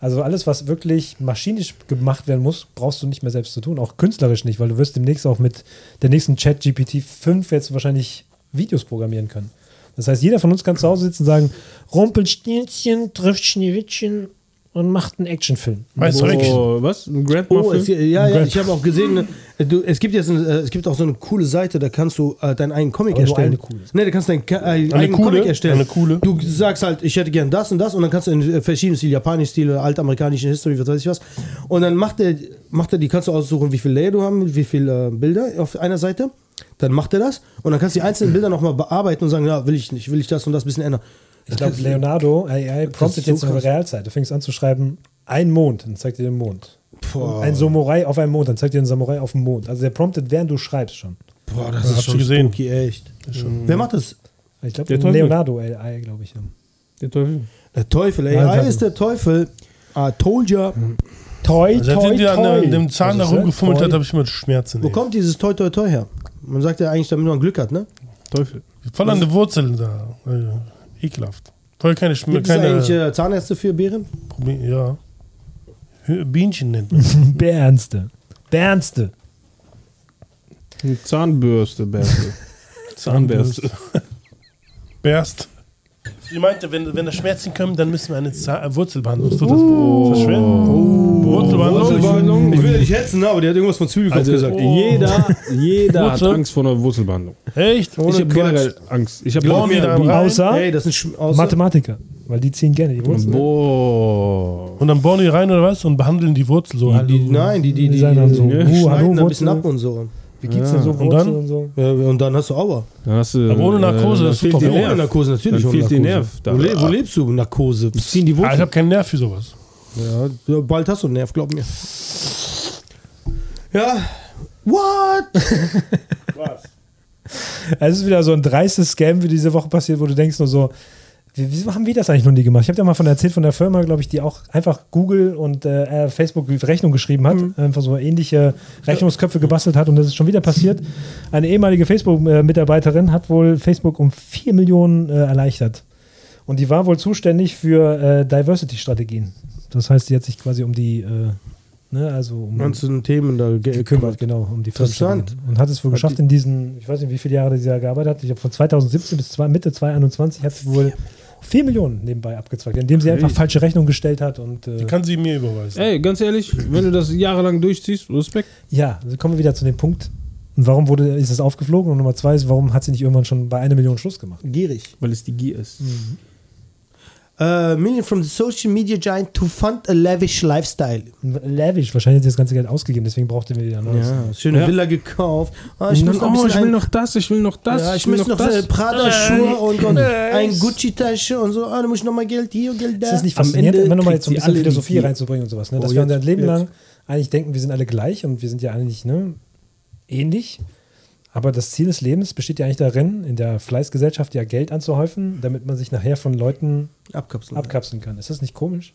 Also alles, was wirklich maschinisch gemacht werden muss, brauchst du nicht mehr selbst zu tun. Auch künstlerisch nicht, weil du wirst demnächst auch mit der nächsten Chat-GPT 5 jetzt wahrscheinlich Videos programmieren können. Das heißt, jeder von uns kann zu Hause sitzen und sagen, Rumpelstilzchen trifft Schneewittchen und macht einen Actionfilm.
Weißt du, Action.
Oh, was? Ein Grand
Oh, es,
Muffin?
ja, ja, ich habe auch gesehen, ne, du, es gibt jetzt, ein, äh, es gibt auch so eine coole Seite, da kannst du äh, deinen eigenen Comic
Aber nur
erstellen.
eine coole.
Nee, da kannst du deinen Ka- äh, eigenen
coole,
Comic erstellen.
eine coole.
Du sagst halt, ich hätte gern das und das und dann kannst du in äh, verschiedenen Stil, japanisch Stil, oder altamerikanischen History, was weiß ich was. Und dann macht er, macht er die, kannst du aussuchen, wie viel Layer du haben, wie viele äh, Bilder auf einer Seite. Dann macht er das und dann kannst du die einzelnen Bilder nochmal bearbeiten und sagen, ja, will ich nicht, will ich das und das ein bisschen ändern.
Ich glaube, Leonardo AI promptet
ist so
jetzt in
krass.
Realzeit. Du fängst an zu schreiben, ein Mond, dann zeigt dir den Mond.
Boah.
Ein Samurai auf einem Mond, dann zeigt dir den Samurai auf dem Mond. Also der promptet, während du schreibst schon.
Boah, das
Ja,
ist
hab
schon
ich gesehen.
spooky, echt. Wer macht das?
Ich glaube,
Der Teufel.
Leonardo AI, glaube ich. ja.
Der Teufel.
Der Teufel, ey.
Nein,
AI
sag
ist der Teufel. I told ya.
Toi, toi,
Also, Seitdem die an
toi.
der- dem Zahn da
Was ist das?
rumgefummelt hat,
Also, Toi.
habe ich immer Schmerzen.
Wo
ey.
kommt dieses Toi Toi Toi her? Man sagt ja eigentlich, damit man Glück hat, ne?
Teufel.
Voll an der Wurzel da. Also, ekelhaft. Toll, keine Schmerzen.
Gibt es eigentlich
Keine
äh, Zahnärzte für Bären?
Probi- ja. Hö- Bienchen nennt man.
Bernste. Bernste.
Eine Zahnbürste, Bärste. Zahnbürste.
Berst. Sie meinte, wenn, wenn da Schmerzen kommen, dann müssen wir eine äh, Zahn Wurzelbehandlung. Ist das,
Oh.
ist das schwer? Wurzelbehandlung.
Wurzelbehandlung.
Also, Ich will ja nicht hetzen, ne? aber die hat irgendwas von Zwiebelkopf
Also
gesagt.
jeder, jeder hat
Wurzel?
Angst vor einer Wurzelbehandlung.
Echt?
ich
Ohne
habe generell Angst. Ich habe
Glaub mir da rein.
Außer
Hey, das sind Sch außer-
Mathematiker. Weil die ziehen gerne die Wurzeln.
Boah.
Und dann bohren die rein oder was und behandeln die Wurzel so.
Die, die, nein, die, die, die,
Die
die,
sagen dann so,
die
uh,
schneiden
hallo,
da ein bisschen
Wurzel.
ab und so.
Wie geht's denn so?
Und dann?
Wurzeln und so?
Ja, und dann hast du Aua.
Dann hast du, äh,
Aber ohne Narkose,
dann
das
fehlt
tut
dir
doch
Ohne
Nerv.
Narkose, natürlich
Dann
ohne
fehlt
Narkose.
dir Nerv da.
Wo, le wo lebst du? Narkose.
Ziehen die
Ah, ich
Wurzel.
habe keinen Nerv für sowas.
Ja, ja, bald hast du einen Nerv, glaub mir. Ja. What?
Also Es ist wieder so ein dreistes Scam, wie diese Woche passiert, wo du denkst nur so, wie- wieso haben wir das eigentlich noch nie gemacht? Ich habe da mal von erzählt von der Firma, glaube ich, die auch einfach Google und äh, äh, Facebook Rechnung geschrieben hat, einfach so ähnliche Rechnungsköpfe gebastelt hat und das ist schon wieder passiert. Eine ehemalige Facebook-Mitarbeiterin hat wohl Facebook um 4 Millionen äh, erleichtert. Und die war wohl zuständig für äh, Diversity-Strategien. Das heißt, die hat sich quasi um die, äh, ne, also um
Ganzen Themen da ge-
gekümmert, genau, um die
Interessant.
Firmenstrategie. Und hat es wohl geschafft in diesen, ich weiß nicht, wie viele Jahre die sie da gearbeitet hat, ich glaube von 2017 bis zwei, Mitte 2021 hat sie wohl 4 Millionen nebenbei abgezweigt, indem sie einfach falsche Rechnungen gestellt hat und äh,
Kann sie mir überweisen.
Ey, ganz ehrlich, wenn du das jahrelang durchziehst, Respekt.
ja, also kommen wir wieder zu dem Punkt, warum wurde, ist es aufgeflogen und Nummer zwei ist, warum hat sie nicht irgendwann schon bei einer Million Schluss gemacht?
Gierig.
Weil es die Gier ist.
Uh, million from the social media giant to fund a lavish lifestyle.
Lavish, wahrscheinlich hat sie das ganze Geld ausgegeben, deswegen brauchte wir wieder neues.
Ja, schöne
Ja.
Villa gekauft. Ah,
Ich,
muss noch ein
oh,
bisschen
ich will
ein-
noch das, ich will noch das,
ja, ich, muss noch, äh, Prada-Schuhe und, und ein Gucci-Tasche und so. Ah, da muss ich nochmal Geld hier und Geld da.
Ist das nicht
Am
faszinierend,
Ende
immer nochmal jetzt
kriegt
so
sie alle
ein bisschen
die
Philosophie
Idee.
reinzubringen und sowas, ne?
Oh,
dass wir unser
jetzt,
Leben
jetzt.
lang eigentlich denken, wir sind alle gleich und wir sind ja eigentlich ne, ähnlich. Aber das Ziel des Lebens besteht ja eigentlich darin, in der Fleißgesellschaft ja Geld anzuhäufen, damit man sich nachher von Leuten
Abkapseln.
abkapseln kann. Ist das nicht komisch?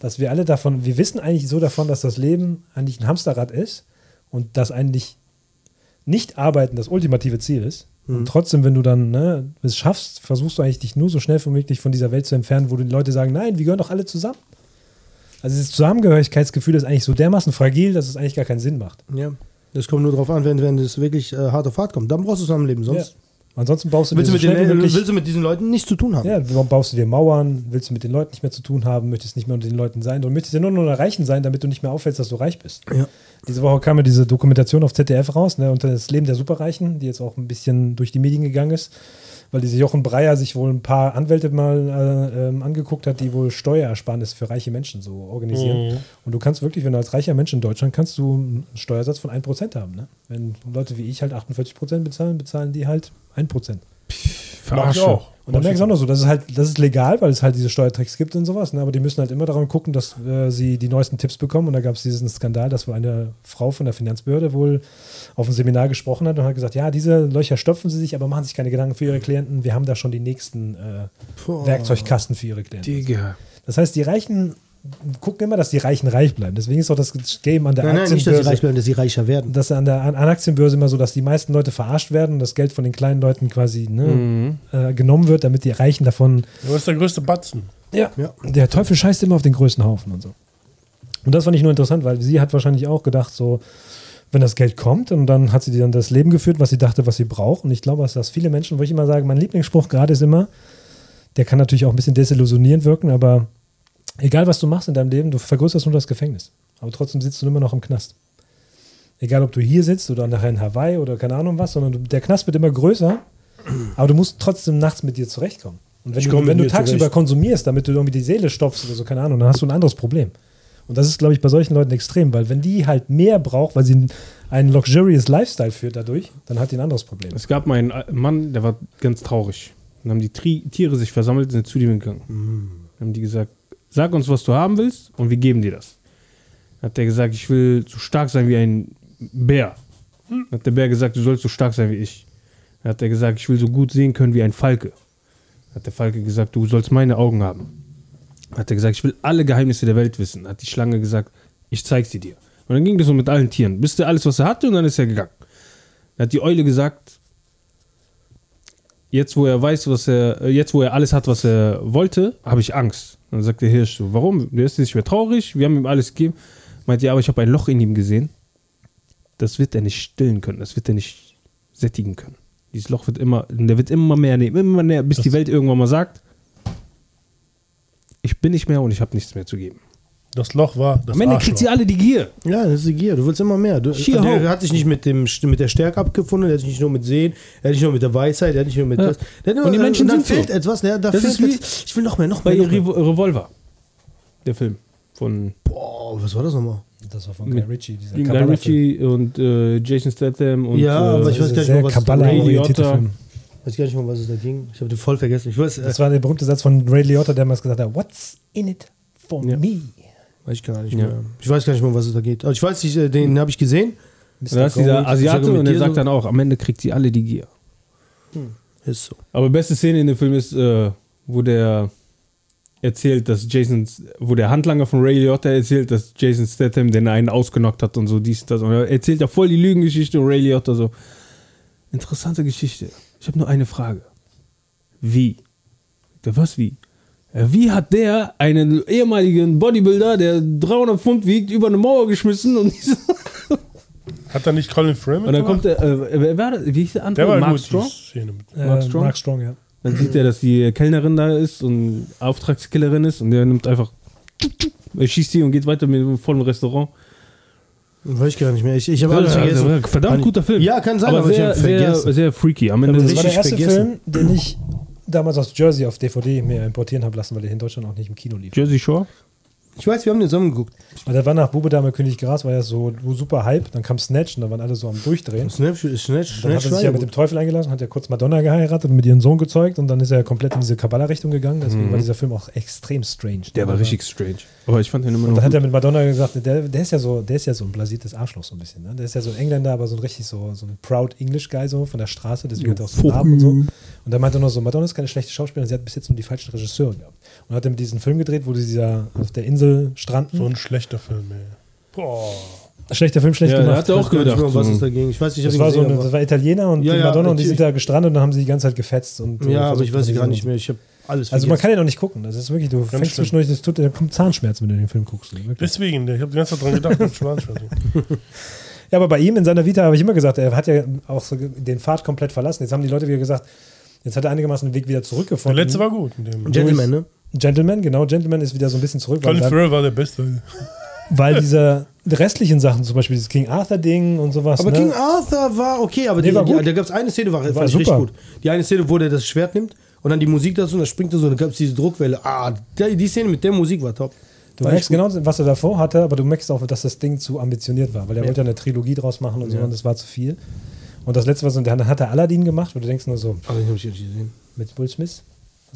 Dass wir alle davon, wir wissen eigentlich so davon, dass das Leben eigentlich ein Hamsterrad ist und dass eigentlich nicht arbeiten das ultimative Ziel ist.
Mhm.
Und trotzdem, wenn du dann ne, es schaffst, versuchst du eigentlich dich nur so schnell wie möglich von dieser Welt zu entfernen, wo die Leute sagen, nein, wir gehören doch alle zusammen. Also dieses Zusammengehörigkeitsgefühl ist eigentlich so dermaßen fragil, dass es eigentlich gar keinen Sinn macht.
ja. Das kommt nur drauf an, wenn, wenn das wirklich äh, hart auf hart kommt. Dann brauchst du zusammenleben. Sonst
Ansonsten baust du
willst, du
dir
mit
so schnell wie
den,
möglich-
willst du mit diesen Leuten nichts zu tun haben.
Ja, warum baust du dir Mauern? Willst du mit den Leuten nicht mehr zu tun haben? Möchtest nicht mehr unter den Leuten sein? Du möchtest ja nur noch unter Reichen sein, damit du nicht mehr auffällst, dass du reich bist.
Ja.
Diese Woche kam ja diese Dokumentation auf ZDF raus, ne, unter das Leben der Superreichen, die jetzt auch ein bisschen durch die Medien gegangen ist, weil diese Jochen Breyer sich wohl ein paar Anwälte mal äh, ähm, angeguckt hat, die wohl Steuerersparnis für reiche Menschen so organisieren. Und du kannst wirklich, wenn du als reicher Mensch in Deutschland kannst du einen Steuersatz von 1% haben. Ne? Wenn Leute wie ich halt 48% bezahlen, bezahlen die halt 1%.
Mach ich
Verarsche.
auch.
Und da merke ich auch noch so, das ist halt, das ist legal, weil es halt diese Steuertricks gibt und sowas, ne? aber die müssen halt immer daran gucken, dass äh, sie die neuesten Tipps bekommen. Und da gab es diesen Skandal, dass wohl eine Frau von der Finanzbehörde wohl auf einem Seminar gesprochen hat und hat gesagt, ja, diese Löcher stopfen sie sich, aber machen sich keine Gedanken für ihre Klienten. Wir haben da schon die nächsten äh, Werkzeugkasten für ihre Klienten.
Digga.
Das heißt, die Reichen gucken immer, dass die Reichen reich bleiben. Deswegen ist auch das Game an der
Nein, nein, nicht, dass sie
Aktienbörse
reich bleiben, dass sie reicher werden.
dass an der an an Aktienbörse immer so, dass die meisten Leute verarscht werden und das Geld von den kleinen Leuten quasi ne,
Mhm.
äh, genommen wird, damit die Reichen davon.
Ja, was ist der größte Batzen?
Ja.
Ja.
Der Teufel scheißt immer auf den größten Haufen und so. Und das fand ich nur interessant, weil sie hat wahrscheinlich auch gedacht, so, wenn das Geld kommt und dann hat sie dir dann das Leben geführt, was sie dachte, was sie braucht. Und ich glaube, dass das viele Menschen, wo ich immer sage, mein Lieblingsspruch gerade ist immer, der kann natürlich auch ein bisschen desillusionierend wirken, aber egal was du machst in deinem Leben, du vergrößerst nur das Gefängnis. Aber trotzdem sitzt du immer noch im Knast. Egal, ob du hier sitzt oder nachher in Hawaii oder keine Ahnung was, sondern du, der Knast wird immer größer, aber du musst trotzdem nachts mit dir zurechtkommen. Und wenn
komm
du,
mit
wenn du
mir
tagsüber
zurecht.
konsumierst, damit du irgendwie die Seele stopfst oder so, keine Ahnung, dann hast du ein anderes Problem. Und das ist, glaube ich, bei solchen Leuten extrem, weil wenn die halt mehr braucht, weil sie einen luxurious Lifestyle führt dadurch, dann hat die ein anderes Problem.
Es gab mal einen äh, Mann, der war ganz traurig. Dann haben die Tri Tiere sich versammelt und sind zu ihm gegangen. Dann haben die gesagt, sag uns, was du haben willst und wir geben dir das. Dann hat der gesagt, ich will so stark sein wie ein Bär. Dann hat der Bär gesagt, du sollst so stark sein wie ich. Dann hat er gesagt, ich will so gut sehen können wie ein Falke. Dann hat der Falke gesagt, du sollst meine Augen haben. Dann hat er gesagt, ich will alle Geheimnisse der Welt wissen. Dann hat die Schlange gesagt, ich zeig sie dir. Und dann ging das so mit allen Tieren, bis der alles, was er hatte, und dann ist er gegangen. Dann hat die Eule gesagt, jetzt wo er weiß, was er, äh, jetzt wo er alles hat, was er wollte, habe ich Angst. Dann sagt der Hirsch so, warum? Der ist nicht mehr traurig, wir haben ihm alles gegeben. Meint ja, aber ich habe ein Loch in ihm gesehen. Das wird er nicht stillen können, das wird er nicht sättigen können. Dieses Loch wird immer, der wird immer mehr nehmen, immer näher, bis die Welt irgendwann mal sagt, ich bin nicht mehr und ich habe nichts mehr zu geben.
Das Loch war das
Am Ende kriegt
Arschloch.
sie alle die Gier.
Ja, das ist die Gier. Du willst immer mehr. Du,
Schier hoch.
der hat sich nicht mit, dem, mit der Stärke abgefunden, der hat sich nicht nur mit Sehen, er hat nicht nur mit der Weisheit, er hat nicht nur mit
Ja.
das. Der hat immer,
Und die Menschen
dann
sind so.
fehlt etwas, der, da
Das
fehlt
ist wie-
jetzt, Ich will noch mehr, noch
Bei
mehr. Noch mehr.
Revo- äh, Revolver, der Film von
Boah, was war das nochmal?
Das war von Guy Ritchie, dieser
Guy Ritchie und äh, Jason Statham und
Ja,
äh,
aber ich weiß gar nicht mehr, was das war.
Ray
Kabbala-orientierter
Liotta.
Film.
Weiß gar nicht mal, was es da ging. Ich habe den voll vergessen. Ich weiß, äh,
Das war der berühmte Satz von Ray Liotta, der damals gesagt hat, what's in it for
Ja.
me?
weiß ich gar nicht
Ja.
mehr. Ich weiß gar nicht mal, was es da geht. Aber ich weiß, ich, äh, den habe ich gesehen.
Da ist dieser Asiate und der sagt dann auch, am Ende kriegt sie alle die Gier.
Ist so.
Aber beste Szene in dem Film ist, äh, wo der erzählt, dass Jason, wo der Handlanger von Ray Liotta erzählt, dass Jason Statham den einen ausgenockt hat und so dies, das. Und er erzählt ja voll die Lügengeschichte und Ray Liotta so. Interessante Geschichte. Ich habe nur eine Frage. Wie? Der was wie? Ja, Wie hat der einen ehemaligen Bodybuilder, der 300 Pfund wiegt, über eine Mauer geschmissen und diese
Hat da nicht Colin Firth
Und dann
mitgemacht?
kommt der, äh, wer war das? Wie hieß der
der
andere?
war
Mark
gut, die
Strong?
Szene mit.
äh,
Mark Strong?
Mark Strong, ja.
Dann sieht er, dass die Kellnerin da ist und Auftragskillerin ist und der nimmt einfach, er schießt sie und geht weiter mit dem vollen Restaurant.
Weiß ich gar nicht mehr. Ich, ich habe alles
Also,
vergessen.
verdammt guter Film.
Ja, kann sein,
aber,
aber ich
sehr,
hab
sehr,
vergessen.
sehr freaky. Am Ende
Aber
Das war der
richtig
erste
vergessen.
Film, den ich damals aus Jersey auf DVD mir importieren habe lassen, weil der in Deutschland auch nicht im Kino lief.
Jersey Shore.
Ich weiß, wir haben den zusammen geguckt.
Weil der war nach Bube Dame König Gras, war ja so super Hype, dann kam Snatch und da waren alle so am Durchdrehen.
Snatch, Snatch,
Dann
Snatch
hat er
war
sich
ja
ja mit dem
gut.
Teufel eingelassen, hat ja kurz Madonna geheiratet und mit ihrem Sohn gezeugt und dann ist er komplett in diese Kabbala-Richtung gegangen. Deswegen war dieser Film auch extrem strange.
Mhm. Der war richtig strange. Aber ich fand den immer
Und
noch
dann
Mhm.
hat er
gut.
mit Madonna gesagt, der, der ist ja so, der ist ja so ein blasiertes Arschloch so ein bisschen. Ne? Der ist ja so ein Engländer, aber so ein richtig so, so ein proud English Guy so von der Straße, deswegen hat er auch so einen Namen und so. Und dann meinte er noch so, Madonna ist keine schlechte Schauspielerin, sie hat bis jetzt nur die falschen Regisseure gehabt. Und hat dann diesen Film gedreht, wo die dieser auf der Insel stranden.
Mhm.
So ein schlechter Film, ey. Boah.
Schlechter Film, schlecht
Ja, der
gemacht.
hat er auch
Ich weiß gar nicht
gedacht.
mehr, um was
so.
es da ging. Ich weiß, ich habe
Das
ihn
war so
gesehen.
eine,
aber-
das war Italiener und
Ja,
die
ja,
Madonna und die sind
natürlich.
da gestrandet und haben sie die ganze Zeit gefetzt. Und, äh,
ja, aber ich
versucht,
weiß
sie
gar
so-
nicht mehr. Ich habe alles
Also man kann ja noch nicht gucken. Das ist wirklich, du fängst
schlimm.
zwischendurch, das tut, da kommt Zahnschmerz, wenn du den Film guckst. Wirklich.
Deswegen, ich habe die ganze Zeit dran gedacht, mit Schwanzschwänzen.
Ja, aber bei ihm in seiner Vita habe ich immer gesagt, er hat ja auch so den Pfad komplett verlassen. Jetzt haben die Leute wieder gesagt, jetzt hat er einigermaßen den Weg wieder
Der
zurückgefunden.
letzte war gut. Mit dem.
Gentleman, ne?
Gentleman, genau. Gentleman ist wieder so ein bisschen zurück, weil,
Colin
weil,
Firth war der Beste.
weil diese restlichen Sachen, zum Beispiel dieses King Arthur-Ding und sowas.
Aber
ne?
King Arthur war okay, aber
Nee,
die,
war gut.
die, da gab es eine Szene, war, fand ich
super.
richtig gut. Die eine Szene, wo der das Schwert nimmt und dann die Musik dazu und dann springt er so, dann gab es diese Druckwelle. Ah, der, die Szene mit der Musik war top.
Du
War
merkst
echt gut.
genau, was er davor hatte, aber du merkst auch, dass das Ding zu ambitioniert war, weil er wollte eine Trilogie draus machen und so und das war zu viel. Und das letzte, was er dann hat er Aladdin gemacht, wo du denkst nur so,
Aber den habe ich nicht gesehen.
mit Will Smith.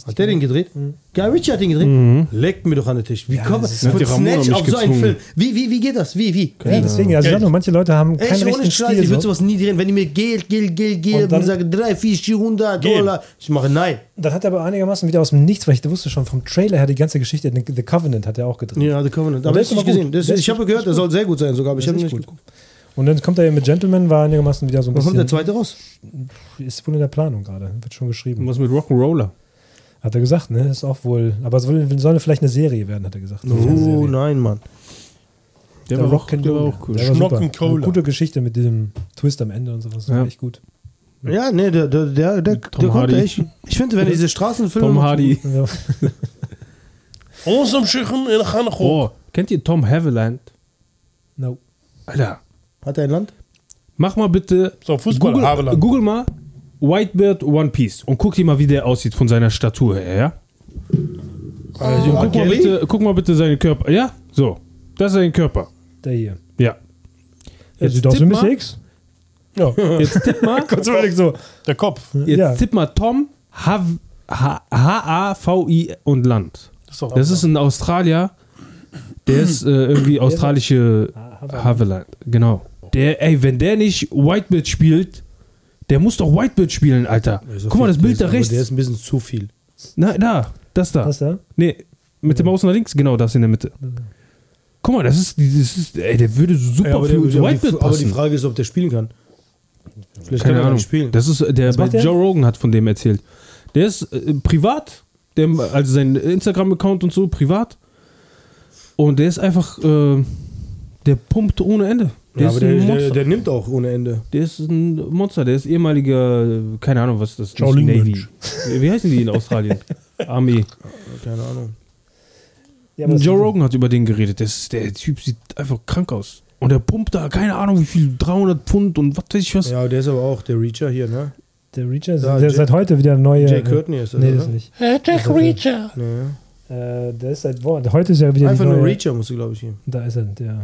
Hat der den gedreht? Guy Ritchie hat den gedreht?
Mhm.
Leckt mir doch an den Tisch. Wie kommt man
das
hat
von
die Ramona
Snatch
mich
auf so einen
gezwungen.
Film? Wie, wie, wie geht das? Wie, wie?
Genau.
Ja, deswegen, also ich sag nur, manche Leute haben
Ey,
keinen
ohne
richtigen
Scheiß, ich
Stil.
würde
So.
sowas nie drehen. Wenn die mir Geld, Geld, Geld
Und
geben
dann-
und sagen 3, 4, 400
Geld.
Dollar, ich mache nein.
Das hat er aber einigermaßen wieder aus dem Nichts, weil ich wusste schon vom Trailer her die ganze Geschichte. The Covenant hat er auch gedreht.
Ja, The Covenant.
Aber
Aber
der
ich
ist
habe nicht
aber
gesehen.
gut.
Das,
Der ist
ich habe
gut.
gehört, der soll sehr gut sein sogar, aber ich habe nicht geguckt.
Und dann kommt er ja mit Gentleman, war einigermaßen wieder so ein
Wann kommt der
bisschen.
zweite raus?
Ist wohl in der Planung gerade, wird schon geschrieben.
Was mit Rock'n'Roller?
Hat er gesagt, ne? Ist auch wohl. Aber es soll, soll vielleicht eine Serie werden, hat er gesagt.
Oh nein, Mann.
Der,
Der
war auch, der war
Rock'n'Roll.
auch cool.
Der war super.
Schnocken-Cola.
Eine Gute Geschichte mit diesem Twist am Ende und sowas. Das war
Ja.
echt gut.
Ja, nee, der, der, der, der,
Tom
der kommt
Hardy.
echt. Ich finde, wenn diese Straßenfilme.
Tom Hardy.
Ja.
Ons om schichen in Ganegol.
Oh, kennt ihr Tom Haviland?
No.
Alter,
Hat er ein Land?
mach mal bitte
So, Fußball,
Google, äh,
Haveland.
Google mal Whitebeard One Piece und guck dir mal, wie der aussieht von seiner Statur her, ja?
Also,
Guck mal, bitte, guck mal bitte seinen Körper. Ja, so. Das ist sein Körper.
Der hier.
Ja.
Der
Jetzt
sieht aus wie
tipp
Miss
mal.
X.
Jetzt tipp mal,
Kurz überlegt so.
Der Kopf.
jetzt
Ja.
tipp mal Tom Hav- H- H-A-V-I und Land.
Das ist doch
Das ist ein Australier, der ist äh, irgendwie australische
Haveland.
Haveland. Genau. Der, ey, wenn der nicht Whitebeard spielt, der muss doch Whitebeard spielen, Alter. Guck mal, das Bild da
Aber Der
rechts.
ist ein bisschen zu viel.
Na, da, das da.
Was da?
Nee, mit dem Außen nach links, genau das in der Mitte. Guck mal, das ist, das ist ey, der würde super
Ja, aber, der,
für
aber,
Whitebeard
die, aber die
passen.
Frage ist, ob der spielen kann. Vielleicht kann
Keine
er
Ahnung.
nicht spielen.
Das ist äh, der bei
macht der?
Joe Rogan hat von dem erzählt. Der ist äh, privat, der, also sein Instagram Account und so privat. Und der ist einfach äh, der pumpt ohne Ende. Der
ja,
ist
aber
ein
der,
Monster.
der, der nimmt auch ohne Ende.
Der ist ein Monster, der ist ehemaliger, äh, keine Ahnung, was das ist.
Shaolin
Navy. Wie heißen die in Australien? Armee.
Keine Ahnung.
Ja, aber das-
Joe Rogan hat über den geredet. Der, ist, der Typ sieht einfach krank aus. Und der pumpt da, keine Ahnung, wie viel, 300 Pfund und was weiß ich was.
Ja, aber der ist aber auch der Reacher hier, ne?
Der Reacher ist
Da,
der
Jay-
seit heute wieder neue.
Jay Courtney ist das,
Nee, das
oder?
nicht.
Jack Reacher.
Nee.
Äh, der ist seit Wochen. Heute ist ja wieder
Einfach
die
nur
neue.
Reacher musst du, glaube ich, hier.
Da ist er, ja.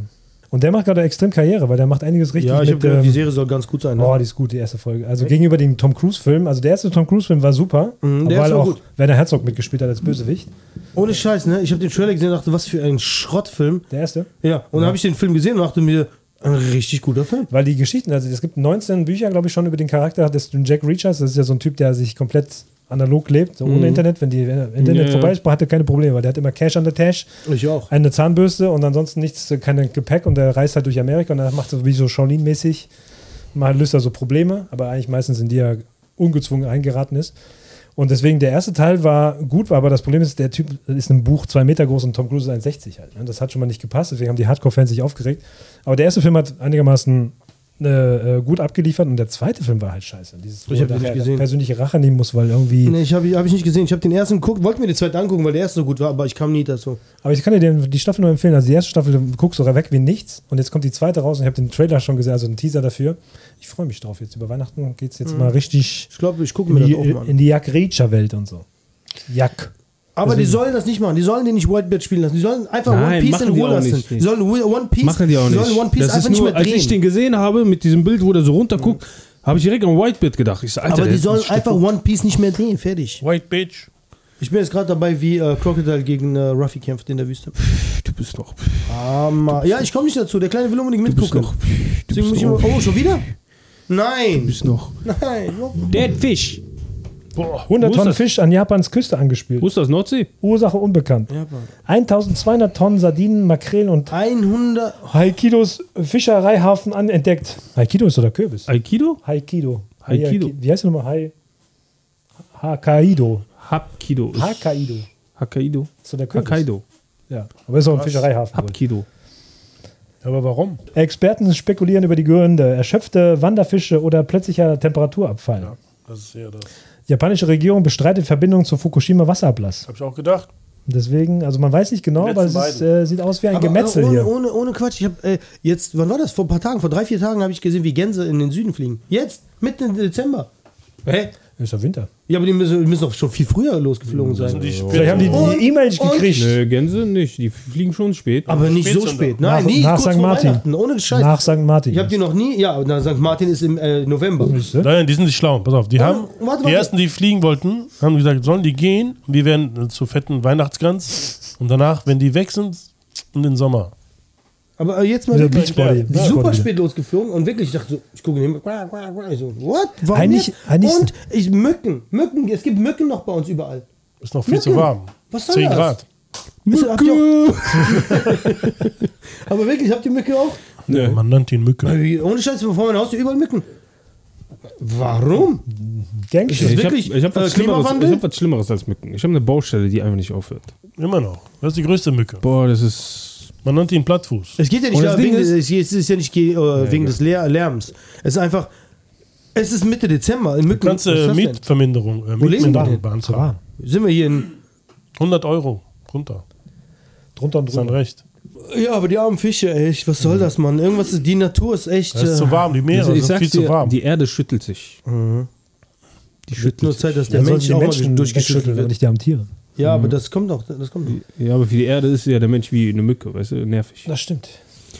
Und der macht gerade extrem Karriere, weil der macht einiges richtig
Ja, ich habe
mit.
gehört, die
ähm,
Serie soll ganz gut sein. Ne?
oh, die ist gut, die erste Folge. Also gegenüber dem Tom Cruise-Film. Also der erste Tom Cruise-Film war super,
Mhm, der
weil
ist auch
auch
gut.
Werner Herzog mitgespielt hat als Bösewicht.
Ohne Scheiß, ne? Ich habe den Trailer gesehen und dachte, was für ein Schrottfilm.
Der erste.
Ja, und dann habe ich den Film gesehen und dachte mir, ein richtig guter Film.
Weil die Geschichten, also es gibt 19 Bücher, glaube ich, schon über den Charakter des Jack Reachers. Das ist ja so ein Typ, der sich komplett analog lebt, so
Mhm.
ohne Internet. Wenn die wenn er Internet
Ja, ja.
vorbei ist, hatte er keine Probleme, weil der hat immer Cash an der Tasche.
Ich auch.
eine Zahnbürste und ansonsten nichts, keine Gepäck und der reist halt durch Amerika und er macht so wie so Shaolin-mäßig, mal löst er so Probleme, aber eigentlich meistens in die er ungezwungen eingeraten ist. Und deswegen der erste Teil war gut, aber das Problem ist, der Typ ist ein Buch zwei Meter groß und Tom Cruise ist 1,60 halt. ne? Das hat schon mal nicht gepasst, deswegen haben die Hardcore-Fans sich aufgeregt. Aber der erste Film hat einigermaßen äh, äh, gut abgeliefert und der zweite Film war halt scheiße. Dieses, wo
Ich hab
er
den nicht
nachher
gesehen.
persönliche Rache nehmen muss, weil irgendwie.
Nee, ich habe hab ich nicht gesehen. Ich habe den ersten geguckt, wollte mir den zweiten angucken, weil der erste so gut war, aber ich kam nie dazu.
Aber ich kann dir den, die Staffel nur empfehlen. Also die erste Staffel du guckst du weg wie nichts. Und jetzt kommt die zweite raus und ich habe den Trailer schon gesehen, also einen Teaser dafür. Ich freue mich drauf. Jetzt über Weihnachten geht es jetzt mal richtig
Ich glaube, ich gucke
in
mir
die,
Mhm. das auch
äh,
mal an.
in die Jack Reacher Welt und so. Jack.
Aber die sollen das nicht machen. Die sollen den nicht Whitebeard spielen lassen. Die sollen einfach
Nein,
One Piece
machen
in
die
Ruhe
auch
lassen.
nicht.
Die sollen One Piece,
Machen die auch nicht.
sollen One Piece
das
einfach
ist
nicht
nur,
mehr
als ich den
drehen.
gesehen habe, mit diesem Bild, wo der so runterguckt, habe ich direkt an Whitebeard gedacht. Ich sag, Alter,
Aber
der
die
ist
sollen
ein Stück-
einfach One Piece nicht mehr drehen. Fertig.
White Bitch.
Ich bin jetzt gerade dabei, wie äh, Crocodile gegen äh, Ruffy kämpft in der Wüste.
Du bist noch.
Aber, ja, ich komme nicht dazu. Der Kleine will unbedingt
Du bist
mitgucken.
noch. Du
Deswegen muss
bist
ich immer,
noch.
oh, schon wieder?
Du
Nein.
bist noch.
Nein.
Dead Fish.
100
Wo ist
Tonnen
das?
Fisch an Japans Küste
Wo
angespielt.
ist das? Nordsee?
Ursache unbekannt.
Japan.
1200 Tonnen Sardinen, Makrelen und
100.
Haikidos Fischereihafen anentdeckt. Haikido ist oder Kürbis?
Aikido?
Haikido.
Haikido.
Wie heißt der nochmal? Hai. Hakaido.
Hapkido. ist-
Hakaido.
Hakaido.
Ist so der Kürbis.
Hakaido.
Ja, aber ist auch ein Fischereihafen. wohl.
Hapkido.
Aber warum?
Experten spekulieren über die Gründe. Erschöpfte Wanderfische oder plötzlicher Temperaturabfall.
Das ist ja das.
Japanische Regierung bestreitet Verbindung zu Fukushima Wasserablass.
Hab ich auch gedacht.
Deswegen, also man weiß nicht genau,
Die
aber es
letzten
ist, äh, sieht aus wie ein
Aber,
Gemetzel
äh, ohne,
hier.
Ohne, ohne Quatsch. Ich habe äh, jetzt, wann war das? Vor ein paar Tagen, vor drei, vier Tagen habe ich gesehen, wie Gänse in den Süden fliegen. Jetzt, mitten im Dezember. Hä?
Ist ja Winter.
Ja, aber die müssen, die müssen auch schon viel früher losgeflogen sein.
Die Spitze-
Vielleicht haben die
Und-
die E-Mails
und-
gekriegt.
Nö, Gänse nicht. Die fliegen schon spät.
Aber nicht so
Spätsünder.
spät. Nein,
Nach-
nie
nach
kurz
St.
vor
Martin.
Weihnachten. Ohne Scheiß.
Nach St. Martin.
ich habe die noch nie. Ja, na, St. Martin ist im äh, November.
Siehste?
Nein, die sind nicht schlau. Pass auf, die haben
warte,
die
warte.
ersten, die fliegen wollten, haben gesagt, sollen die gehen? Wir werden äh, zu fetten Weihnachtsgans und danach, wenn die weg sind, in den Sommer.
Aber äh, jetzt mal
Dieser
wirklich,
Beachbody.
die
Ja,
super
Beachbody.
spät losgeflogen und wirklich, ich dachte so, ich gucke hin, quack, quack, quack. ich so, what? Warum
Eigentlich-
jetzt?
eigentlich-
und ich, Mücken, Mücken, es gibt Mücken noch bei uns überall.
Ist noch viel zu
Mücken.
warm.
Was soll
10
das?
Grad.
Mücken. Habt ihr auch, aber wirklich, habt ihr Mücken auch?
Ja, Man nennt ihn Mücke.
Äh, Ohne Scheiß, bevor mein Haus überall Mücken. Warum?
Gangster.
Das ist
ich habe
wirklich,
hab
äh,
was, Schlimmeres-
Klimawandel?
ich hab was Schlimmeres als Mücken. Ich habe eine Baustelle, die einfach nicht aufhört.
Immer noch. Das ist die größte Mücke.
Boah, das ist.
Man nennt ihn Plattfuß.
Es geht ja nicht
Und das
darum, wegen,
Ding
des- es es ist ja nicht ge- äh, wegen des Lär- Lärms. Es ist einfach, es ist Mitte Dezember. In
Du
Mücken,
kannst
was ist
äh,
das denn?
Mietverminderung, äh,
Wo leben die
Mietminderung
denn?
beantragen.
Sind wir hier in.
100 Euro runter.
Drunter und
Ist ein
drunter.
Recht.
Ja, aber die armen Fische, echt, was soll das, Mann? Irgendwas ist, die Natur ist echt.
Es ist
äh,
zu warm, die Meere
ich
sind
sag's
viel zu
dir,
warm.
Die Erde schüttelt sich. Die
Wird nur
schüttelt sich.
Zeit, dass der
Dann sollten
Mensch
die
auch mal durchgeschüttelt Mhm.
Menschen durchgeschüttelt
wird.
werden, nicht die am Tier.
Ja, aber das kommt doch, das kommt doch.
Ja, aber für die Erde ist ja der Mensch wie eine Mücke, weißt du, nervig.
Das stimmt.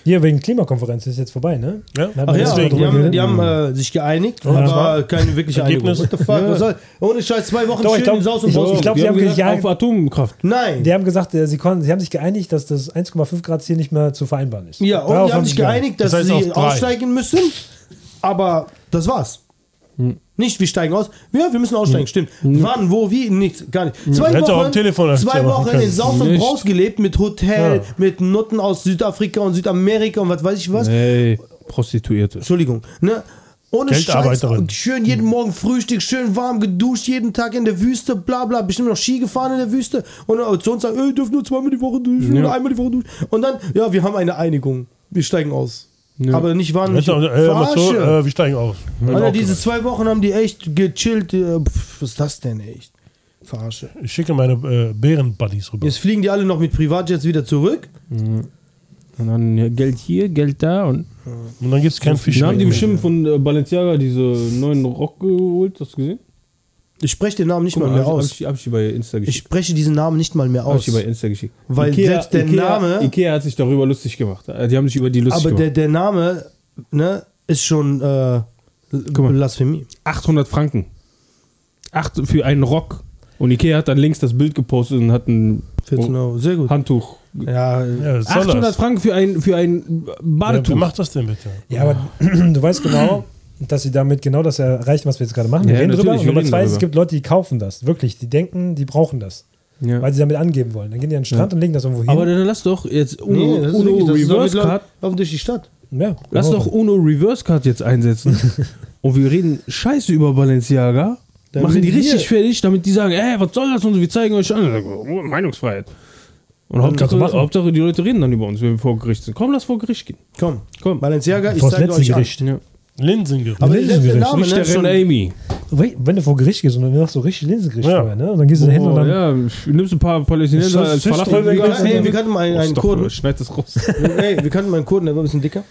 Hier wegen Klimakonferenz ist jetzt vorbei, ne? Da
Ja.
hat
Ach
man
ja,
deswegen
die
drüber
haben,
geredet.
die haben äh, sich geeinigt,
das
aber keine wirkliche Einigung.
Ergebnis.
What the fuck, was soll? Ohne Scheiß, zwei Wochen
Doch, ich
schön
glaub-
im Saus und
ich-
Braus.
ich glaub-
Die
sie haben gesagt,
auf Atomkraft.
Nein.
Die haben gesagt, äh, sie, konnten, sie haben sich geeinigt, dass das 1,5 Grad Ziel nicht mehr zu vereinbaren ist.
ja, und
Darauf
die haben sich
sie
geeinigt, dass
Das heißt auf
sie
drei.
aussteigen müssen, aber das war's.
Hm.
Nicht, wir steigen aus. Ja, wir müssen aussteigen, stimmt. Wann, wo, wie, nichts, gar nicht. Zwei
Hm. Hätte auch
Wochen,
am Telefon das
zwei
machen
Wochen
können.
in Saus und
Nicht.
Braus gelebt, mit Hotel, mit Nutten aus Südafrika und Südamerika und was weiß ich was.
Nee, Prostituierte.
Entschuldigung, ne? Ohne Scheiß,
Geldarbeiterin.
schön jeden Morgen Frühstück, schön warm geduscht, jeden Tag in der Wüste, bla bla, bestimmt noch Ski gefahren in der Wüste und dann zu uns sagen, ey, ihr dürft nur zweimal die Woche duschen
Ja.
oder einmal die Woche duschen und dann, ja, wir haben eine Einigung, wir steigen aus. Aber nicht wann,
Hätte
nicht
auch- äh, aber so,
Verarsche.
äh, wir steigen aus.
Alter, diese zwei Wochen haben die echt gechillt, äh, pf, was ist das denn echt? Verarsche.
Ich schicke meine äh, Bären-Buddies rüber.
Jetzt fliegen die alle noch mit Privatjets wieder zurück.
Und dann ja, Geld hier, Geld da und.
Und dann gibt es keinen Fisch
Dann haben die
mehr.
bestimmt von äh, Balenciaga diese neuen Rock geholt, hast du gesehen?
Ich spreche den Namen nicht mal
hab,
mehr
ich- hab,
aus.
also ich, hab ich die bei Insta
Ich
geschickt.
spreche diesen Namen nicht mal mehr
Hab
aus.
ich die bei Insta geschickt.
Weil selbst der
Ikea,
Name-
Ikea hat sich darüber lustig gemacht. Äh, Die haben sich über die lustig
Aber der,
gemacht.
der Name ne, ist schon äh,
mal.
Blasphemie.
800 Franken. Acht für einen Rock. Und Ikea hat dann links das Bild gepostet und hat ein
14
Oh.
Euro, sehr gut.
Handtuch.
Ja,
Ja, was soll
800
das?
Franken für ein, für ein
Ja,
Badetuch.
wer macht das denn bitte?
Ja, aber du weißt genau, dass sie damit genau das erreichen, was wir jetzt gerade machen. Wir
Ja,
reden drüber.
natürlich,
Und
wir
Nummer
reden
zwei, ist, es
drüber.
gibt Leute, die kaufen das. Wirklich, die denken, die brauchen das.
Ja.
Weil sie damit angeben wollen. Dann gehen die an den Strand und legen das irgendwo hin.
Aber dann lass doch jetzt Uno,
Nee, das ist
Uno
wirklich- das ist doch
Reverse
mit
Card.
Leuten- Laufen durch die Stadt.
ja, genau.
Lass doch Uno Reverse Card jetzt einsetzen. und wir reden Scheiße über Balenciaga.
Damit
machen die richtig
wir-
fertig, damit die sagen, ey, was soll das und so, wir zeigen euch an. Oh, Meinungsfreiheit. Und Hauptsache,
machen.
Hauptsache, die Leute reden dann über uns, wenn wir vor Gericht sind. Komm, lass vor Gericht gehen.
Komm,
Komm.
Balenciaga, ich
Vor das
zeige
letzte
euch an.
Gericht.
Ja.
Linsengericht.
Aber selbst
Linsengericht.
der Name
Nicht
ne,
der
ist
Ren
schon,
Amy.
Wenn du vor Gericht gehst und dann machst du richtig Linsengericht
Ja.
vorher, ne? Und dann gehst du hin und
Oh,
dann.
ja, nimmst ein paar Palästinenser
Sch-
als
Sch-
Falafel.
Ströme-
Ja, hey, wir kannten mal einen,
Oh,
einen
stopp,
Kurden.
Schneid das raus.
Ey, wir kannten mal einen Kurden, der war ein bisschen dicker.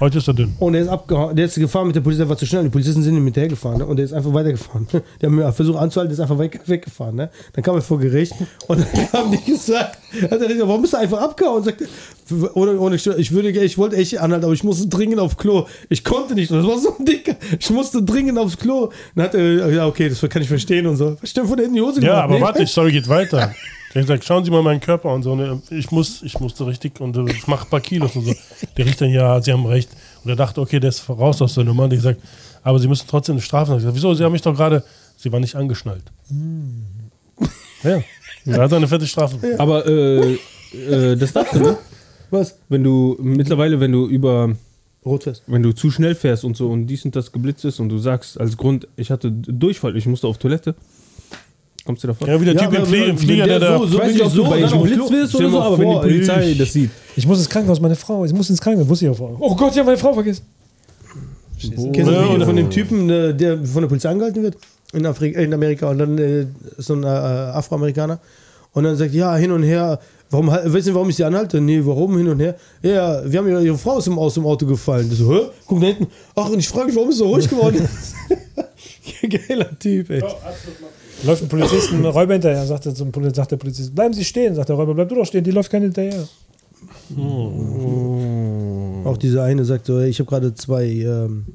Heute ist er dünn.
Und Oh, der ist abgehauen. Der ist gefahren mit der Polizei, der war zu schnell. Die Polizisten sind ihm hinterhergefahren. Ne? Und der ist einfach weitergefahren. Die haben ihn versucht anzuhalten, der ist einfach weg, weggefahren. Ne? Dann kam er vor Gericht und dann haben die gesagt, hat er gesagt warum bist du einfach abgehauen? Und sagt, er, ohne, ohne, Stö- ich, würde, ich wollte echt anhalten, aber ich musste dringend auf Klo. Ich konnte nicht. Das war so ein Dicker. Ich musste dringend aufs Klo. Dann hat er, ja, okay, das kann ich verstehen und so. Ich von hinten die Hose
Ja,
gemacht,
aber
ne?
warte, die Story geht weiter. Der sagt, schauen Sie mal meinen Körper und so. ne, Ich muss, ich musste richtig und äh, ich mache ein paar Kilos und so. Der Richter, ja, Sie haben recht. Und er dachte, okay, der ist raus aus der Nummer. Und ich sage, aber Sie müssen trotzdem eine Strafe. Und ich sag, wieso? Sie haben mich doch gerade, Sie waren nicht angeschnallt. Hm. Ja, da hat er eine fette Strafe.
Aber äh, äh, das darfst du, ne?
Was?
Wenn du mittlerweile, wenn du über
Rotfest.
wenn du zu schnell fährst und so und dies und das geblitzt ist und du sagst als Grund, ich hatte Durchfall, ich musste auf Toilette, kommst du davon?
Ja, wie der Typ im Flie- im Flieger, der, da.
ich weiß nicht, ob du bei
dann aufs Klo-
geblitzt wirst oder
Stell
so,
mal
aber wenn die
vor,
Polizei
ich-
das sieht.
Ich muss ins Krankenhaus, meine Frau. Ich muss ins Krankenhaus, wusste ich auch. Oh Gott, ich habe meine Frau vergessen.
Kennst du das
Ja,
Video
oder-
Genau, von dem Typen, äh, der von der Polizei angehalten wird? In, Afrika, in Amerika. Und dann äh, so ein äh, Afroamerikaner. Und dann sagt, ja, hin und her. Warum, hal- wissen Sie, warum ich sie anhalte? Nee, warum hin und her? Ja, wir haben ihre, ihre Frau aus dem, aus dem Auto gefallen. Ich so, hä? Guck da hinten. Ach, und ich frage mich, warum es so ruhig geworden ist.
Geiler Typ, ey.
Läuft ein Polizist, ein Räuber hinterher, sagt der, zum Poli- sagt der Polizist, bleiben Sie stehen, sagt der Räuber, bleib du doch stehen, die läuft keiner hinterher.
Auch dieser eine sagt so, ey, ich habe gerade zwei ähm,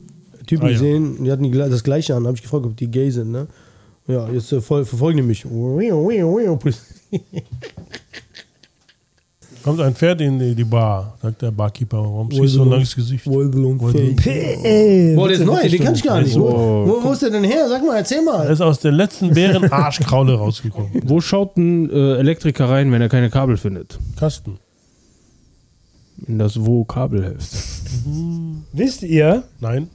Typen
Ah, ja.
gesehen, die hatten die, gle- das gleiche an. Habe ich gefragt, ob die gay sind, ne? Ja, jetzt äh, voll, verfolgen die mich.
Kommt ein Pferd in die, die Bar, sagt der Barkeeper. Warum ziehst du so ein langes Gesicht?
Wollgelungfähig.
Ey,
Boah, der ist neu, den kann ich gar nicht. Wo,
Wow.
wo, wo ist der denn her? Sag mal, erzähl
Er
mal.
ist aus der letzten Bären-Arschkraule rausgekommen.
Wo schaut ein äh, Elektriker rein, wenn er keine Kabel findet?
Kasten.
In das Wo-Kabelheft.
Wisst ihr,
Nein.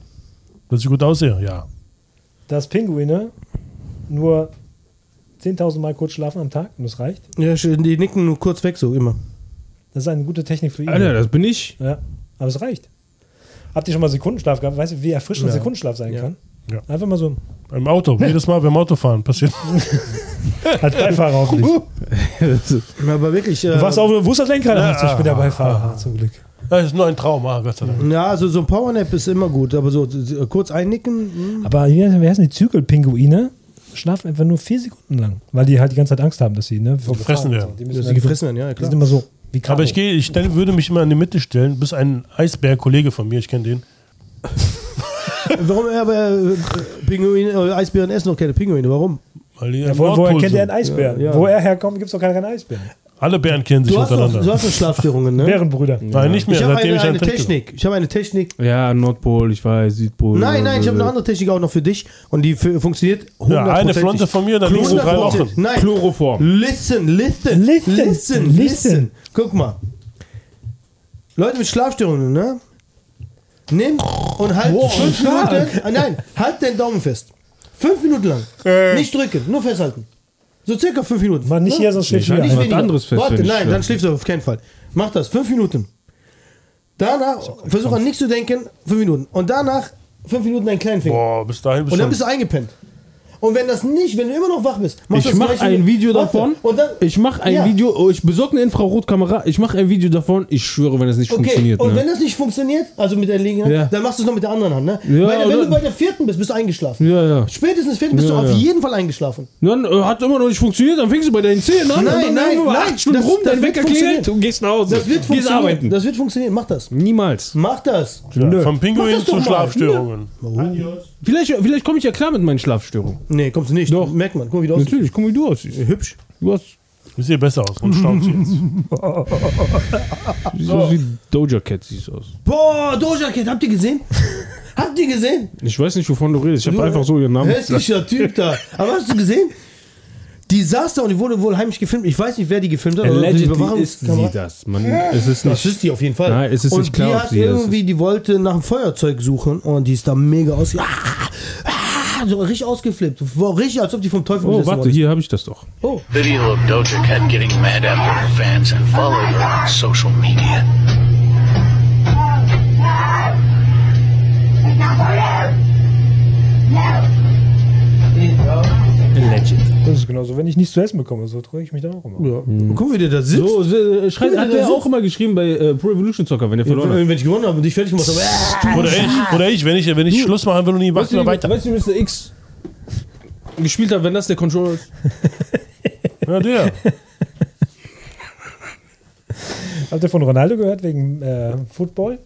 Dass ich gut aussehe? Ja.
dass Pinguine nur 10.000 Mal kurz schlafen am Tag und das reicht?
Ja, schön, die nicken nur kurz weg, so immer.
Das ist eine gute Technik für ihn.
Alter, das bin ich.
Ja, aber es reicht. Habt ihr schon mal Sekundenschlaf gehabt? Weißt du, wie erfrischend
Ja.
Sekundenschlaf sein
Ja.
kann?
Ja.
Einfach mal so
Beim Auto. Jedes Mal beim Autofahren passiert.
als Beifahrer hoffentlich.
Aber wirklich. Äh,
Du warst auch, wo ist das Lenkrad? Ach, ich bin der
Ah.
Beifahrer, zum Glück.
Das ist nur ein Traum, ah, Gott sei Dank.
Ja, also so ein Powernap ist immer gut, aber so so kurz einnicken. hm.
Aber hier, wie heißen die Zügelpinguine? Schlafen einfach nur vier Sekunden lang, weil die halt die ganze Zeit Angst haben, dass sie, ne? vor
Gefressen
Gefahren
werden.
und so. Die,
Dass
müssen
sie
halt so,
gefressen werden, ja,
die
klar.
sind immer so wie Karo.
Aber ich gehe, ich stell, würde mich immer in die Mitte stellen, bis ein Eisbär-Kollege von mir, ich kenne den,
Warum aber äh, Pinguine, äh, Eisbären essen noch keine Pinguine? Warum?
weil die
ja,
am
wo, woher
Nordpol
kennt ihr
sind.
einen Eisbären?
Ja, ja.
Wo er herkommt, gibt es doch keinen Eisbären.
Alle Bären kennen sich
Du hast, noch,
untereinander.
du hast noch Schlafstörungen, ne?
Bärenbrüder.
Nein, nicht mehr,
Ich habe
seitdem
eine,
ich einen
eine
Trick
Technik. Ich habe eine Technik.
Ja, Nordpol, ich weiß, Südpol. äh,
Nein, nein, ich habe eine andere Technik auch noch für dich und die fu- funktioniert 100%.
Ja, eine Flonte von mir, dann liegen sie drei Wochen.
Nein.
Chloroform.
Listen, listen, listen,
Listen,
listen,
listen.
Guck mal. Leute mit Schlafstörungen, ne? Nimm und halt fünf Minuten. Ah, nein, halt den Daumen fest. Fünf Minuten lang.
Äh.
Nicht drücken, nur festhalten. So circa fünf Minuten.
Mann, nicht
ne?
hier, sonst schläfst du
Nein,
wieder
nicht
ein.
weniger. anderes fest,
Warte,
wenn ich
nein,
schlafe.
dann schläfst du auf keinen Fall. Mach das, fünf Minuten. Danach, versuch an nichts zu denken, fünf Minuten. Und danach, fünf Minuten deinen kleinen Finger.
Boah, bis dahin bist
Und dann
du
bist du eingepennt. Und wenn das nicht, wenn du immer noch wach bist, machst du
Ich
das
mache
gleiche
ein
mit-
Video
Warte,
davon.
Und dann,
Ich mache ein
Ja.
Video, oh, ich besorge eine Infrarotkamera, ich mache ein Video davon, ich schwöre, wenn das nicht
okay,
funktioniert.
und
Ne?
wenn das nicht funktioniert, also mit der linken Hand,
Ja.
dann machst du es noch mit der anderen Hand. Ne?
Ja,
Weil, wenn
oder-
du bei der vierten bist, bist du eingeschlafen.
ja, ja.
Spätestens vierten bist du
Ja,
auf
ja.
jeden Fall eingeschlafen.
Dann äh, hat immer noch nicht funktioniert, dann fängst du bei deinen Zehen an.
Nein,
und dann
nein,
irgendwo
nein,
acht Stunden
das-
rum,
das
dein
wird
Wecker klingelt,
funktionieren.
du gehst nach Hause.
Das wird
gehst
funktionieren.
arbeiten.
Das wird funktionieren. Mach das.
Niemals.
Mach das.
schon. Vom
Mach
Pinguin
das doch
zu
mal.
Schlafstörungen.
Vielleicht, vielleicht komme ich ja klar mit meinen Schlafstörungen.
Nee, kommst du nicht.
Doch.
Merkt man. Guck mal, wie du aussiehst.
Natürlich, komm wie du aussiehst. Hübsch. Du hast
Du siehst besser aus und staunt jetzt.
so wie Doja Cat siehst aus.
Boah, Doja Cat, habt ihr gesehen? habt ihr gesehen?
Ich weiß nicht, wovon du redest. Ich
Du-
habe einfach so ihren Namen.
Hässlicher Typ da. Aber hast du gesehen? Die saß da und die wurde wohl heimlich gefilmt. Ich weiß nicht, wer die gefilmt hat. aber die
Allegedly ist
Überwachungskamera-
sie das. Man, es
Das
ist nicht.
ist die auf jeden Fall.
Nein, es ist
und
nicht klar,
die
ob
hat
sie das
irgendwie, die wollte nach einem Feuerzeug suchen und die ist da mega aus. Ah, ah, so richtig ausgeflippt. War richtig, als ob die vom Teufel
Oh,
besessen
warte,
worden ist.
hier habe ich das doch.
Oh.
Video of Doja Cat getting mad after her fans and follow her on social media.
Das ist genauso, wenn ich nichts zu essen bekomme, so drehe ich mich dann auch immer.
Ja. Guck, wie der da sitzt.
So, äh, schreibt,
Ja,
hat
das
er
ist-
auch immer geschrieben bei äh, Pro Evolution Soccer, wenn er verloren hat.
Wenn ich gewonnen habe und dich fertig gemacht habe. Ah.
Oder ich, oder ich, wenn ich, wenn ich Schluss machen will und die
Weißt
machen
du,
wir
wie-
weiter.
weißt du, wie Mr. X gespielt hat, wenn das der Controller ist?
Ja, der.
Habt ihr von Ronaldo gehört wegen äh, Football?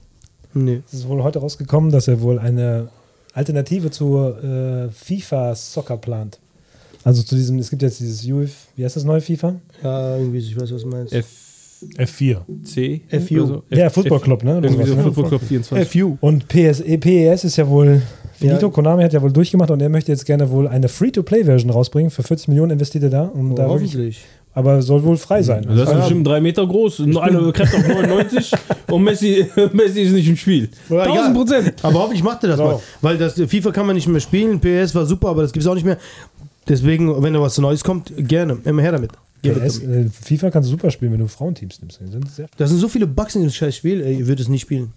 Nee.
Es ist wohl heute rausgekommen, dass er wohl eine Alternative zur äh, FIFA-Soccer plant. Also zu diesem, es gibt jetzt dieses UF, wie heißt das neue FIFA?
Ja, irgendwie, so, ich weiß, was du meinst.
F4.
C? Also
FU.
ja, Football Club, ne? Oder
Irgendwie so
sowas, ne?
Football Club 24.
FU.
Und PS, eh, PES ist ja wohl, Finito
Ja.
Konami hat ja wohl durchgemacht und er möchte jetzt gerne wohl eine Free-to-Play-Version rausbringen. Für 40 Millionen investiert er da. Um
Oh,
da wirklich,
hoffentlich.
aber soll wohl frei sein.
Also das ist
Also,
bestimmt 3 Meter groß, nur alle Kräfte auf 99 und Messi, Messi ist nicht im Spiel.
Ja, egal.
1000 Prozent.
Aber hoffentlich macht er das mal. Weil das FIFA kann man nicht mehr spielen. PS war super, aber das gibt es auch nicht mehr. Deswegen, wenn da was Neues kommt, gerne. Immer her damit. Geh mit
PS,
dem.
äh, FIFA kannst du super spielen, wenn du Frauenteams nimmst. Die sind sehr
Das sind so viele Bugs in dem scheiß Spiel, ey, ihr würdet es nicht spielen.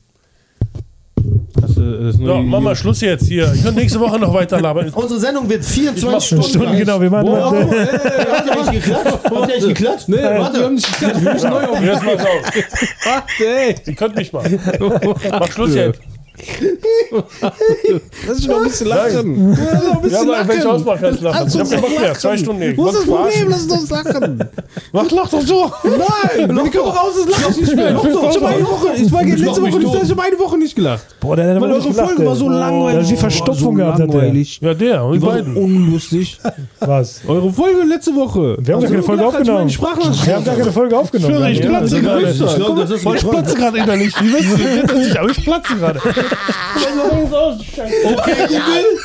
Das, äh, das ist nur
So,
die-
mach mal Schluss jetzt hier. Ich kann nächste Woche noch weiter labern.
Unsere Sendung wird 24 Stunden, lang.
genau, wir machen
Oh,
heute-
guck mal, ey, ey, ey, Habt ihr eigentlich geklatscht? Habt ihr eigentlich geklatscht?
Nee, warte, wir haben
warte.
nicht geklatscht, wir müssen neu auf.
Jetzt mach's aus.
Warte, ey.
Ihr könnt mich mal. Mach Schluss
Ja.
jetzt.
Das ist noch ein bisschen langsam.
Ja, aber welche Auswahl kannst du lachen? Ich hab keinen Bock mehr. Zwei Stunden. ey.
Wo ist das
Wollt verarschen?
Problem? Lass uns lachen.
Was lacht doch so?
Nein, wenn ich komme raus, das lache ich nicht mehr. Ich habe eine Woche, ich war letzte Woche nicht, da, ich habe eine Woche nicht gelacht.
Boah, der hat
Weil
aber
eure
nicht gelacht,
Folge
ey.
war so langweilig.
Da hat die
Boah, so
Verstopfung gehabt, hat der.
langweilig.
Ja, der und die
Die war so
beiden.
unlustig.
Was?
Eure Folge letzte Woche.
Wir haben
Also,
gar keine Folge
gelacht, als ich
aufgenommen.
meine Sprachnachricht-
Wir haben gar keine Folge aufgenommen.
Schwöre, ich
Daniel.
platze
Ja,
gerade.
ich glaub,
Komm,
das hast du
ich platze gerade innerlich. Wie willst du denn jetzt, dass ich- Aber ich platze gerade.
Okay, Google.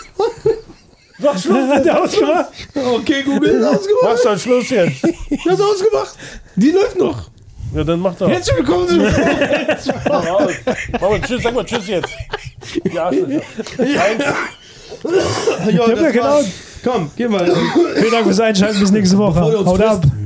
Hat der ausgemacht?
Okay, Google. Ausgemacht.
Machst du einen Schluss jetzt?
Das ist ausgemacht.
Die läuft noch.
Ja, dann mach doch.
Herzlich willkommen zu
Mach mal aus. Mach mal Tschüss, sag mal Tschüss jetzt. Ja,
Ich
hab ja keine Ahnung.
Komm, geh mal.
Vielen Dank fürs Einschalten. Bis nächste Woche.
Bevor ihr uns
Haut ab.
frisst.